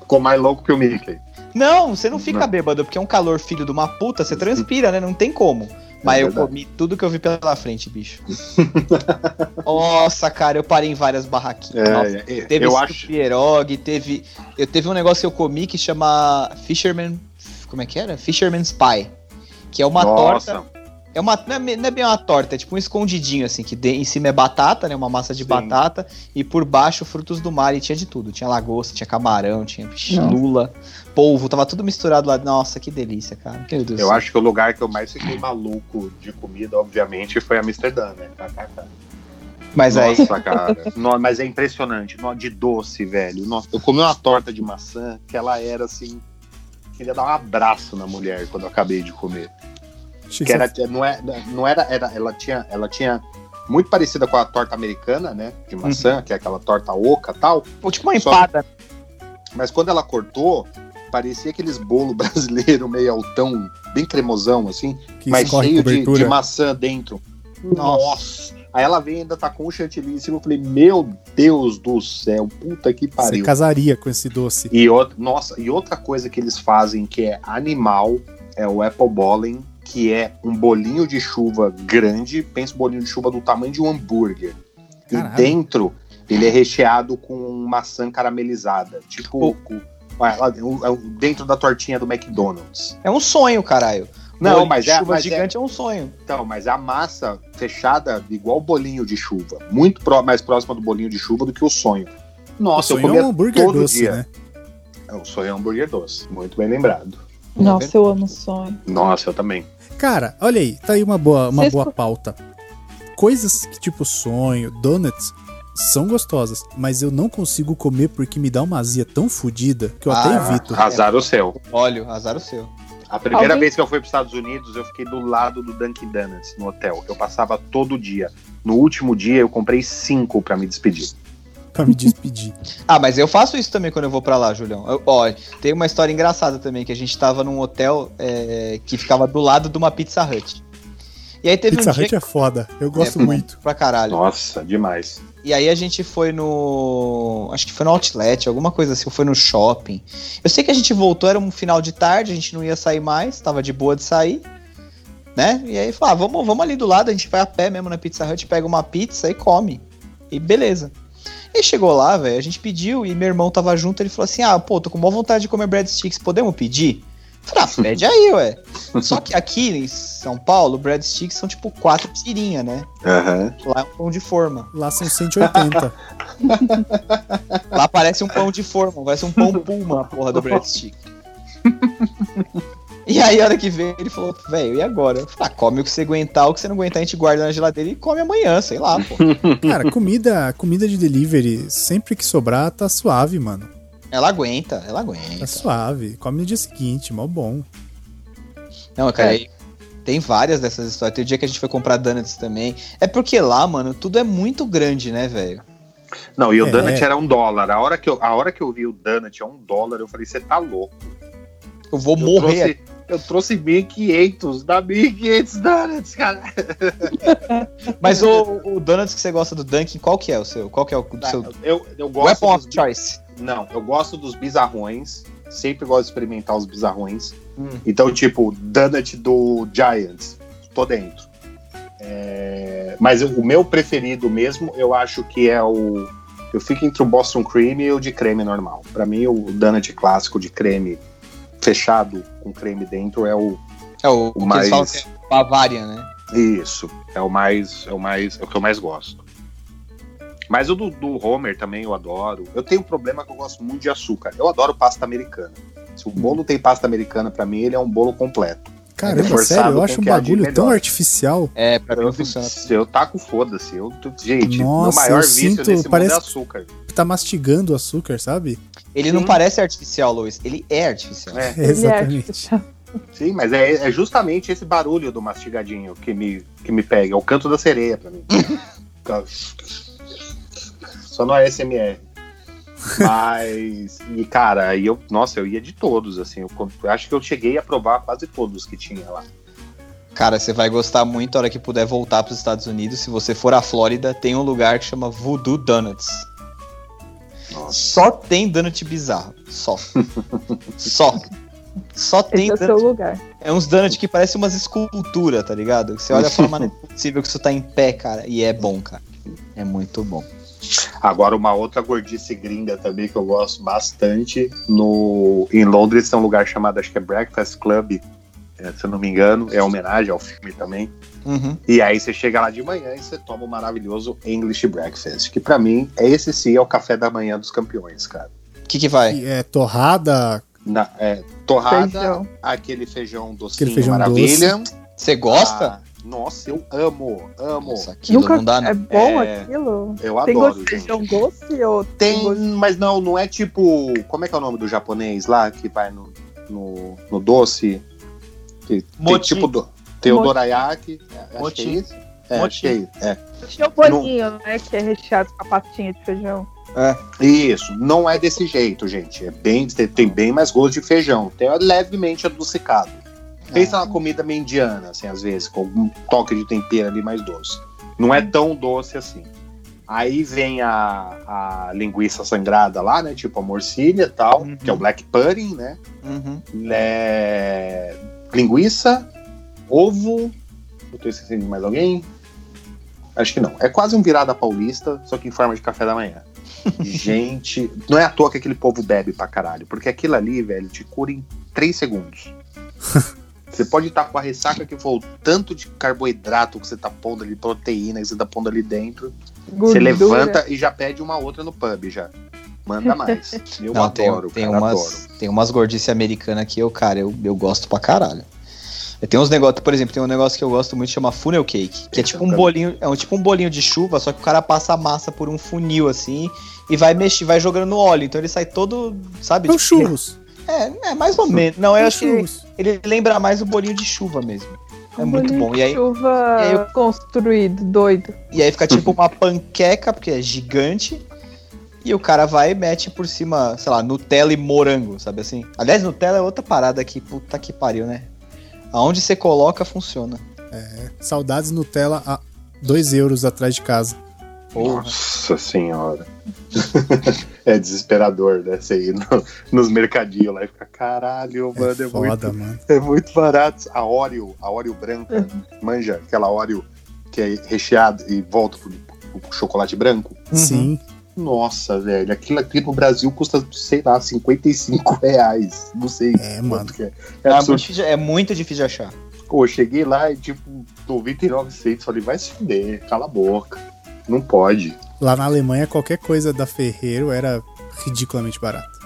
[SPEAKER 3] Ficou mais louco que o Mickey.
[SPEAKER 1] Não, você não fica
[SPEAKER 3] Não.
[SPEAKER 1] bêbado, porque é um calor filho de uma puta, você transpira, né? Não tem como. Mas
[SPEAKER 3] É
[SPEAKER 1] eu
[SPEAKER 3] verdade.
[SPEAKER 1] comi tudo que eu vi pela frente, bicho. Nossa, cara, eu parei em várias barraquinhas. Nossa,
[SPEAKER 3] É, é,
[SPEAKER 1] Teve
[SPEAKER 3] eu
[SPEAKER 1] esse
[SPEAKER 3] acho.
[SPEAKER 1] pierogi, teve. Eu teve um negócio que eu comi que chama Fisherman. Como é que era? Fisherman's Pie. Que é uma
[SPEAKER 3] Nossa,
[SPEAKER 1] torta. É uma, não, é, me- não é bem uma torta, é tipo um escondidinho, assim, que de- em cima é batata, né? Uma massa de
[SPEAKER 3] Sim.
[SPEAKER 1] batata, e por baixo frutos do mar, e tinha de tudo. Tinha lagosta, tinha camarão, tinha vixe,
[SPEAKER 2] Nossa.
[SPEAKER 1] lula, polvo, tava tudo misturado lá. Nossa, que delícia, cara. Meu Deus do
[SPEAKER 3] Eu
[SPEAKER 1] céu.
[SPEAKER 3] acho que o lugar que eu mais fiquei maluco de comida, obviamente, foi Amsterdã, né? KKK.
[SPEAKER 1] Mas aí.
[SPEAKER 3] Nossa, cara. No- mas é impressionante. No, de doce, velho. Nossa, eu comi uma torta de maçã que ela era assim. Queria dar um abraço na mulher quando eu acabei de comer.
[SPEAKER 4] Achei
[SPEAKER 3] Que
[SPEAKER 4] que
[SPEAKER 3] era, não é- não era, era ela, tinha, ela tinha muito parecida com a torta americana, né? De maçã, que é aquela torta oca e tal.
[SPEAKER 1] Ou tipo uma
[SPEAKER 3] Só-
[SPEAKER 1] empada.
[SPEAKER 3] Mas quando ela cortou, parecia aqueles bolo brasileiro meio altão, bem cremosão, assim.
[SPEAKER 4] que
[SPEAKER 3] mas
[SPEAKER 4] escorre
[SPEAKER 3] cheio de,
[SPEAKER 4] cobertura.
[SPEAKER 3] de maçã dentro. Nossa. Aí ela vem e ainda tá com o chantilly em cima. Eu falei, meu Deus do céu, puta que
[SPEAKER 4] Você
[SPEAKER 3] pariu.
[SPEAKER 4] casaria com esse doce.
[SPEAKER 3] E outra, nossa, e outra coisa que eles fazem que é animal é o apple bowling, que é um bolinho de chuva grande, pensa um bolinho de chuva do tamanho de um hambúrguer.
[SPEAKER 4] Caralho.
[SPEAKER 3] E dentro ele é recheado com maçã caramelizada, tipo
[SPEAKER 1] O-
[SPEAKER 3] com- vai lá, um- é um- dentro da tortinha do McDonald's.
[SPEAKER 1] É um sonho, caralho.
[SPEAKER 3] Não,
[SPEAKER 1] Bolinho
[SPEAKER 3] mas
[SPEAKER 1] de
[SPEAKER 3] é-
[SPEAKER 1] chuva
[SPEAKER 3] mas é-
[SPEAKER 1] gigante é... um sonho.
[SPEAKER 3] Então, mas a massa fechada igual bolinho de chuva, muito pró- mais próxima do bolinho de chuva do que o sonho. Nossa,
[SPEAKER 4] O
[SPEAKER 3] eu
[SPEAKER 4] sonho é
[SPEAKER 3] comia
[SPEAKER 4] um hambúrguer
[SPEAKER 3] todo
[SPEAKER 4] doce,
[SPEAKER 3] dia.
[SPEAKER 4] né?
[SPEAKER 3] É, O sonho é um hambúrguer doce, muito bem lembrado.
[SPEAKER 1] Tá
[SPEAKER 2] Nossa, eu amo sonho.
[SPEAKER 3] Nossa, eu também.
[SPEAKER 4] Cara, olha aí, tá aí uma boa, uma
[SPEAKER 2] Vocês
[SPEAKER 4] boa
[SPEAKER 2] co-
[SPEAKER 4] pauta. Coisas que tipo sonho, donuts, são gostosas, mas eu não consigo comer porque me dá uma azia tão fodida que eu até
[SPEAKER 3] tá.
[SPEAKER 1] Ah,
[SPEAKER 4] evito.
[SPEAKER 3] Azar o seu.
[SPEAKER 1] Óleo, azar é o seu.
[SPEAKER 3] A primeira
[SPEAKER 2] Alguém-
[SPEAKER 3] vez que eu fui para os Estados Unidos, eu fiquei do lado do Dunkin' Donuts no hotel. Eu passava todo dia. No último dia, eu comprei cinco para me despedir.
[SPEAKER 4] Pra me despedir.
[SPEAKER 1] Ah, mas eu faço isso também quando eu vou pra lá, Julião. Eu- ó, tem uma história engraçada também, que a gente tava num hotel é, que ficava do lado de uma Pizza Hut. E aí teve
[SPEAKER 4] Pizza
[SPEAKER 1] um dia
[SPEAKER 4] Hut é foda. Eu gosto
[SPEAKER 1] É,
[SPEAKER 4] muito.
[SPEAKER 1] pra caralho.
[SPEAKER 3] Nossa, demais.
[SPEAKER 1] E aí a gente foi no. Acho que foi no outlet, alguma coisa assim, ou foi no shopping. Eu sei que a gente voltou, era um final de tarde, a gente não ia sair mais, tava de boa de sair, né? E aí falou, ah, vamos, vamos ali do lado, a gente vai a pé mesmo na Pizza Hut, pega uma pizza e come. E beleza. E chegou lá, velho, a gente pediu e meu irmão tava junto, ele falou assim: ah, pô, tô com maior vontade de comer breadsticks, podemos pedir? Eu Falei, ah, pede aí, ué. Só que aqui em São Paulo, breadsticks são tipo quatro tirinhas, né?
[SPEAKER 3] Aham.
[SPEAKER 1] Lá é um pão de forma.
[SPEAKER 4] Lá são 180.
[SPEAKER 1] Lá parece um pão de forma, parece um pão pulma a porra do breadstick. e aí, a hora que veio, ele falou, velho, e agora? Eu falei, ah, come o que você aguentar, o que você não aguentar, a gente guarda na geladeira e come amanhã, sei lá, pô.
[SPEAKER 4] Cara, comida, comida de delivery, sempre que sobrar, tá suave, mano.
[SPEAKER 1] Ela aguenta, ela
[SPEAKER 4] Tá
[SPEAKER 1] aguenta.
[SPEAKER 4] suave. Come no dia seguinte, mó bom.
[SPEAKER 1] Não, cara,
[SPEAKER 3] É.
[SPEAKER 1] aí tem várias dessas histórias. Tem o dia que a gente foi comprar donuts também. É porque lá, mano, tudo é muito grande, né, velho?
[SPEAKER 3] Não, e o
[SPEAKER 4] É.
[SPEAKER 3] Donut era um dólar. A hora, que eu, a hora que eu vi o Donut a um dólar, eu falei, você tá louco.
[SPEAKER 1] Eu vou
[SPEAKER 3] Eu
[SPEAKER 1] morrer é-
[SPEAKER 3] trouxe, eu trouxe 1.500, dá 1.500 Donuts, cara.
[SPEAKER 1] Mas o, o donuts que você gosta do Dunkin', qual que é o seu? Qual que é o do seu... é
[SPEAKER 3] Eu, eu gosto
[SPEAKER 1] Weapon
[SPEAKER 3] dos
[SPEAKER 1] of choice.
[SPEAKER 3] Não, eu gosto dos bizarrões. Sempre gosto de experimentar os bizarrões.
[SPEAKER 1] Hum.
[SPEAKER 3] Então, tipo, Donut do Giants. Tô dentro. É, Mas eu- o meu preferido mesmo, eu acho que é o. Eu fico entre o Boston Cream e o de creme normal. Pra mim, o Donut clássico de creme fechado com creme dentro é o,
[SPEAKER 1] É o, o
[SPEAKER 3] o
[SPEAKER 1] que
[SPEAKER 3] mais.
[SPEAKER 1] eles falam que é Bavarian, né?
[SPEAKER 3] Isso. É o mais. É o mais. É o que eu mais gosto. Mas o do, do Homer também eu adoro. Eu tenho um problema que eu gosto muito de açúcar. Eu adoro pasta americana. Se o bolo tem pasta americana, pra mim, ele é um bolo completo.
[SPEAKER 4] Caramba,
[SPEAKER 3] É Reforçado
[SPEAKER 4] sério, eu
[SPEAKER 3] com
[SPEAKER 4] acho um
[SPEAKER 3] que agir
[SPEAKER 4] bagulho tão
[SPEAKER 3] melhor.
[SPEAKER 4] artificial.
[SPEAKER 1] É, pra mim
[SPEAKER 3] Eu,
[SPEAKER 1] não funciona.
[SPEAKER 3] eu taco foda-se. Eu, tu- gente,
[SPEAKER 4] Nossa,
[SPEAKER 3] meu maior
[SPEAKER 4] eu
[SPEAKER 3] vício
[SPEAKER 4] sinto-
[SPEAKER 3] nesse
[SPEAKER 4] parece-
[SPEAKER 3] mundo é açúcar.
[SPEAKER 4] que Tá mastigando o açúcar, sabe?
[SPEAKER 1] Ele
[SPEAKER 3] Sim.
[SPEAKER 1] não parece artificial, Luiz. Ele é artificial.
[SPEAKER 3] É,
[SPEAKER 4] Exatamente.
[SPEAKER 3] sim, mas é, é justamente esse barulho do mastigadinho que me, que me pega. É o canto da sereia pra mim. Fica- Só é no ASMR. Mas. E, cara, aí eu. Nossa, eu ia de todos, assim. Eu, co- eu acho que eu cheguei a provar quase todos que tinha lá.
[SPEAKER 1] Cara, você vai gostar muito a hora que puder voltar pros Estados Unidos. Se você for à Flórida, tem um lugar que chama Voodoo Donuts.
[SPEAKER 3] Nossa.
[SPEAKER 1] Só tem donut bizarro. Só. Só. Só tem
[SPEAKER 2] Esse é o seu
[SPEAKER 1] donut.
[SPEAKER 2] lugar.
[SPEAKER 1] É uns donuts que parecem umas esculturas, tá ligado? Que Você olha e fala, mano, não é possível que isso tá em pé, cara. E é bom, cara. É muito bom.
[SPEAKER 3] Agora, uma outra gordice gringa também que eu gosto bastante. No, em Londres tem um lugar chamado, acho que é Breakfast Club, é, se eu não me engano. É homenagem ao filme também.
[SPEAKER 1] Uhum.
[SPEAKER 3] E aí você chega lá de manhã e você toma o maravilhoso English Breakfast, que pra mim, é esse sim é o café da manhã dos campeões, cara.
[SPEAKER 1] O que que vai?
[SPEAKER 4] E É torrada.
[SPEAKER 3] Na- é, torrada,
[SPEAKER 2] Feijão.
[SPEAKER 3] aquele feijão docinho
[SPEAKER 4] Aquele feijão
[SPEAKER 3] maravilha.
[SPEAKER 1] Você gosta?
[SPEAKER 3] Ah, nossa, eu amo, amo.
[SPEAKER 1] Nossa, aquilo
[SPEAKER 2] Nunca
[SPEAKER 1] não dá, não.
[SPEAKER 2] é bom
[SPEAKER 3] É,
[SPEAKER 2] aquilo?
[SPEAKER 3] Eu
[SPEAKER 2] Tem
[SPEAKER 3] adoro,
[SPEAKER 2] gosto de
[SPEAKER 3] gente.
[SPEAKER 2] feijão doce ou
[SPEAKER 3] Tem,
[SPEAKER 2] gosto-
[SPEAKER 3] mas não, não é tipo. Como é que é o nome do japonês lá que vai no, no, no doce? Que tem
[SPEAKER 1] Mochi.
[SPEAKER 3] tipo do, tem o
[SPEAKER 2] Mochi.
[SPEAKER 3] dorayaki. é- Acho que é
[SPEAKER 1] Mochi.
[SPEAKER 3] isso. É, acho
[SPEAKER 1] Mochi.
[SPEAKER 3] que é isso. é.
[SPEAKER 2] Tinha o bolinho, né? Que é recheado com a patinha de feijão.
[SPEAKER 3] Isso, não é desse jeito, gente. É bem, tem- tem bem mais gosto de feijão. Tem é levemente adocicado. Pensa na comida meio indiana, assim, às vezes, com um toque de tempero ali mais doce. Não é tão doce assim. Aí vem a, a linguiça sangrada lá, né? Tipo a morcilha e tal,
[SPEAKER 1] Uhum.
[SPEAKER 3] que é o black pudding, né?
[SPEAKER 1] Uhum.
[SPEAKER 3] é, linguiça, ovo. Eu tô esquecendo de mais alguém? Acho que não. É quase um virada paulista, só que em forma de café da manhã. Gente, não é à toa que aquele povo bebe pra caralho, porque aquilo ali, velho, te cura em 3 segundos. Você pode estar com a ressaca que for o tanto de carboidrato que você tá pondo ali, proteína que você tá pondo ali dentro. Você
[SPEAKER 2] Gordura.
[SPEAKER 3] levanta e já pede uma outra no pub já. Manda mais. Eu
[SPEAKER 1] Não, tem,
[SPEAKER 3] adoro,
[SPEAKER 1] tem
[SPEAKER 3] cara, adoro.
[SPEAKER 1] umas, tem umas gordices americanas que eu, cara, eu, eu gosto pra caralho. Tem uns negócios, por exemplo, tem um negócio que eu gosto muito que chama funnel cake, que é tipo um
[SPEAKER 3] Exatamente.
[SPEAKER 1] bolinho, é um tipo um bolinho de chuva, só que o cara passa a massa por um funil assim e vai mexer, vai jogando no óleo, então ele sai todo, sabe?
[SPEAKER 4] É o
[SPEAKER 1] tipo,
[SPEAKER 4] churros.
[SPEAKER 1] É, é mais ou menos. Não, eu acho
[SPEAKER 3] assim.
[SPEAKER 1] que
[SPEAKER 4] Churros.
[SPEAKER 1] ele lembra mais o bolinho de chuva mesmo. É muito bom. E aí,
[SPEAKER 2] Chuva
[SPEAKER 1] e aí eu-
[SPEAKER 2] construído, doido.
[SPEAKER 1] e aí fica tipo uma panqueca, porque é gigante. E o cara vai e mete por cima, sei lá, Nutella e morango, sabe assim? Aliás, Nutella é outra parada que puta que pariu, né? Aonde você coloca, funciona.
[SPEAKER 4] Saudades Nutella a 2 euros atrás de casa.
[SPEAKER 1] Porra. É
[SPEAKER 3] Nossa senhora. é desesperador, né? Você ir no- nos mercadinhos lá e ficar, caralho, mano, é,
[SPEAKER 4] é
[SPEAKER 3] muito,
[SPEAKER 4] foda, mano.
[SPEAKER 3] é muito barato. A Oreo, a Oreo branca, manja, aquela Oreo que é recheada e volta pro, pro chocolate branco.
[SPEAKER 4] Sim.
[SPEAKER 3] Uhum. Nossa, velho, aquilo aqui no Brasil custa, sei lá, 55 reais. Não sei
[SPEAKER 4] É,
[SPEAKER 3] quanto
[SPEAKER 4] mano.
[SPEAKER 3] que é. É
[SPEAKER 1] É, muito
[SPEAKER 3] absurdo.
[SPEAKER 1] difícil, é muito difícil de achar.
[SPEAKER 3] Pô, eu cheguei lá e, tipo, 99 centos. Falei, vai se fuder, cala a boca. Não pode.
[SPEAKER 4] Lá na Alemanha, qualquer coisa da Ferreiro era ridiculamente barato.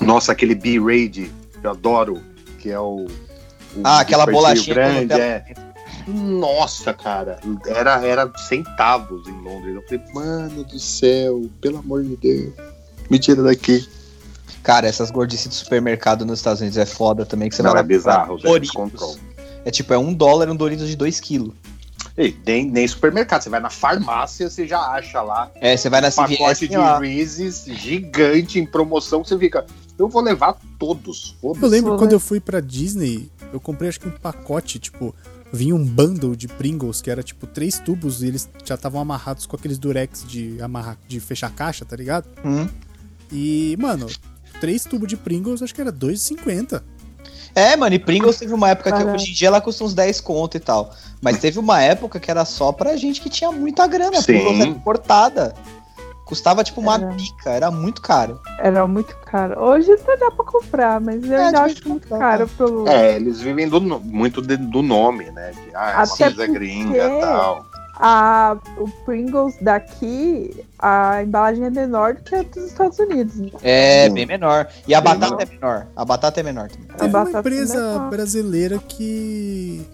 [SPEAKER 3] Nossa, aquele B-Raid, eu adoro, que é o. o
[SPEAKER 1] Ah, aquela
[SPEAKER 3] biscoitinho
[SPEAKER 1] bolachinha com
[SPEAKER 3] grande,
[SPEAKER 1] Nutella.
[SPEAKER 3] é. Nossa, cara, era, era centavos em Londres. Eu falei, mano do céu, pelo amor de Deus, me tira daqui.
[SPEAKER 1] Cara, essas gordices de supermercado nos Estados Unidos é foda também, que você
[SPEAKER 3] Não,
[SPEAKER 1] vai
[SPEAKER 3] é bizarro, velho,
[SPEAKER 1] Doritos.
[SPEAKER 3] descontrole.
[SPEAKER 1] É tipo, é um dólar um Doritos de 2 quilos.
[SPEAKER 3] Ei, nem, nem supermercado, você vai na farmácia, você já acha lá um
[SPEAKER 1] É, você vai na CVS
[SPEAKER 3] pacote
[SPEAKER 1] e
[SPEAKER 3] de
[SPEAKER 1] lá.
[SPEAKER 3] Reese's gigante em promoção, você fica, eu vou levar todos. foda-se.
[SPEAKER 4] Eu lembro
[SPEAKER 2] Sim.
[SPEAKER 4] quando eu fui pra Disney, eu comprei acho que um pacote, tipo, vinha um bundle de Pringles, que era tipo três tubos e eles já estavam amarrados com aqueles durex de amarrar, de fechar caixa, tá ligado?
[SPEAKER 1] Hum.
[SPEAKER 4] E, mano, três tubos de Pringles, acho que era 2,50.
[SPEAKER 1] É, mano, e Pringles teve uma época que
[SPEAKER 2] Caralho.
[SPEAKER 1] hoje em dia ela custa uns 10 conto e tal. Mas teve uma época que era só pra gente que tinha muita grana.
[SPEAKER 3] Sim.
[SPEAKER 1] Pringles era importada. Custava tipo uma
[SPEAKER 2] Era.
[SPEAKER 1] pica, era muito caro.
[SPEAKER 2] Era muito caro. Hoje até dá pra comprar, mas eu
[SPEAKER 1] É,
[SPEAKER 2] ainda
[SPEAKER 1] difícil
[SPEAKER 2] acho muito
[SPEAKER 1] comprar,
[SPEAKER 2] caro pelo.
[SPEAKER 3] É, eles vivem do no- muito de- do nome, né? De, ah, é uma
[SPEAKER 2] Até
[SPEAKER 3] coisa gringa
[SPEAKER 2] porque-
[SPEAKER 3] e tal.
[SPEAKER 2] A, o Pringles daqui, a embalagem é menor do que a dos Estados Unidos. né?
[SPEAKER 1] É,
[SPEAKER 3] Hum.
[SPEAKER 1] bem menor. E a
[SPEAKER 3] Bem
[SPEAKER 1] batata
[SPEAKER 3] menor.
[SPEAKER 1] é menor. A batata é menor também.
[SPEAKER 2] A
[SPEAKER 4] Teve uma
[SPEAKER 2] batata é
[SPEAKER 4] empresa
[SPEAKER 2] menor.
[SPEAKER 4] brasileira que.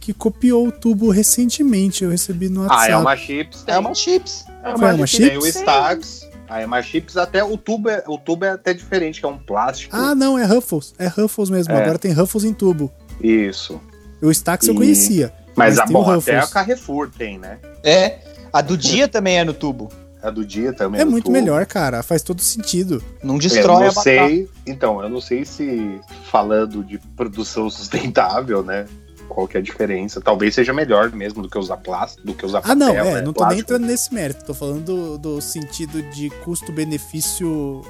[SPEAKER 4] que copiou o tubo recentemente. Eu recebi no
[SPEAKER 3] A
[SPEAKER 4] WhatsApp.
[SPEAKER 3] Elma Ah, Chips tem.
[SPEAKER 1] É uma chips.
[SPEAKER 3] A
[SPEAKER 4] Foi a Elma
[SPEAKER 3] Chips tem o
[SPEAKER 4] Chips?
[SPEAKER 3] Starks. A Elma Chips até o tubo, é, o tubo é até diferente, que é um plástico.
[SPEAKER 4] Ah, não, é Ruffles. É Ruffles mesmo.
[SPEAKER 3] É.
[SPEAKER 4] Agora tem Ruffles em tubo.
[SPEAKER 3] Isso.
[SPEAKER 4] O Stax eu
[SPEAKER 3] E-
[SPEAKER 4] conhecia.
[SPEAKER 3] Mas,
[SPEAKER 4] Mas
[SPEAKER 3] a
[SPEAKER 4] tem o
[SPEAKER 3] bom, até a
[SPEAKER 4] Ruffles.
[SPEAKER 3] Carrefour tem, né?
[SPEAKER 1] É. A do dia também é no tubo.
[SPEAKER 3] A do dia também.
[SPEAKER 4] É
[SPEAKER 3] do
[SPEAKER 4] muito
[SPEAKER 3] tubo.
[SPEAKER 4] melhor, cara. Faz todo sentido.
[SPEAKER 1] Não
[SPEAKER 3] É, Eu
[SPEAKER 1] destrói
[SPEAKER 3] não
[SPEAKER 1] a batata.
[SPEAKER 3] sei, então, eu não sei se falando de produção sustentável, né? Qual que é a diferença? Talvez seja melhor mesmo do que usar plástico, do que usar
[SPEAKER 4] Ah, não,
[SPEAKER 3] papel,
[SPEAKER 4] é.
[SPEAKER 3] né,
[SPEAKER 4] Não tô nem
[SPEAKER 3] plástico.
[SPEAKER 4] entrando nesse mérito. Tô falando do, do sentido de custo-benefício.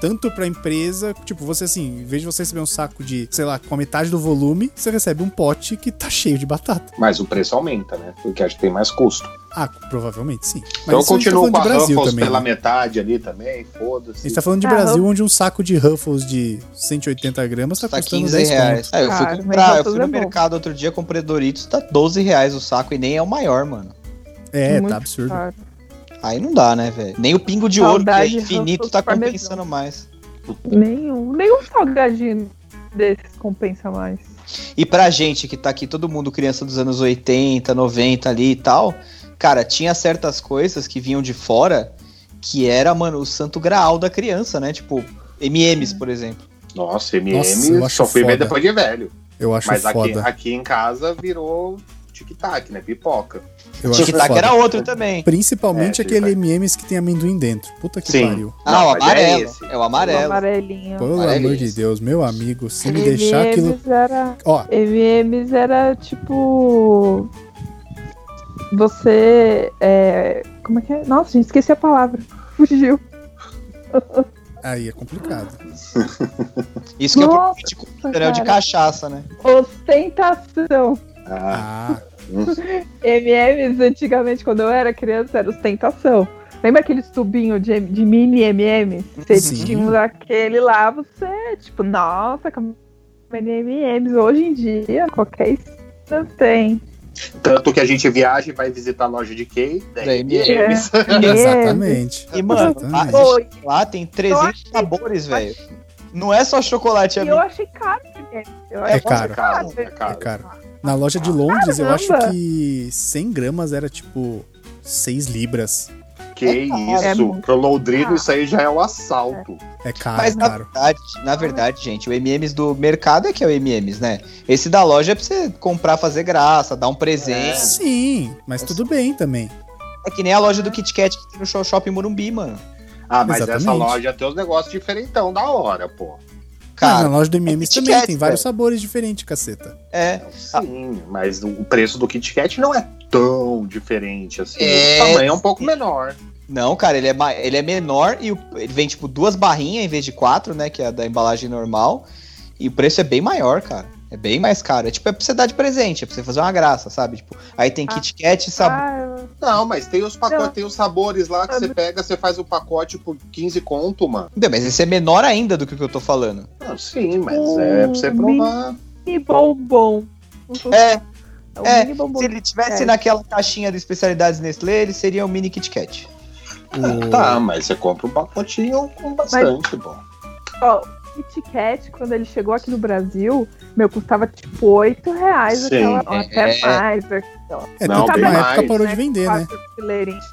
[SPEAKER 4] Tanto pra empresa, tipo, você assim, em vez de você receber um saco de, sei lá, com a metade do volume, você recebe um pote que tá cheio de batata.
[SPEAKER 3] Mas o preço aumenta, né? Porque acho que tem mais custo.
[SPEAKER 4] Ah, provavelmente sim. Mas
[SPEAKER 3] então eu
[SPEAKER 4] isso a gente tá
[SPEAKER 3] continuo
[SPEAKER 4] falando
[SPEAKER 3] com a
[SPEAKER 4] de Brasil
[SPEAKER 3] Ruffles
[SPEAKER 4] também.
[SPEAKER 3] pela
[SPEAKER 4] né?
[SPEAKER 3] metade ali também,
[SPEAKER 4] A
[SPEAKER 3] foda-se.
[SPEAKER 4] gente tá falando de
[SPEAKER 2] Ah,
[SPEAKER 4] Brasil, onde um saco de Ruffles de 180 gramas tá
[SPEAKER 1] Tá
[SPEAKER 4] custando
[SPEAKER 1] 15
[SPEAKER 4] 10
[SPEAKER 1] reais.
[SPEAKER 4] reais.
[SPEAKER 1] Ah, eu fui
[SPEAKER 2] Cara, mas
[SPEAKER 1] comprar, eu
[SPEAKER 2] Doritos
[SPEAKER 1] fui
[SPEAKER 2] é
[SPEAKER 1] no
[SPEAKER 2] bom.
[SPEAKER 1] mercado outro dia, comprei Doritos, tá 12 reais o saco e nem é o maior, mano.
[SPEAKER 4] É,
[SPEAKER 2] Muito
[SPEAKER 4] tá absurdo.
[SPEAKER 2] caro.
[SPEAKER 1] Aí não dá, né, velho? Nem o pingo de ouro, que é
[SPEAKER 2] Saudade,
[SPEAKER 1] infinito,
[SPEAKER 2] Ruffles
[SPEAKER 1] tá
[SPEAKER 2] Parmesão.
[SPEAKER 1] compensando mais.
[SPEAKER 2] Nenhum, nenhum salgadinho desses compensa mais.
[SPEAKER 1] E pra gente que tá aqui, todo mundo criança dos anos 80, 90 ali e tal, cara, tinha certas coisas que vinham de fora que era, mano, o santo graal da criança, né? Tipo, MMs, por exemplo.
[SPEAKER 3] Nossa,
[SPEAKER 4] é- Nossa, eu
[SPEAKER 3] MM
[SPEAKER 4] acho
[SPEAKER 3] só fui ver
[SPEAKER 4] foda.
[SPEAKER 3] depois de velho.
[SPEAKER 4] Eu acho
[SPEAKER 3] Mas aqui,
[SPEAKER 4] foda.
[SPEAKER 3] aqui em casa virou tic-tac, né? Pipoca.
[SPEAKER 4] Eu acho
[SPEAKER 1] Tic-tac
[SPEAKER 4] foda.
[SPEAKER 1] era outro também.
[SPEAKER 4] Principalmente
[SPEAKER 3] tá É,
[SPEAKER 4] aquele
[SPEAKER 3] vai.
[SPEAKER 4] MMs que tem amendoim dentro. Puta que
[SPEAKER 3] Sim.
[SPEAKER 4] pariu.
[SPEAKER 1] Ah, o
[SPEAKER 3] mas é
[SPEAKER 1] amarelo.
[SPEAKER 3] esse.
[SPEAKER 1] É, o amarelo.
[SPEAKER 2] Amarelinho.
[SPEAKER 4] Pelo
[SPEAKER 1] Maravilha.
[SPEAKER 4] amor de Deus, meu amigo, se me
[SPEAKER 2] é
[SPEAKER 4] deixar aquilo.
[SPEAKER 2] MMs era,
[SPEAKER 4] Ó,
[SPEAKER 2] MMs era tipo. Você. É, como é que é? Nossa, gente, esqueci a palavra. Fugiu.
[SPEAKER 4] aí é complicado.
[SPEAKER 1] Isso que é o
[SPEAKER 2] Nossa,
[SPEAKER 1] problema de
[SPEAKER 4] Tipo,
[SPEAKER 1] comida, né? O de
[SPEAKER 2] cara.
[SPEAKER 1] cachaça, né?
[SPEAKER 2] Ostentação.
[SPEAKER 3] Ah,
[SPEAKER 4] Ah,
[SPEAKER 2] MMs antigamente, quando eu era criança, era ostentação. Lembra aqueles tubinhos de, de mini MMs? Você
[SPEAKER 4] Sim.
[SPEAKER 2] tinha um daquele lá, você, tipo, nossa, como MMs. Hoje em dia, qualquer esquina tem.
[SPEAKER 3] tanto que a gente viaja e vai visitar a loja de Kay,
[SPEAKER 1] Da
[SPEAKER 3] né?
[SPEAKER 1] MM.
[SPEAKER 4] Ah,
[SPEAKER 2] é.
[SPEAKER 4] exatamente.
[SPEAKER 1] E, mano,
[SPEAKER 4] Exatamente.
[SPEAKER 1] a-
[SPEAKER 2] Oi,
[SPEAKER 1] Lá tem 300
[SPEAKER 2] achei-
[SPEAKER 1] sabores, velho. Não é só chocolate,
[SPEAKER 2] E eu
[SPEAKER 1] amigo.
[SPEAKER 2] achei caro mesmo. Eu
[SPEAKER 4] É
[SPEAKER 2] achei
[SPEAKER 4] caro.
[SPEAKER 3] É caro, é caro.
[SPEAKER 4] É caro. Na loja de Londres, eu acho
[SPEAKER 2] Caramba.
[SPEAKER 4] que 100 gramas era tipo 6 libras.
[SPEAKER 3] Que isso,
[SPEAKER 2] muito
[SPEAKER 3] pro Londrino isso aí já é um assalto.
[SPEAKER 4] É caro,
[SPEAKER 1] Mas na
[SPEAKER 4] caro.
[SPEAKER 1] verdade, na verdade, gente, o MMs do mercado é que é o MMs, né? Esse da loja é pra você comprar, fazer graça, dar um presente.
[SPEAKER 4] Sim, mas tudo bem também.
[SPEAKER 1] É, que nem a loja do Kit Kat que tem no Show Shopping Morumbi, mano.
[SPEAKER 3] Ah, mas essa
[SPEAKER 4] Exatamente.
[SPEAKER 3] loja tem uns negócios diferentão da hora, pô.
[SPEAKER 4] Mas
[SPEAKER 1] Cara,
[SPEAKER 4] na loja do MMs
[SPEAKER 1] Kit
[SPEAKER 4] também
[SPEAKER 1] Kat,
[SPEAKER 4] tem vários sabores diferentes, caceta.
[SPEAKER 1] é.
[SPEAKER 3] um Sim, mas o preço do Kit Kat não é tão diferente assim.
[SPEAKER 1] É.
[SPEAKER 3] O tamanho é um pouco menor.
[SPEAKER 1] Não, cara, ele é, ma- ele é menor e o- ele vem, tipo, duas barrinhas em vez de quatro, né? Que é a da embalagem normal. E o preço é bem maior, cara. É bem mais caro. É tipo, é pra você dar de presente, é pra você fazer uma graça, sabe? Tipo, aí tem
[SPEAKER 2] Ah.
[SPEAKER 1] Kit Kat, sabor.
[SPEAKER 2] Ah,
[SPEAKER 3] Não, mas tem os pacotes,
[SPEAKER 2] Não.
[SPEAKER 3] tem os sabores lá que você pega, você faz o pacote por 15 conto, mano.
[SPEAKER 1] Mas esse é menor ainda do que o que eu tô falando.
[SPEAKER 3] Não, sim, mas é pra você
[SPEAKER 2] Hum,
[SPEAKER 3] provar.
[SPEAKER 2] mini bombom.
[SPEAKER 1] É,
[SPEAKER 2] O
[SPEAKER 1] é,
[SPEAKER 2] mini bombom.
[SPEAKER 1] se ele tivesse
[SPEAKER 2] Kat.
[SPEAKER 1] naquela caixinha de especialidades Nestlé, ele seria um mini Kit Kat. Ah,
[SPEAKER 4] O-
[SPEAKER 3] Tá, mas você compra um pacotinho com bastante, bom.
[SPEAKER 2] Ó, o Kit Kat, quando ele chegou aqui no Brasil, meu, custava tipo 8 reais
[SPEAKER 3] Sim,
[SPEAKER 2] aquela,
[SPEAKER 1] é,
[SPEAKER 2] até
[SPEAKER 1] é.
[SPEAKER 2] mais. né?
[SPEAKER 4] É,
[SPEAKER 3] Não,
[SPEAKER 4] tanto que
[SPEAKER 2] bem
[SPEAKER 4] na
[SPEAKER 2] mais,
[SPEAKER 4] época parou
[SPEAKER 2] né?
[SPEAKER 4] de vender, né?
[SPEAKER 2] Quatro fileirinhos.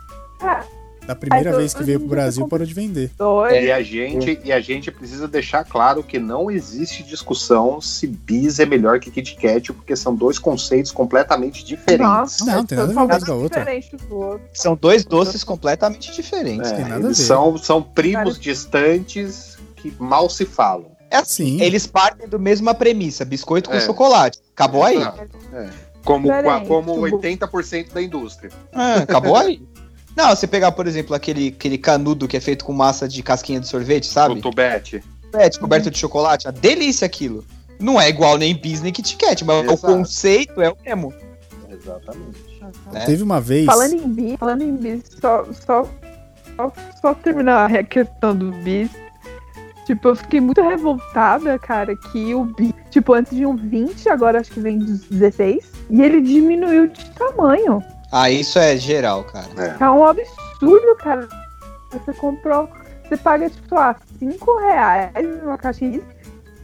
[SPEAKER 2] Ah,
[SPEAKER 4] Da primeira
[SPEAKER 2] Mas eu-
[SPEAKER 4] vez que veio
[SPEAKER 2] hoje em
[SPEAKER 4] pro
[SPEAKER 2] dia
[SPEAKER 4] Brasil,
[SPEAKER 2] eu
[SPEAKER 4] parou de vender.
[SPEAKER 2] dois.
[SPEAKER 3] E a gente, e a gente precisa deixar claro que não existe discussão se bis é melhor que Kit Kat, porque são dois conceitos completamente diferentes.
[SPEAKER 2] Nossa,
[SPEAKER 4] Não, não tem nada a ver uma coisa com a outra.
[SPEAKER 2] Diferente do outro.
[SPEAKER 1] São dois doces completamente diferentes.
[SPEAKER 3] É,
[SPEAKER 4] tem nada a
[SPEAKER 3] eles
[SPEAKER 4] ver.
[SPEAKER 3] são, são primos
[SPEAKER 2] Cara-
[SPEAKER 3] distantes que mal se falam.
[SPEAKER 1] É assim,
[SPEAKER 4] Sim.
[SPEAKER 1] eles partem do mesma premissa, biscoito com
[SPEAKER 3] É.
[SPEAKER 1] chocolate. Acabou aí.
[SPEAKER 3] Exato.
[SPEAKER 2] né?
[SPEAKER 3] Como,
[SPEAKER 2] Peraí,
[SPEAKER 3] como
[SPEAKER 2] tubo.
[SPEAKER 3] 80% da indústria.
[SPEAKER 1] Ah, acabou aí. Não, você pegar, por exemplo, aquele, aquele canudo que é feito com massa de casquinha de sorvete,
[SPEAKER 3] O
[SPEAKER 1] sabe?
[SPEAKER 3] Tubete.
[SPEAKER 1] Sorvete coberto de chocolate, uma delícia aquilo. Não é igual nem bis nem Kit Kat, mas
[SPEAKER 3] Exato.
[SPEAKER 1] o conceito é o mesmo.
[SPEAKER 3] Exatamente.
[SPEAKER 1] É.
[SPEAKER 4] Teve uma vez.
[SPEAKER 2] Falando em bis, falando em bis, só, só, só, só terminar a questão do bis. Tipo, eu fiquei muito revoltada, cara, que o bis, tipo, antes de um 20, agora acho que vem dos 16. E ele diminuiu de tamanho.
[SPEAKER 1] Ah, isso é geral, cara.
[SPEAKER 2] É um absurdo, cara. Você comprou, você paga, tipo, sei lá, 5 reais numa caixinha de bis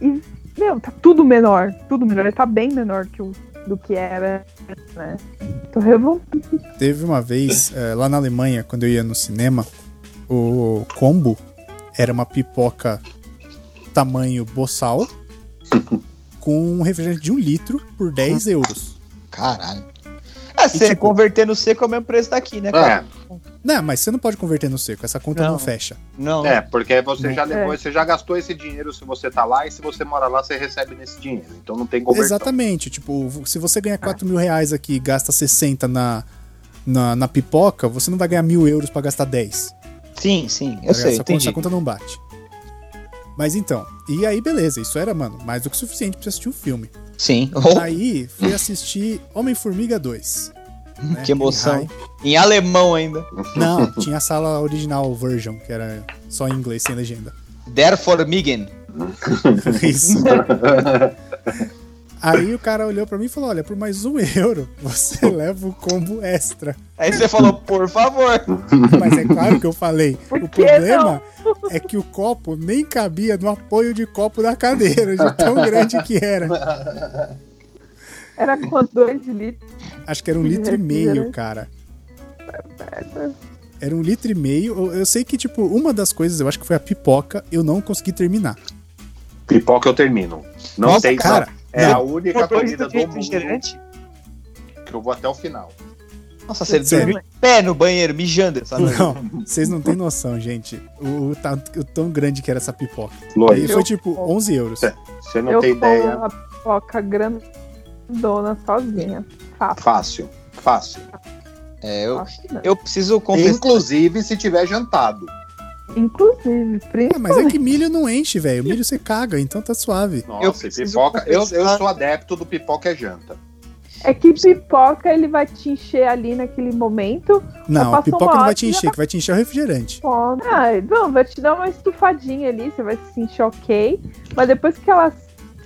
[SPEAKER 2] e, meu, tá tudo menor. Tudo menor. Ele tá bem menor que o, do que era, né? Tô revoltada.
[SPEAKER 4] Teve uma vez, eh, lá na Alemanha, quando eu ia no cinema, o combo era uma pipoca tamanho boçal com um refrigerante de um litro por 10
[SPEAKER 1] Uhum.
[SPEAKER 4] euros.
[SPEAKER 1] Caralho. É, você
[SPEAKER 4] tipo-
[SPEAKER 1] converter no seco é o mesmo preço daqui, né, cara?
[SPEAKER 3] É,
[SPEAKER 4] Não, mas você não pode converter no seco, essa conta não,
[SPEAKER 1] Não.
[SPEAKER 4] fecha.
[SPEAKER 1] Não.
[SPEAKER 3] é, porque você já
[SPEAKER 2] É.
[SPEAKER 3] levou, você já gastou esse dinheiro se você tá lá, e se você mora lá, você recebe nesse dinheiro. Então não tem conversão.
[SPEAKER 4] Exatamente, tipo, v- se você ganha
[SPEAKER 1] Ah.
[SPEAKER 4] 4 mil reais aqui e gasta 60 na, na, na pipoca, você não vai ganhar mil euros pra gastar 10.
[SPEAKER 1] Sim, sim, eu
[SPEAKER 4] Tá ligado?
[SPEAKER 1] sei,
[SPEAKER 4] essa, conta,
[SPEAKER 1] entendi.
[SPEAKER 4] essa conta não bate. Mas então, e aí beleza, isso era, mano, mais do que suficiente pra você assistir o filme.
[SPEAKER 1] Sim. Oh,
[SPEAKER 4] Aí fui assistir Homem-Formiga 2. né?
[SPEAKER 1] Que emoção.
[SPEAKER 4] Em high.
[SPEAKER 1] em alemão ainda.
[SPEAKER 4] Não, tinha a sala original version, que era só em inglês, sem legenda.
[SPEAKER 1] Der Formigen.
[SPEAKER 4] Isso. Aí o cara olhou pra mim e falou: Olha, por mais um euro você leva o combo extra.
[SPEAKER 1] Aí você falou, por favor.
[SPEAKER 4] Mas é claro que eu falei:
[SPEAKER 2] Por
[SPEAKER 4] o
[SPEAKER 2] que
[SPEAKER 4] problema é que o copo nem cabia no apoio de copo da cadeira, de tão grande que era.
[SPEAKER 2] Era com 2 litros.
[SPEAKER 4] Acho que era um litro e
[SPEAKER 2] né?
[SPEAKER 4] meio, cara. Era um litro e meio. Eu, eu sei que, tipo, uma das coisas, eu acho que foi a pipoca, eu não consegui terminar.
[SPEAKER 3] Pipoca eu termino. Não
[SPEAKER 1] Nossa,
[SPEAKER 3] sei,
[SPEAKER 4] cara,
[SPEAKER 3] cara. É
[SPEAKER 4] não.
[SPEAKER 3] a única comida do mundo
[SPEAKER 1] refrigerante?
[SPEAKER 3] que eu vou até o final.
[SPEAKER 1] Nossa, você
[SPEAKER 4] Sério?
[SPEAKER 1] dormiu em pé no banheiro, mijando
[SPEAKER 3] tá
[SPEAKER 1] essa noite.
[SPEAKER 4] Não, vocês não têm noção, gente. O, o tanto- o tão grande que era essa pipoca. E
[SPEAKER 3] Lois,
[SPEAKER 4] foi tipo 11 euros.
[SPEAKER 3] É. você não
[SPEAKER 2] eu
[SPEAKER 3] tem
[SPEAKER 2] como
[SPEAKER 3] ideia.
[SPEAKER 2] uma pipoca grandona sozinha. Tá, Fácil.
[SPEAKER 3] Fácil, fácil.
[SPEAKER 1] É, eu,
[SPEAKER 2] fácil não.
[SPEAKER 1] eu preciso confessar.
[SPEAKER 3] Inclusive se tiver jantado.
[SPEAKER 2] Inclusive,
[SPEAKER 4] Ah,
[SPEAKER 2] principalmente.
[SPEAKER 4] Mas é que milho não enche, velho. Milho você caga, então tá suave.
[SPEAKER 1] Eu
[SPEAKER 3] Nossa, e
[SPEAKER 1] preciso
[SPEAKER 3] pipoca. Eu, eu
[SPEAKER 1] confessar-
[SPEAKER 3] sou adepto do pipoca é janta.
[SPEAKER 2] É que pipoca ele vai te encher ali naquele momento.
[SPEAKER 4] Não, a
[SPEAKER 2] passou
[SPEAKER 4] pipoca
[SPEAKER 2] uma
[SPEAKER 4] não vai
[SPEAKER 2] hora, tá
[SPEAKER 4] te encher, que vai te encher é o refrigerante.
[SPEAKER 2] Come. Ah, não, vai te dar uma estufadinha ali, você vai se sentir ok. Mas depois que ela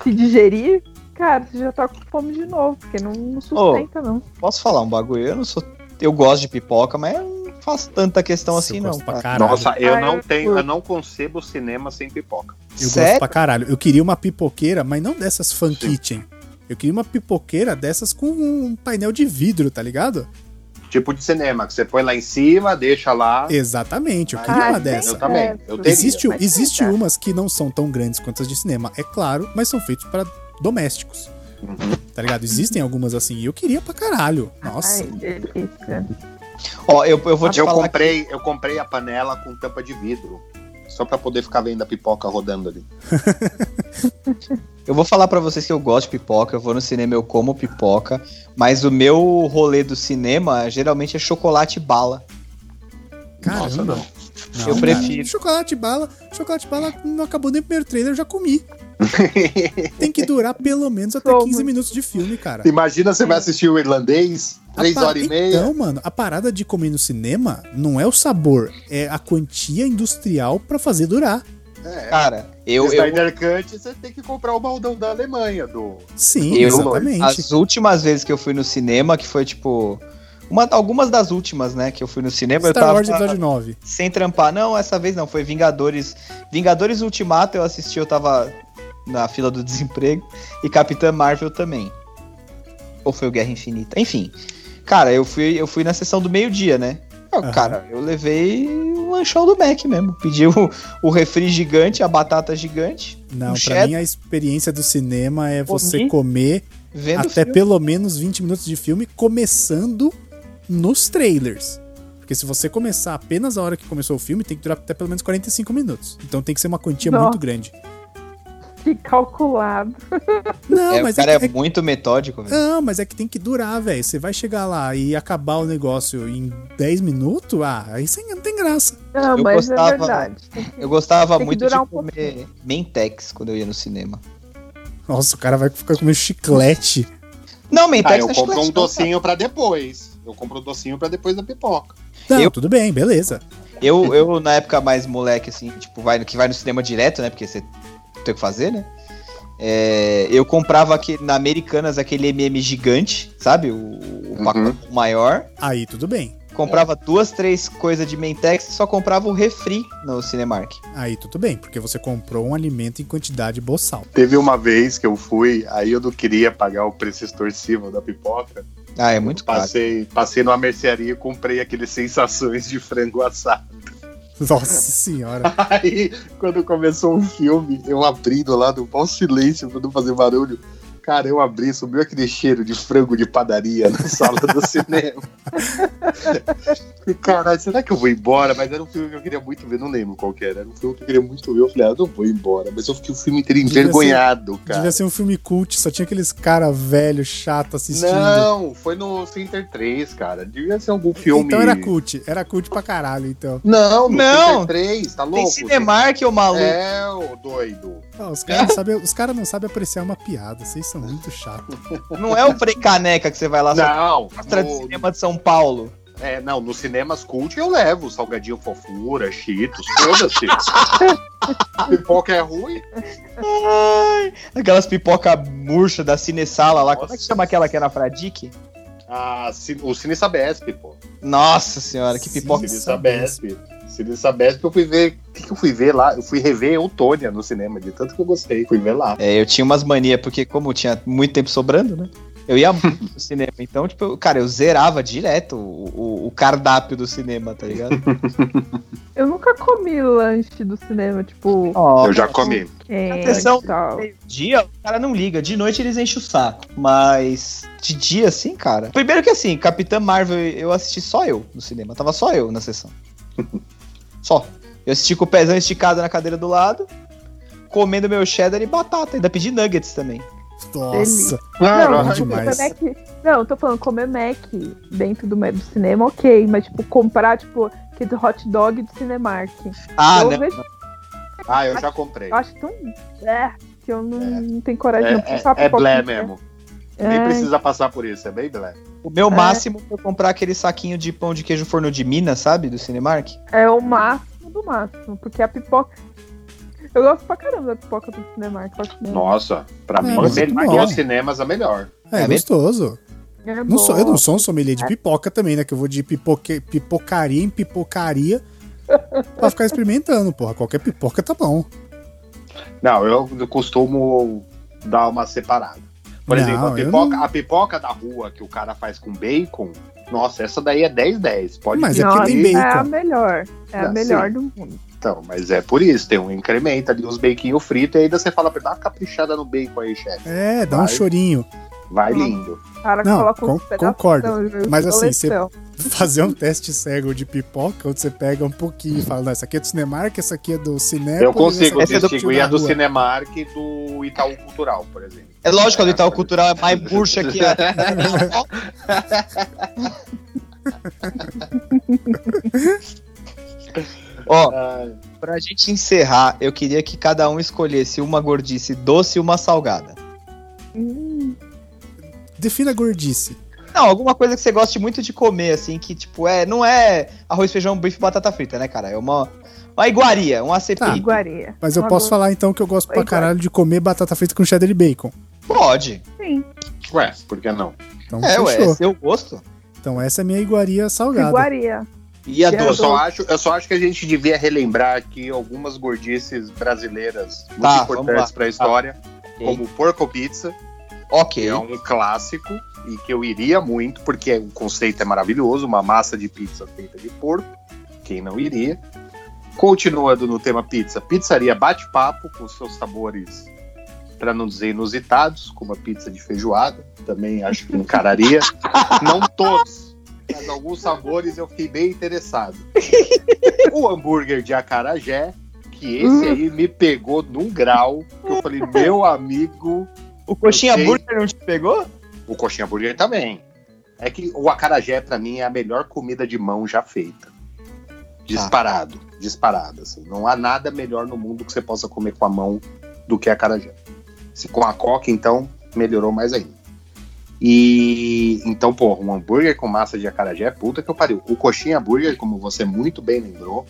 [SPEAKER 2] se digerir, cara, você já tá com fome de novo, porque não, não sustenta, não.
[SPEAKER 1] Posso falar um bagulho? Eu não sou. Eu gosto de pipoca, mas eu não faço tanta questão
[SPEAKER 4] Nossa,
[SPEAKER 1] assim,
[SPEAKER 4] eu
[SPEAKER 1] não.
[SPEAKER 4] gosto pra
[SPEAKER 1] cara.
[SPEAKER 4] caralho.
[SPEAKER 3] Nossa, eu
[SPEAKER 2] Ah,
[SPEAKER 3] não
[SPEAKER 2] eu-
[SPEAKER 3] tenho, eu não concebo cinema sem pipoca.
[SPEAKER 4] eu gosto
[SPEAKER 1] sério?
[SPEAKER 4] pra caralho. Eu queria uma pipoqueira, mas não dessas fan kitchen. Eu queria uma pipoqueira dessas com um painel de vidro, tá ligado?
[SPEAKER 3] Tipo de cinema, que você põe lá em cima, deixa lá.
[SPEAKER 4] Exatamente, eu
[SPEAKER 3] Ah,
[SPEAKER 4] queria uma
[SPEAKER 2] sim,
[SPEAKER 4] dessa.
[SPEAKER 3] Eu também,
[SPEAKER 2] certo.
[SPEAKER 3] eu teria.
[SPEAKER 4] Existe,
[SPEAKER 2] mas
[SPEAKER 4] existe
[SPEAKER 2] tá.
[SPEAKER 4] umas que não são tão grandes quanto as de cinema, é claro, mas são feitos pra domésticos. Tá ligado? Existem algumas assim, e eu queria pra caralho. Nossa.
[SPEAKER 2] Ai, delícia.
[SPEAKER 1] Ó, eu, eu vou te
[SPEAKER 3] Eu
[SPEAKER 1] falar.
[SPEAKER 3] comprei, eu comprei a panela com tampa de vidro. Só pra poder ficar vendo a pipoca rodando ali.
[SPEAKER 1] que- eu vou falar pra vocês que eu gosto de pipoca, eu vou no cinema, eu como pipoca, mas o meu rolê do cinema geralmente é chocolate e bala.
[SPEAKER 4] Caramba.
[SPEAKER 3] Nossa, não.
[SPEAKER 4] Não,
[SPEAKER 1] Eu
[SPEAKER 4] cara.
[SPEAKER 1] prefiro.
[SPEAKER 4] Chocolate bala. Chocolate bala não acabou nem o primeiro trailer, eu já comi. Tem que durar pelo menos até
[SPEAKER 2] Somos.
[SPEAKER 4] 15 minutos de filme, cara.
[SPEAKER 3] Imagina você vai assistir o irlandês,
[SPEAKER 4] A
[SPEAKER 3] três
[SPEAKER 4] par-
[SPEAKER 3] horas e meia.
[SPEAKER 4] Então, mano, a parada de comer no cinema não é o sabor, é a quantia industrial pra fazer durar.
[SPEAKER 3] É.
[SPEAKER 1] Cara, eu. eu-
[SPEAKER 3] Snyder Cut, você tem que comprar o baldão da Alemanha, do.
[SPEAKER 4] Sim,
[SPEAKER 1] Eu-
[SPEAKER 4] exatamente.
[SPEAKER 1] As últimas vezes que eu fui no cinema, que foi tipo. uma- algumas das últimas, né, que eu fui no cinema, eu
[SPEAKER 4] Star
[SPEAKER 1] tava
[SPEAKER 4] Wars Episódio 9.
[SPEAKER 1] sem trampar. Não, essa vez não, foi Vingadores. Vingadores Ultimato eu assisti, eu tava na fila do desemprego. E Capitã Marvel também. Ou foi o Guerra Infinita? Enfim. Cara, eu fui, eu fui na sessão do meio-dia, né? Eu,
[SPEAKER 4] Aham.
[SPEAKER 1] Cara, eu levei um lanchão do Mac mesmo. Pedi o, o refri gigante, a batata gigante.
[SPEAKER 4] Não,
[SPEAKER 1] um
[SPEAKER 4] pra
[SPEAKER 1] cheddar,
[SPEAKER 4] mim a experiência do cinema é você
[SPEAKER 1] Comi.
[SPEAKER 4] comer
[SPEAKER 1] vendo
[SPEAKER 4] até
[SPEAKER 1] filme.
[SPEAKER 4] pelo menos 20 minutos de filme, começando nos trailers. Porque se você começar apenas a hora que começou o filme, tem que durar até pelo menos 45 minutos. Então tem que ser uma quantia
[SPEAKER 2] Nossa.
[SPEAKER 4] muito grande.
[SPEAKER 2] Que calculado.
[SPEAKER 4] Não,
[SPEAKER 1] É, o
[SPEAKER 4] mas
[SPEAKER 1] cara
[SPEAKER 4] é,
[SPEAKER 1] é,
[SPEAKER 4] que- é
[SPEAKER 1] muito metódico, velho.
[SPEAKER 4] Não, mas é que tem que durar, velho. Você vai chegar lá e acabar o negócio em 10 minutos, ah, aí sem- não tem graça.
[SPEAKER 2] Não,
[SPEAKER 1] Eu
[SPEAKER 2] mas
[SPEAKER 1] gostava-
[SPEAKER 2] é verdade.
[SPEAKER 1] Eu gostava
[SPEAKER 2] Tem que
[SPEAKER 1] muito de
[SPEAKER 2] durar um
[SPEAKER 1] comer Mentex quando eu ia no cinema.
[SPEAKER 4] Nossa, o cara vai ficar comendo chiclete.
[SPEAKER 1] Não, Mentex
[SPEAKER 3] Ah, eu
[SPEAKER 1] não é
[SPEAKER 3] compro
[SPEAKER 1] chocolate,
[SPEAKER 3] um
[SPEAKER 1] não, cara.
[SPEAKER 3] docinho pra depois. Eu compro um docinho pra depois da pipoca.
[SPEAKER 4] Não,
[SPEAKER 1] Eu-
[SPEAKER 4] tudo bem, beleza.
[SPEAKER 1] Eu, eu, na época mais moleque, assim, tipo, vai, no- que vai no cinema direto, né? Porque você tem o que fazer, né? É, eu comprava aqui, na Americanas aquele MM gigante, sabe? O, o
[SPEAKER 3] Uhum. É.
[SPEAKER 1] pacote maior.
[SPEAKER 4] Aí tudo bem.
[SPEAKER 1] Comprava duas, três coisas de Mentex e só comprava o refri no Cinemark.
[SPEAKER 4] Aí tudo bem, porque você comprou um alimento em quantidade boçal.
[SPEAKER 3] Teve uma vez que eu fui, aí eu não queria pagar o preço extorsivo da pipoca.
[SPEAKER 1] Ah, é muito caro.
[SPEAKER 3] Passei, passei numa mercearia e comprei aqueles sensações de frango assado.
[SPEAKER 4] Nossa senhora.
[SPEAKER 3] Aí, quando começou o filme, eu abri do lado, mau silêncio pra não fazer barulho. Cara, eu abri, subiu aquele cheiro de frango de padaria na sala do cinema. E, Caralho, será que eu vou embora? Mas era um filme que eu queria muito ver, não lembro qual que era. Era um filme que eu queria muito ver. Eu falei, ah, eu não vou embora. Mas eu fiquei o filme inteiro
[SPEAKER 4] Devia ser-
[SPEAKER 3] envergonhado, cara.
[SPEAKER 4] Devia ser um filme cult, só tinha aqueles cara velho, chato assistindo. né?
[SPEAKER 3] Não, foi no Center 3, cara. Devia ser algum filme.
[SPEAKER 4] Então era cult, era cult pra caralho, então.
[SPEAKER 3] Não, no
[SPEAKER 1] Não.
[SPEAKER 3] Center 3, tá
[SPEAKER 1] Tem
[SPEAKER 3] louco?
[SPEAKER 1] Cinemark, ô maluco.
[SPEAKER 3] É, ô doido.
[SPEAKER 4] Ah, os caras não sabem cara não sabem apreciar uma piada, vocês são muito chatos.
[SPEAKER 1] Não é o Precaneca que você vai lá só
[SPEAKER 3] Não,
[SPEAKER 1] mostra de
[SPEAKER 3] no-
[SPEAKER 1] cinema de São Paulo.
[SPEAKER 3] É, não, nos cinemas cult eu levo salgadinho fofura, cheetos, foda-se. Pipoca é ruim?
[SPEAKER 1] Ai, aquelas pipoca murcha da Cinesala lá. Como é que
[SPEAKER 3] Nossa.
[SPEAKER 1] chama aquela que é na Fradique?
[SPEAKER 3] Ah, ci- o Cine Sabesp, pô. é
[SPEAKER 1] Nossa senhora, que pipoca.
[SPEAKER 4] Sim.
[SPEAKER 3] Cine Sabesp. Cine Sabesp eu fui ver. O que, que eu fui ver lá? Eu fui rever Eutônia no cinema, de tanto que eu gostei. Fui ver lá.
[SPEAKER 1] É, eu tinha umas manias, porque como tinha muito tempo sobrando, né? Eu ia muito no cinema. Então, tipo, eu- cara, eu zerava direto o, o- o cardápio do cinema, tá ligado?
[SPEAKER 2] Eu nunca comi lanche do cinema, tipo,
[SPEAKER 1] Ó,
[SPEAKER 3] eu já comi.
[SPEAKER 2] quente
[SPEAKER 1] Atenção.
[SPEAKER 2] e tal.
[SPEAKER 1] Dia, o cara não liga. De noite eles enchem o saco. Mas de dia, assim, cara. Primeiro que assim, Capitã Marvel eu assisti só eu no cinema. Tava só eu na sessão. só. Eu assisti com o pezão esticado na cadeira do lado, comendo meu cheddar e batata. Ainda pedi nuggets também.
[SPEAKER 4] Nossa.
[SPEAKER 2] Não,
[SPEAKER 4] bom
[SPEAKER 2] mas
[SPEAKER 4] demais.
[SPEAKER 2] comer Mac- não, eu tô falando comer Mac dentro do, do cinema, ok. Mas, tipo, comprar, tipo, aquele hot dog do Cinemark.
[SPEAKER 1] Ah,
[SPEAKER 2] eu
[SPEAKER 1] não.
[SPEAKER 2] vejo,
[SPEAKER 3] Ah, eu já comprei.
[SPEAKER 2] eu acho tão é, que eu não,
[SPEAKER 3] É.
[SPEAKER 2] não tenho coragem não
[SPEAKER 3] É,
[SPEAKER 2] pensar
[SPEAKER 3] é, é blé mesmo. Nem
[SPEAKER 2] né? É,
[SPEAKER 3] precisa passar por isso, é bem blé.
[SPEAKER 1] O meu máximo foi comprar aquele saquinho de pão de queijo forno de Minas, sabe? Do Cinemark.
[SPEAKER 2] é o máximo do máximo, porque a pipoca. Eu gosto pra caramba da pipoca do Cinemark. eu acho mesmo.
[SPEAKER 3] Nossa, pra
[SPEAKER 4] É,
[SPEAKER 3] mim,
[SPEAKER 4] mas é
[SPEAKER 3] me-
[SPEAKER 4] bom.
[SPEAKER 3] aqui aos cinemas a melhor.
[SPEAKER 4] É,
[SPEAKER 1] É
[SPEAKER 4] gostoso.
[SPEAKER 2] É
[SPEAKER 4] Não sou, eu
[SPEAKER 2] bom.
[SPEAKER 4] não sou um sommelier
[SPEAKER 2] É.
[SPEAKER 4] de pipoca também, né? Que eu vou de pipoque, pipocaria em pipocaria pra ficar experimentando, porra. Qualquer pipoca tá bom.
[SPEAKER 3] Não, eu costumo dar uma separada. Por exemplo, a
[SPEAKER 4] Não, eu
[SPEAKER 3] pipoca,
[SPEAKER 4] não-
[SPEAKER 3] a pipoca da rua que o cara faz com bacon, nossa, essa daí é 10-10. Pode
[SPEAKER 4] Mas é
[SPEAKER 3] pedir.
[SPEAKER 4] porque tem
[SPEAKER 2] Nossa, é a
[SPEAKER 4] bacon.
[SPEAKER 2] melhor. É
[SPEAKER 3] Ah,
[SPEAKER 2] a melhor do mundo.
[SPEAKER 3] Então, mas é por isso, tem um incremento ali, uns beiquinhos fritos, e ainda você fala, dá uma caprichada no bacon aí, chefe.
[SPEAKER 4] É, dá um
[SPEAKER 3] Vai.
[SPEAKER 4] chorinho.
[SPEAKER 3] Vai
[SPEAKER 4] Ah,
[SPEAKER 2] Hum.
[SPEAKER 3] lindo.
[SPEAKER 2] O cara
[SPEAKER 4] Não,
[SPEAKER 2] coloca um
[SPEAKER 4] con-
[SPEAKER 2] uns pedaços,
[SPEAKER 4] concordo.
[SPEAKER 2] eu
[SPEAKER 4] Mas assim, você-
[SPEAKER 2] coleção.
[SPEAKER 4] Fazer um teste cego de pipoca, onde você pega um pouquinho e fala, não, essa aqui é do Cinemark, essa aqui é do Cinema.
[SPEAKER 3] Eu consigo
[SPEAKER 1] essa é do-
[SPEAKER 3] distinguir a do Cinemark e do Itaú Cultural, por exemplo.
[SPEAKER 1] É lógico, a do Itaú Cultural é mais murcha que a. Ó,
[SPEAKER 3] Ah,
[SPEAKER 1] pra gente encerrar, eu queria que cada um escolhesse uma gordice doce e uma salgada.
[SPEAKER 2] Hum,
[SPEAKER 4] Defina gordice.
[SPEAKER 1] Não, alguma coisa que você goste muito de comer, assim, que tipo, é, não é arroz, feijão, bife e batata frita, né, cara? É uma, uma iguaria, um acepim.
[SPEAKER 4] Tá.
[SPEAKER 2] iguaria.
[SPEAKER 4] Mas eu
[SPEAKER 2] Uma
[SPEAKER 4] posso
[SPEAKER 2] boa-
[SPEAKER 4] falar então que eu gosto pra
[SPEAKER 2] Igual.
[SPEAKER 4] caralho de comer batata frita com cheddar e bacon.
[SPEAKER 1] Pode.
[SPEAKER 2] Sim,
[SPEAKER 3] Ué, por que não?
[SPEAKER 4] Então
[SPEAKER 1] é, ué, é
[SPEAKER 4] fechou.
[SPEAKER 1] seu gosto.
[SPEAKER 4] Então essa é a minha iguaria salgada.
[SPEAKER 2] iguaria.
[SPEAKER 1] E a
[SPEAKER 4] É
[SPEAKER 2] E a
[SPEAKER 3] Eu
[SPEAKER 1] doce?
[SPEAKER 3] só, acho, eu só acho que a gente devia relembrar aqui algumas gordices brasileiras muito
[SPEAKER 1] Tá, vamos
[SPEAKER 3] importantes
[SPEAKER 1] lá. Tá.
[SPEAKER 3] para a história,
[SPEAKER 1] Ok.
[SPEAKER 3] como porco pizza, que
[SPEAKER 1] Ok.
[SPEAKER 3] é um clássico e que eu iria muito, porque o conceito é maravilhoso, uma massa de pizza feita de porco, quem não iria. Continuando no tema pizza, pizzaria bate-papo com seus sabores, para não dizer inusitados, como a pizza de feijoada, também acho que encararia. não todos, mas alguns sabores eu fiquei bem interessado. O hambúrguer de acarajé, que esse aí me pegou num grau, que eu falei, meu amigo,
[SPEAKER 1] O coxinha
[SPEAKER 3] Ok.
[SPEAKER 1] burger não te pegou?
[SPEAKER 3] o coxinha burger também. É que o acarajé, pra mim, é a melhor comida de mão já feita. Disparado, disparado. Assim. Não há nada melhor no mundo que você possa comer com a mão do que acarajé. Se com a coca, então, melhorou mais ainda. E então, porra, um hambúrguer com massa de acarajé, puta que eu pariu. O coxinha burger, como você muito bem lembrou.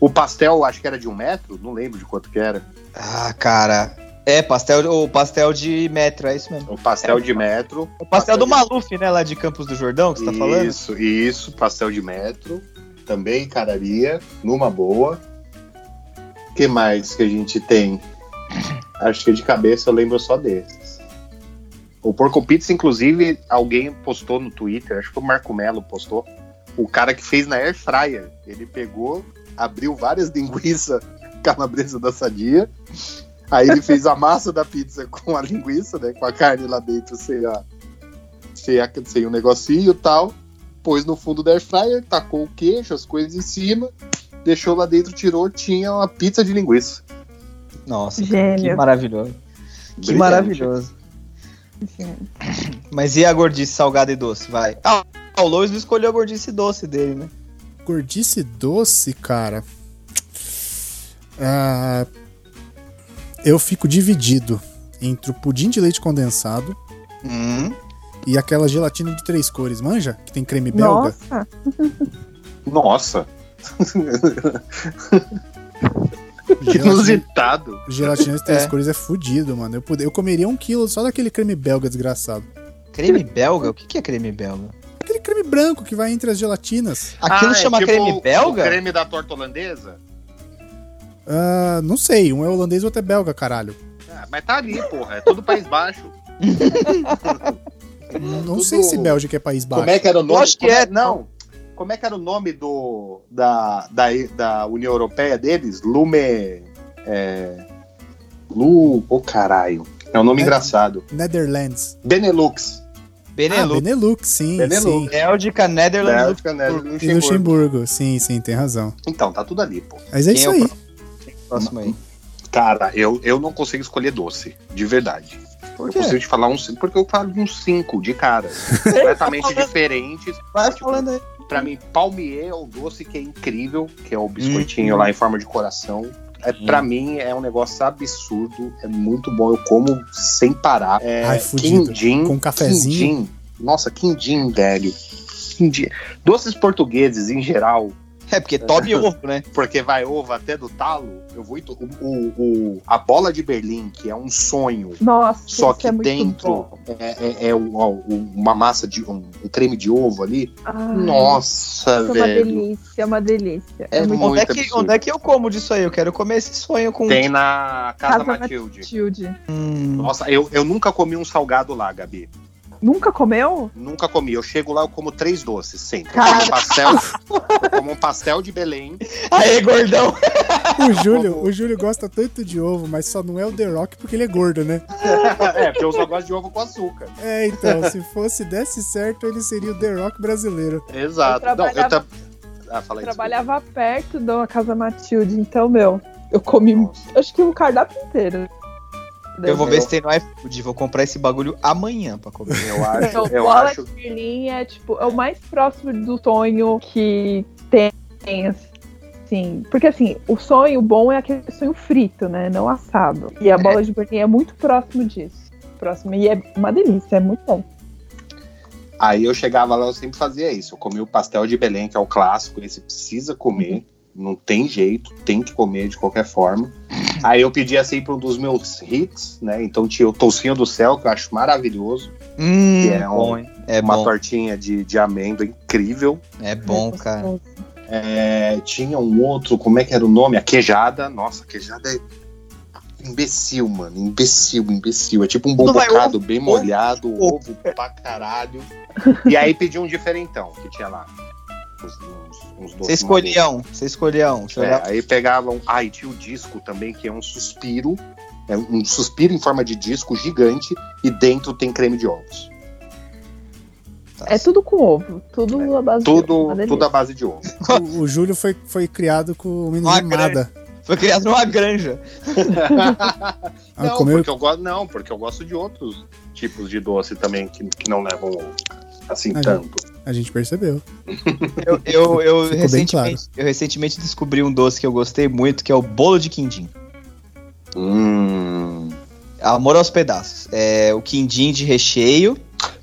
[SPEAKER 3] O pastel, acho que era de um metro, não lembro de quanto que era.
[SPEAKER 1] Ah, cara. É, pastel, o pastel de metro, é isso mesmo.
[SPEAKER 3] O pastel de metro.
[SPEAKER 1] O pastel do
[SPEAKER 3] de-
[SPEAKER 1] Maluf, né, lá de Campos do Jordão, que você tá falando?
[SPEAKER 3] Isso, isso, pastel de metro. Também encararia, numa boa. que mais que a gente tem? Acho que de cabeça eu lembro só desses. O Porco Pizza, inclusive, alguém postou no Twitter, acho que foi o Marco Melo postou. O cara que fez na Air Fryer. Ele pegou, abriu várias linguiças calabresa da sadia. Aí ele fez a massa da pizza com a linguiça, né? Com a carne lá dentro sem a, sem, a, sem o negocinho e tal. Pôs no fundo da air fryer, tacou o queijo, as coisas em cima, deixou lá dentro, tirou, tinha uma pizza de linguiça.
[SPEAKER 1] Nossa, que
[SPEAKER 2] Gênio.
[SPEAKER 1] maravilhoso. Que
[SPEAKER 3] Brilhante.
[SPEAKER 1] maravilhoso.
[SPEAKER 2] Gente,
[SPEAKER 1] Mas e a gordice salgada e doce, vai? Ah, o Lois não escolheu a gordice doce dele, né?
[SPEAKER 4] Gordice doce, cara. Ah, eu fico dividido entre o pudim de leite condensado
[SPEAKER 1] Hum.
[SPEAKER 4] e aquela gelatina de três cores, manja? Que tem creme belga.
[SPEAKER 2] Nossa,
[SPEAKER 3] Nossa, que
[SPEAKER 4] Gelatina,
[SPEAKER 3] inusitado.
[SPEAKER 4] gelatina de três
[SPEAKER 1] É.
[SPEAKER 4] cores é fudido, mano. Eu, pude- eu comeria um quilo só daquele creme belga desgraçado.
[SPEAKER 1] Creme belga? O que, que é creme belga?
[SPEAKER 4] Aquele creme branco que vai entre as gelatinas.
[SPEAKER 1] Aquilo
[SPEAKER 3] Ah, é
[SPEAKER 1] chama
[SPEAKER 3] tipo
[SPEAKER 1] creme
[SPEAKER 3] o-
[SPEAKER 1] belga?
[SPEAKER 3] O creme da torta holandesa?
[SPEAKER 4] Ah, não sei, um é holandês e outro é belga, caralho.
[SPEAKER 3] Ah, mas tá ali, porra. É todo País Baixo.
[SPEAKER 4] Não
[SPEAKER 3] Tudo-
[SPEAKER 4] sei se Bélgica é país baixo.
[SPEAKER 3] Como é que era o nome?
[SPEAKER 1] Eu acho que
[SPEAKER 3] Como
[SPEAKER 1] é,
[SPEAKER 3] Não. Como é que era o nome do, da, da, da União Europeia deles? Lume. É, Lu. Ô caralho. É um nome
[SPEAKER 4] É.
[SPEAKER 3] engraçado.
[SPEAKER 4] Netherlands.
[SPEAKER 3] Benelux.
[SPEAKER 1] Benelux.
[SPEAKER 4] Ah, Benelux, sim,
[SPEAKER 3] Benelux.
[SPEAKER 4] sim.
[SPEAKER 1] Ah, Bélgica, Netherlands,
[SPEAKER 3] Bélgica, né?
[SPEAKER 4] E
[SPEAKER 3] Luxemburgo.
[SPEAKER 4] Luxemburgo, sim, sim, tem razão.
[SPEAKER 3] Então, tá tudo ali, pô.
[SPEAKER 4] Mas é
[SPEAKER 1] Quem é
[SPEAKER 4] isso
[SPEAKER 1] o
[SPEAKER 4] aí.
[SPEAKER 1] próximo aí.
[SPEAKER 3] Cara, eu, eu não consigo escolher doce, de verdade.
[SPEAKER 1] Por
[SPEAKER 3] Eu
[SPEAKER 1] quê?
[SPEAKER 3] consigo te falar um cinco, porque eu falo uns cinco de cara.
[SPEAKER 4] tá
[SPEAKER 3] completamente
[SPEAKER 1] falando.
[SPEAKER 3] diferentes.
[SPEAKER 1] Vai
[SPEAKER 3] Tipo,
[SPEAKER 1] falando aí.
[SPEAKER 3] Pra mim, palmier é o doce que é incrível, que é o
[SPEAKER 4] Uhum.
[SPEAKER 3] biscoitinho lá em forma de coração. É, pra mim, é um negócio absurdo, é muito bom, eu como sem parar. É,
[SPEAKER 4] Ai, fudido.
[SPEAKER 3] quindim,
[SPEAKER 4] Com um cafezinho.
[SPEAKER 3] quindim. Nossa, quindim, velho. Quindim. Doces portugueses, em geral,
[SPEAKER 1] É porque Toby ovo, né?
[SPEAKER 3] Porque vai ovo até do talo. Eu vou. em to- O, o- o- a bola de Berlim, que é um sonho,
[SPEAKER 2] Nossa,
[SPEAKER 3] só
[SPEAKER 2] isso
[SPEAKER 3] que
[SPEAKER 2] é muito
[SPEAKER 3] dentro
[SPEAKER 2] bom.
[SPEAKER 3] é, é- é um- ó, um- uma massa de. Um, um creme de ovo ali.
[SPEAKER 2] Ai, isso
[SPEAKER 3] Nossa,
[SPEAKER 2] é uma
[SPEAKER 3] velho.
[SPEAKER 2] delícia, é uma delícia.
[SPEAKER 3] É muito
[SPEAKER 1] Onde é, que,
[SPEAKER 3] absurdo.
[SPEAKER 1] onde é que eu como disso aí? Eu quero comer esse sonho com.
[SPEAKER 3] Tem na Casa,
[SPEAKER 2] Casa
[SPEAKER 3] Matilde.
[SPEAKER 2] Tilde.
[SPEAKER 1] Hum,
[SPEAKER 3] Nossa, eu, eu nunca comi um salgado lá, Gabi.
[SPEAKER 2] Nunca comeu?
[SPEAKER 3] Nunca comi. Eu chego lá, eu como três doces sempre. Eu
[SPEAKER 2] Cara.
[SPEAKER 3] como um pastel, eu como um pastel de Belém.
[SPEAKER 1] Aê, gordão!
[SPEAKER 4] O Júlio, o Júlio gosta tanto de ovo, mas só não é o The Rock porque ele é gordo, né?
[SPEAKER 3] é, porque eu só gosto de ovo com açúcar.
[SPEAKER 4] É, então, se fosse, desse certo, ele seria o The Rock brasileiro.
[SPEAKER 3] Exato.
[SPEAKER 2] Eu
[SPEAKER 3] Não, eu
[SPEAKER 2] trabalhava-
[SPEAKER 3] tam- Ah, fala aí,
[SPEAKER 2] Trabalhava perto da Casa Matilde, então, meu, eu comi,
[SPEAKER 3] desculpa. Nossa.
[SPEAKER 2] acho que o cardápio inteiro.
[SPEAKER 1] Eu vou ver se tem no iFood. Vou comprar esse bagulho amanhã pra comer.
[SPEAKER 3] Eu acho,
[SPEAKER 2] Não,
[SPEAKER 3] eu
[SPEAKER 2] Então, bola
[SPEAKER 3] acho.
[SPEAKER 2] de Berlim é, tipo, é o mais próximo do sonho que tem, assim. Porque, assim, o sonho bom é aquele sonho frito, né? Não assado. E a bola de Berlim é muito próximo disso. Próximo. E é uma delícia, é muito bom.
[SPEAKER 3] Aí eu chegava lá, eu sempre fazia isso. Eu comia o pastel de Belém, que é o clássico, esse precisa comer. Não tem jeito, tem que comer de qualquer forma. Aí eu pedia sempre um dos meus hits, né? Então tinha o Toucinho do Céu, que eu acho maravilhoso.
[SPEAKER 1] Hum,
[SPEAKER 3] É um-
[SPEAKER 1] bom, hein? É
[SPEAKER 3] uma
[SPEAKER 1] bom,
[SPEAKER 3] tortinha de, de amêndoa incrível.
[SPEAKER 1] é bom, cara.
[SPEAKER 3] É, tinha um outro, como é que era o nome? A queijada. Nossa, a queijada é imbecil, mano. Imbecil, imbecil. É tipo um bom
[SPEAKER 1] Não vai
[SPEAKER 3] bocado bem molhado,
[SPEAKER 1] ovo.
[SPEAKER 3] ovo pra caralho. E aí pedi um diferentão que tinha lá. Uns, uns, uns
[SPEAKER 1] Você
[SPEAKER 3] doces
[SPEAKER 1] escolhia um, você escolhia um. Deixa eu
[SPEAKER 3] malucos.
[SPEAKER 1] olhar.
[SPEAKER 3] É, aí pegavam. Ah, e tinha o disco também, que é um suspiro. É um suspiro em forma de disco gigante e dentro tem creme de ovos.
[SPEAKER 2] É tudo com ovo. Tudo à base de ovo,
[SPEAKER 3] É Tudo,
[SPEAKER 2] uma delícia.
[SPEAKER 3] tudo à base de ovo.
[SPEAKER 4] O, o Júlio foi, foi criado com o menino
[SPEAKER 1] Ah,
[SPEAKER 4] Mada.
[SPEAKER 1] Foi criado numa granja.
[SPEAKER 4] Ah,
[SPEAKER 3] não,
[SPEAKER 4] comeu-
[SPEAKER 3] porque eu gosto, não, porque eu gosto de outros tipos de doce também que, que não levam ovo. Assim
[SPEAKER 4] Ah, já.
[SPEAKER 3] tanto.
[SPEAKER 4] A gente percebeu.
[SPEAKER 1] Eu, eu, eu
[SPEAKER 4] Ficou bem
[SPEAKER 1] recentemente,
[SPEAKER 4] claro.
[SPEAKER 1] eu recentemente descobri um doce que eu gostei muito, que é o bolo de quindim.
[SPEAKER 3] Hum.
[SPEAKER 1] Amor aos pedaços. É o quindim de recheio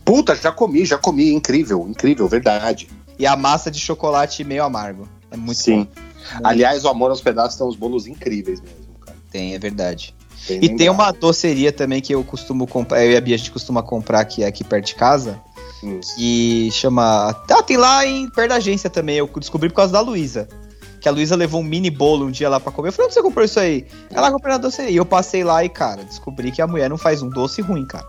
[SPEAKER 3] Puta, já comi, já comi. Incrível, incrível, verdade.
[SPEAKER 1] e a massa de chocolate meio amargo. É muito
[SPEAKER 3] Sim.
[SPEAKER 1] bom.
[SPEAKER 3] Aliás, o amor aos pedaços tem uns bolos incríveis mesmo, cara.
[SPEAKER 1] Tem, é verdade.
[SPEAKER 3] Bem
[SPEAKER 1] E tem um-
[SPEAKER 3] lembrado.
[SPEAKER 1] uma doceria também que eu costumo comprar, eu e a Bia a gente costuma comprar aqui, aqui perto de casa,
[SPEAKER 3] Hum.
[SPEAKER 1] que chama. Ah, tem lá em perto da agência também, eu descobri por causa da Luísa. Que a Luísa levou um mini bolo um dia lá pra comer. Eu falei, onde você comprou isso aí? Ela comprou na doceria. E eu passei lá e, cara, descobri que a mulher não faz um doce ruim, cara.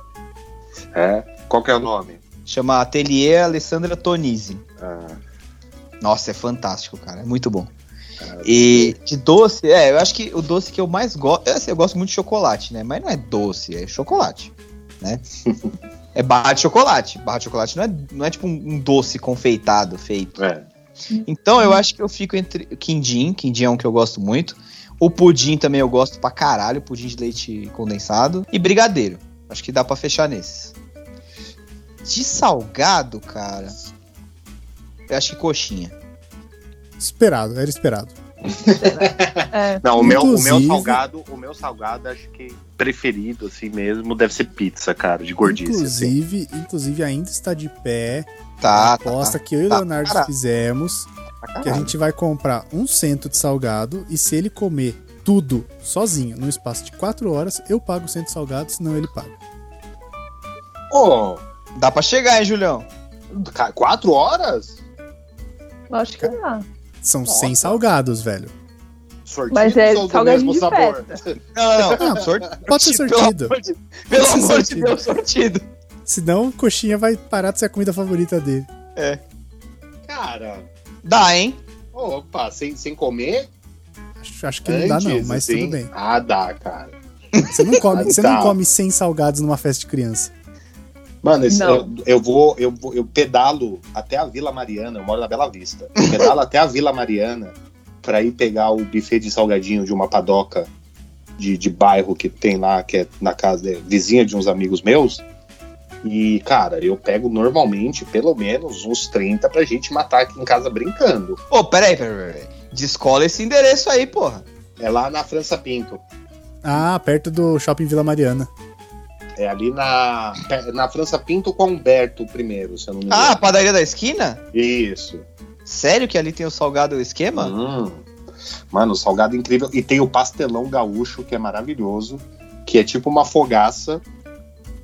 [SPEAKER 3] É? Qual que é o nome?
[SPEAKER 1] Chama Atelier Alessandra Tonisi.
[SPEAKER 3] Ah,
[SPEAKER 1] Nossa, é fantástico, cara. É muito bom. E de doce, é, eu acho que o doce que eu mais gosto. é assim, eu gosto muito de chocolate, né? Mas não é doce, é chocolate, né? é barra de chocolate. Barra de chocolate não é, não é tipo um, um doce confeitado feito.
[SPEAKER 3] é.
[SPEAKER 1] Então eu acho que eu fico entre quindim, quindim é um que eu gosto muito. O pudim também eu gosto pra caralho, pudim de leite condensado. E brigadeiro. Acho que dá pra fechar nesses. De salgado, cara. Eu acho que coxinha.
[SPEAKER 4] Esperado, era esperado.
[SPEAKER 2] É,
[SPEAKER 3] Não, o meu, o meu
[SPEAKER 4] Inclusive-
[SPEAKER 3] salgado, o meu salgado, acho que preferido, assim mesmo, deve ser pizza, cara, de gordice. assim.
[SPEAKER 4] inclusive, inclusive, ainda está de pé
[SPEAKER 1] Tá,
[SPEAKER 4] a
[SPEAKER 1] tá,
[SPEAKER 4] aposta que eu e o
[SPEAKER 1] Tá,
[SPEAKER 4] Leonardo
[SPEAKER 1] cara.
[SPEAKER 4] fizemos,
[SPEAKER 1] tá.
[SPEAKER 4] que a gente vai comprar um cento de salgado e se ele comer tudo sozinho no espaço de quatro horas, eu pago o cento de salgado, senão ele paga.
[SPEAKER 3] Ô,
[SPEAKER 1] Dá pra chegar, hein, Julião?
[SPEAKER 3] ca- quatro horas?
[SPEAKER 2] lógico
[SPEAKER 3] Tipo
[SPEAKER 2] que não.
[SPEAKER 4] São
[SPEAKER 3] Nossa.
[SPEAKER 4] 100 salgados, velho.
[SPEAKER 2] Mas
[SPEAKER 3] Sortidos
[SPEAKER 2] é
[SPEAKER 3] ou do
[SPEAKER 2] salgadinho
[SPEAKER 3] mesmo
[SPEAKER 2] de
[SPEAKER 3] sabor?
[SPEAKER 1] Não, não,
[SPEAKER 4] Ah,
[SPEAKER 1] não. Sort...
[SPEAKER 4] Pode ser
[SPEAKER 1] Pelo
[SPEAKER 4] sortido.
[SPEAKER 1] amor de- Pelo
[SPEAKER 4] Pode ser
[SPEAKER 1] amor de
[SPEAKER 4] sortido.
[SPEAKER 1] Deus, sortido.
[SPEAKER 4] Senão, coxinha vai parar de ser a comida favorita dele.
[SPEAKER 3] Cara,
[SPEAKER 1] Dá, hein?
[SPEAKER 3] Opa, sem, sem comer?
[SPEAKER 4] Acho, acho que não dá, não,
[SPEAKER 3] Antes,
[SPEAKER 4] mas
[SPEAKER 3] assim?
[SPEAKER 4] tudo bem.
[SPEAKER 3] Ah, dá, cara.
[SPEAKER 4] Você não come, você não
[SPEAKER 3] Tá.
[SPEAKER 4] come 100 salgados numa festa de criança.
[SPEAKER 3] Mano, esse- eu,
[SPEAKER 2] Não.
[SPEAKER 3] eu vou, eu vou, eu pedalo até a Vila Mariana, eu moro na Bela Vista. Eu pedalo até a Vila Mariana pra ir pegar o buffet de salgadinho de uma padoca de, de bairro que tem lá, que é na casa é vizinha de uns amigos meus. E, cara, eu pego normalmente pelo menos uns 30 pra gente matar aqui em casa brincando.
[SPEAKER 1] Pô, peraí, peraí, peraí. Descola esse endereço aí, porra.
[SPEAKER 3] É lá na França Pinto.
[SPEAKER 4] Ah, perto do shopping Vila Mariana.
[SPEAKER 3] É ali na, na França Pinto com Humberto I, se eu não me engano.
[SPEAKER 1] Ah, padaria da esquina?
[SPEAKER 3] Isso.
[SPEAKER 1] Sério que ali tem o salgado o esquema?
[SPEAKER 3] Hum. Mano, salgado incrível. E tem o pastelão gaúcho, que é maravilhoso, que é tipo uma fogaça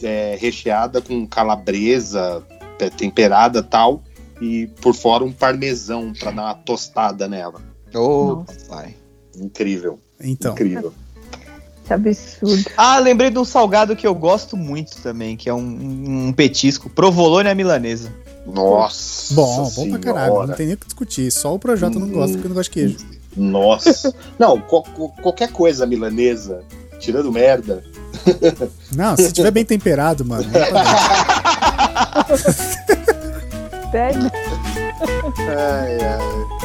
[SPEAKER 3] é, recheada com calabresa é, temperada tal, e por fora um parmesão pra dar uma tostada nela.
[SPEAKER 1] Ô, papai.
[SPEAKER 3] Incrível,
[SPEAKER 4] Então,
[SPEAKER 3] incrível.
[SPEAKER 2] Que absurdo.
[SPEAKER 1] Ah, lembrei de um salgado que eu gosto muito também, que é um, um petisco, provolone à milanesa.
[SPEAKER 3] Nossa
[SPEAKER 4] bom, bom pra
[SPEAKER 3] Senhora.
[SPEAKER 4] caralho. Não tem nem o que discutir. Só o Projota não gosta porque não gosta de queijo.
[SPEAKER 3] Nossa. Não, co- co- qualquer coisa milanesa, tirando merda,
[SPEAKER 4] Não, se tiver bem temperado, mano. não é pra não.
[SPEAKER 2] Sério?
[SPEAKER 3] Ai, ai.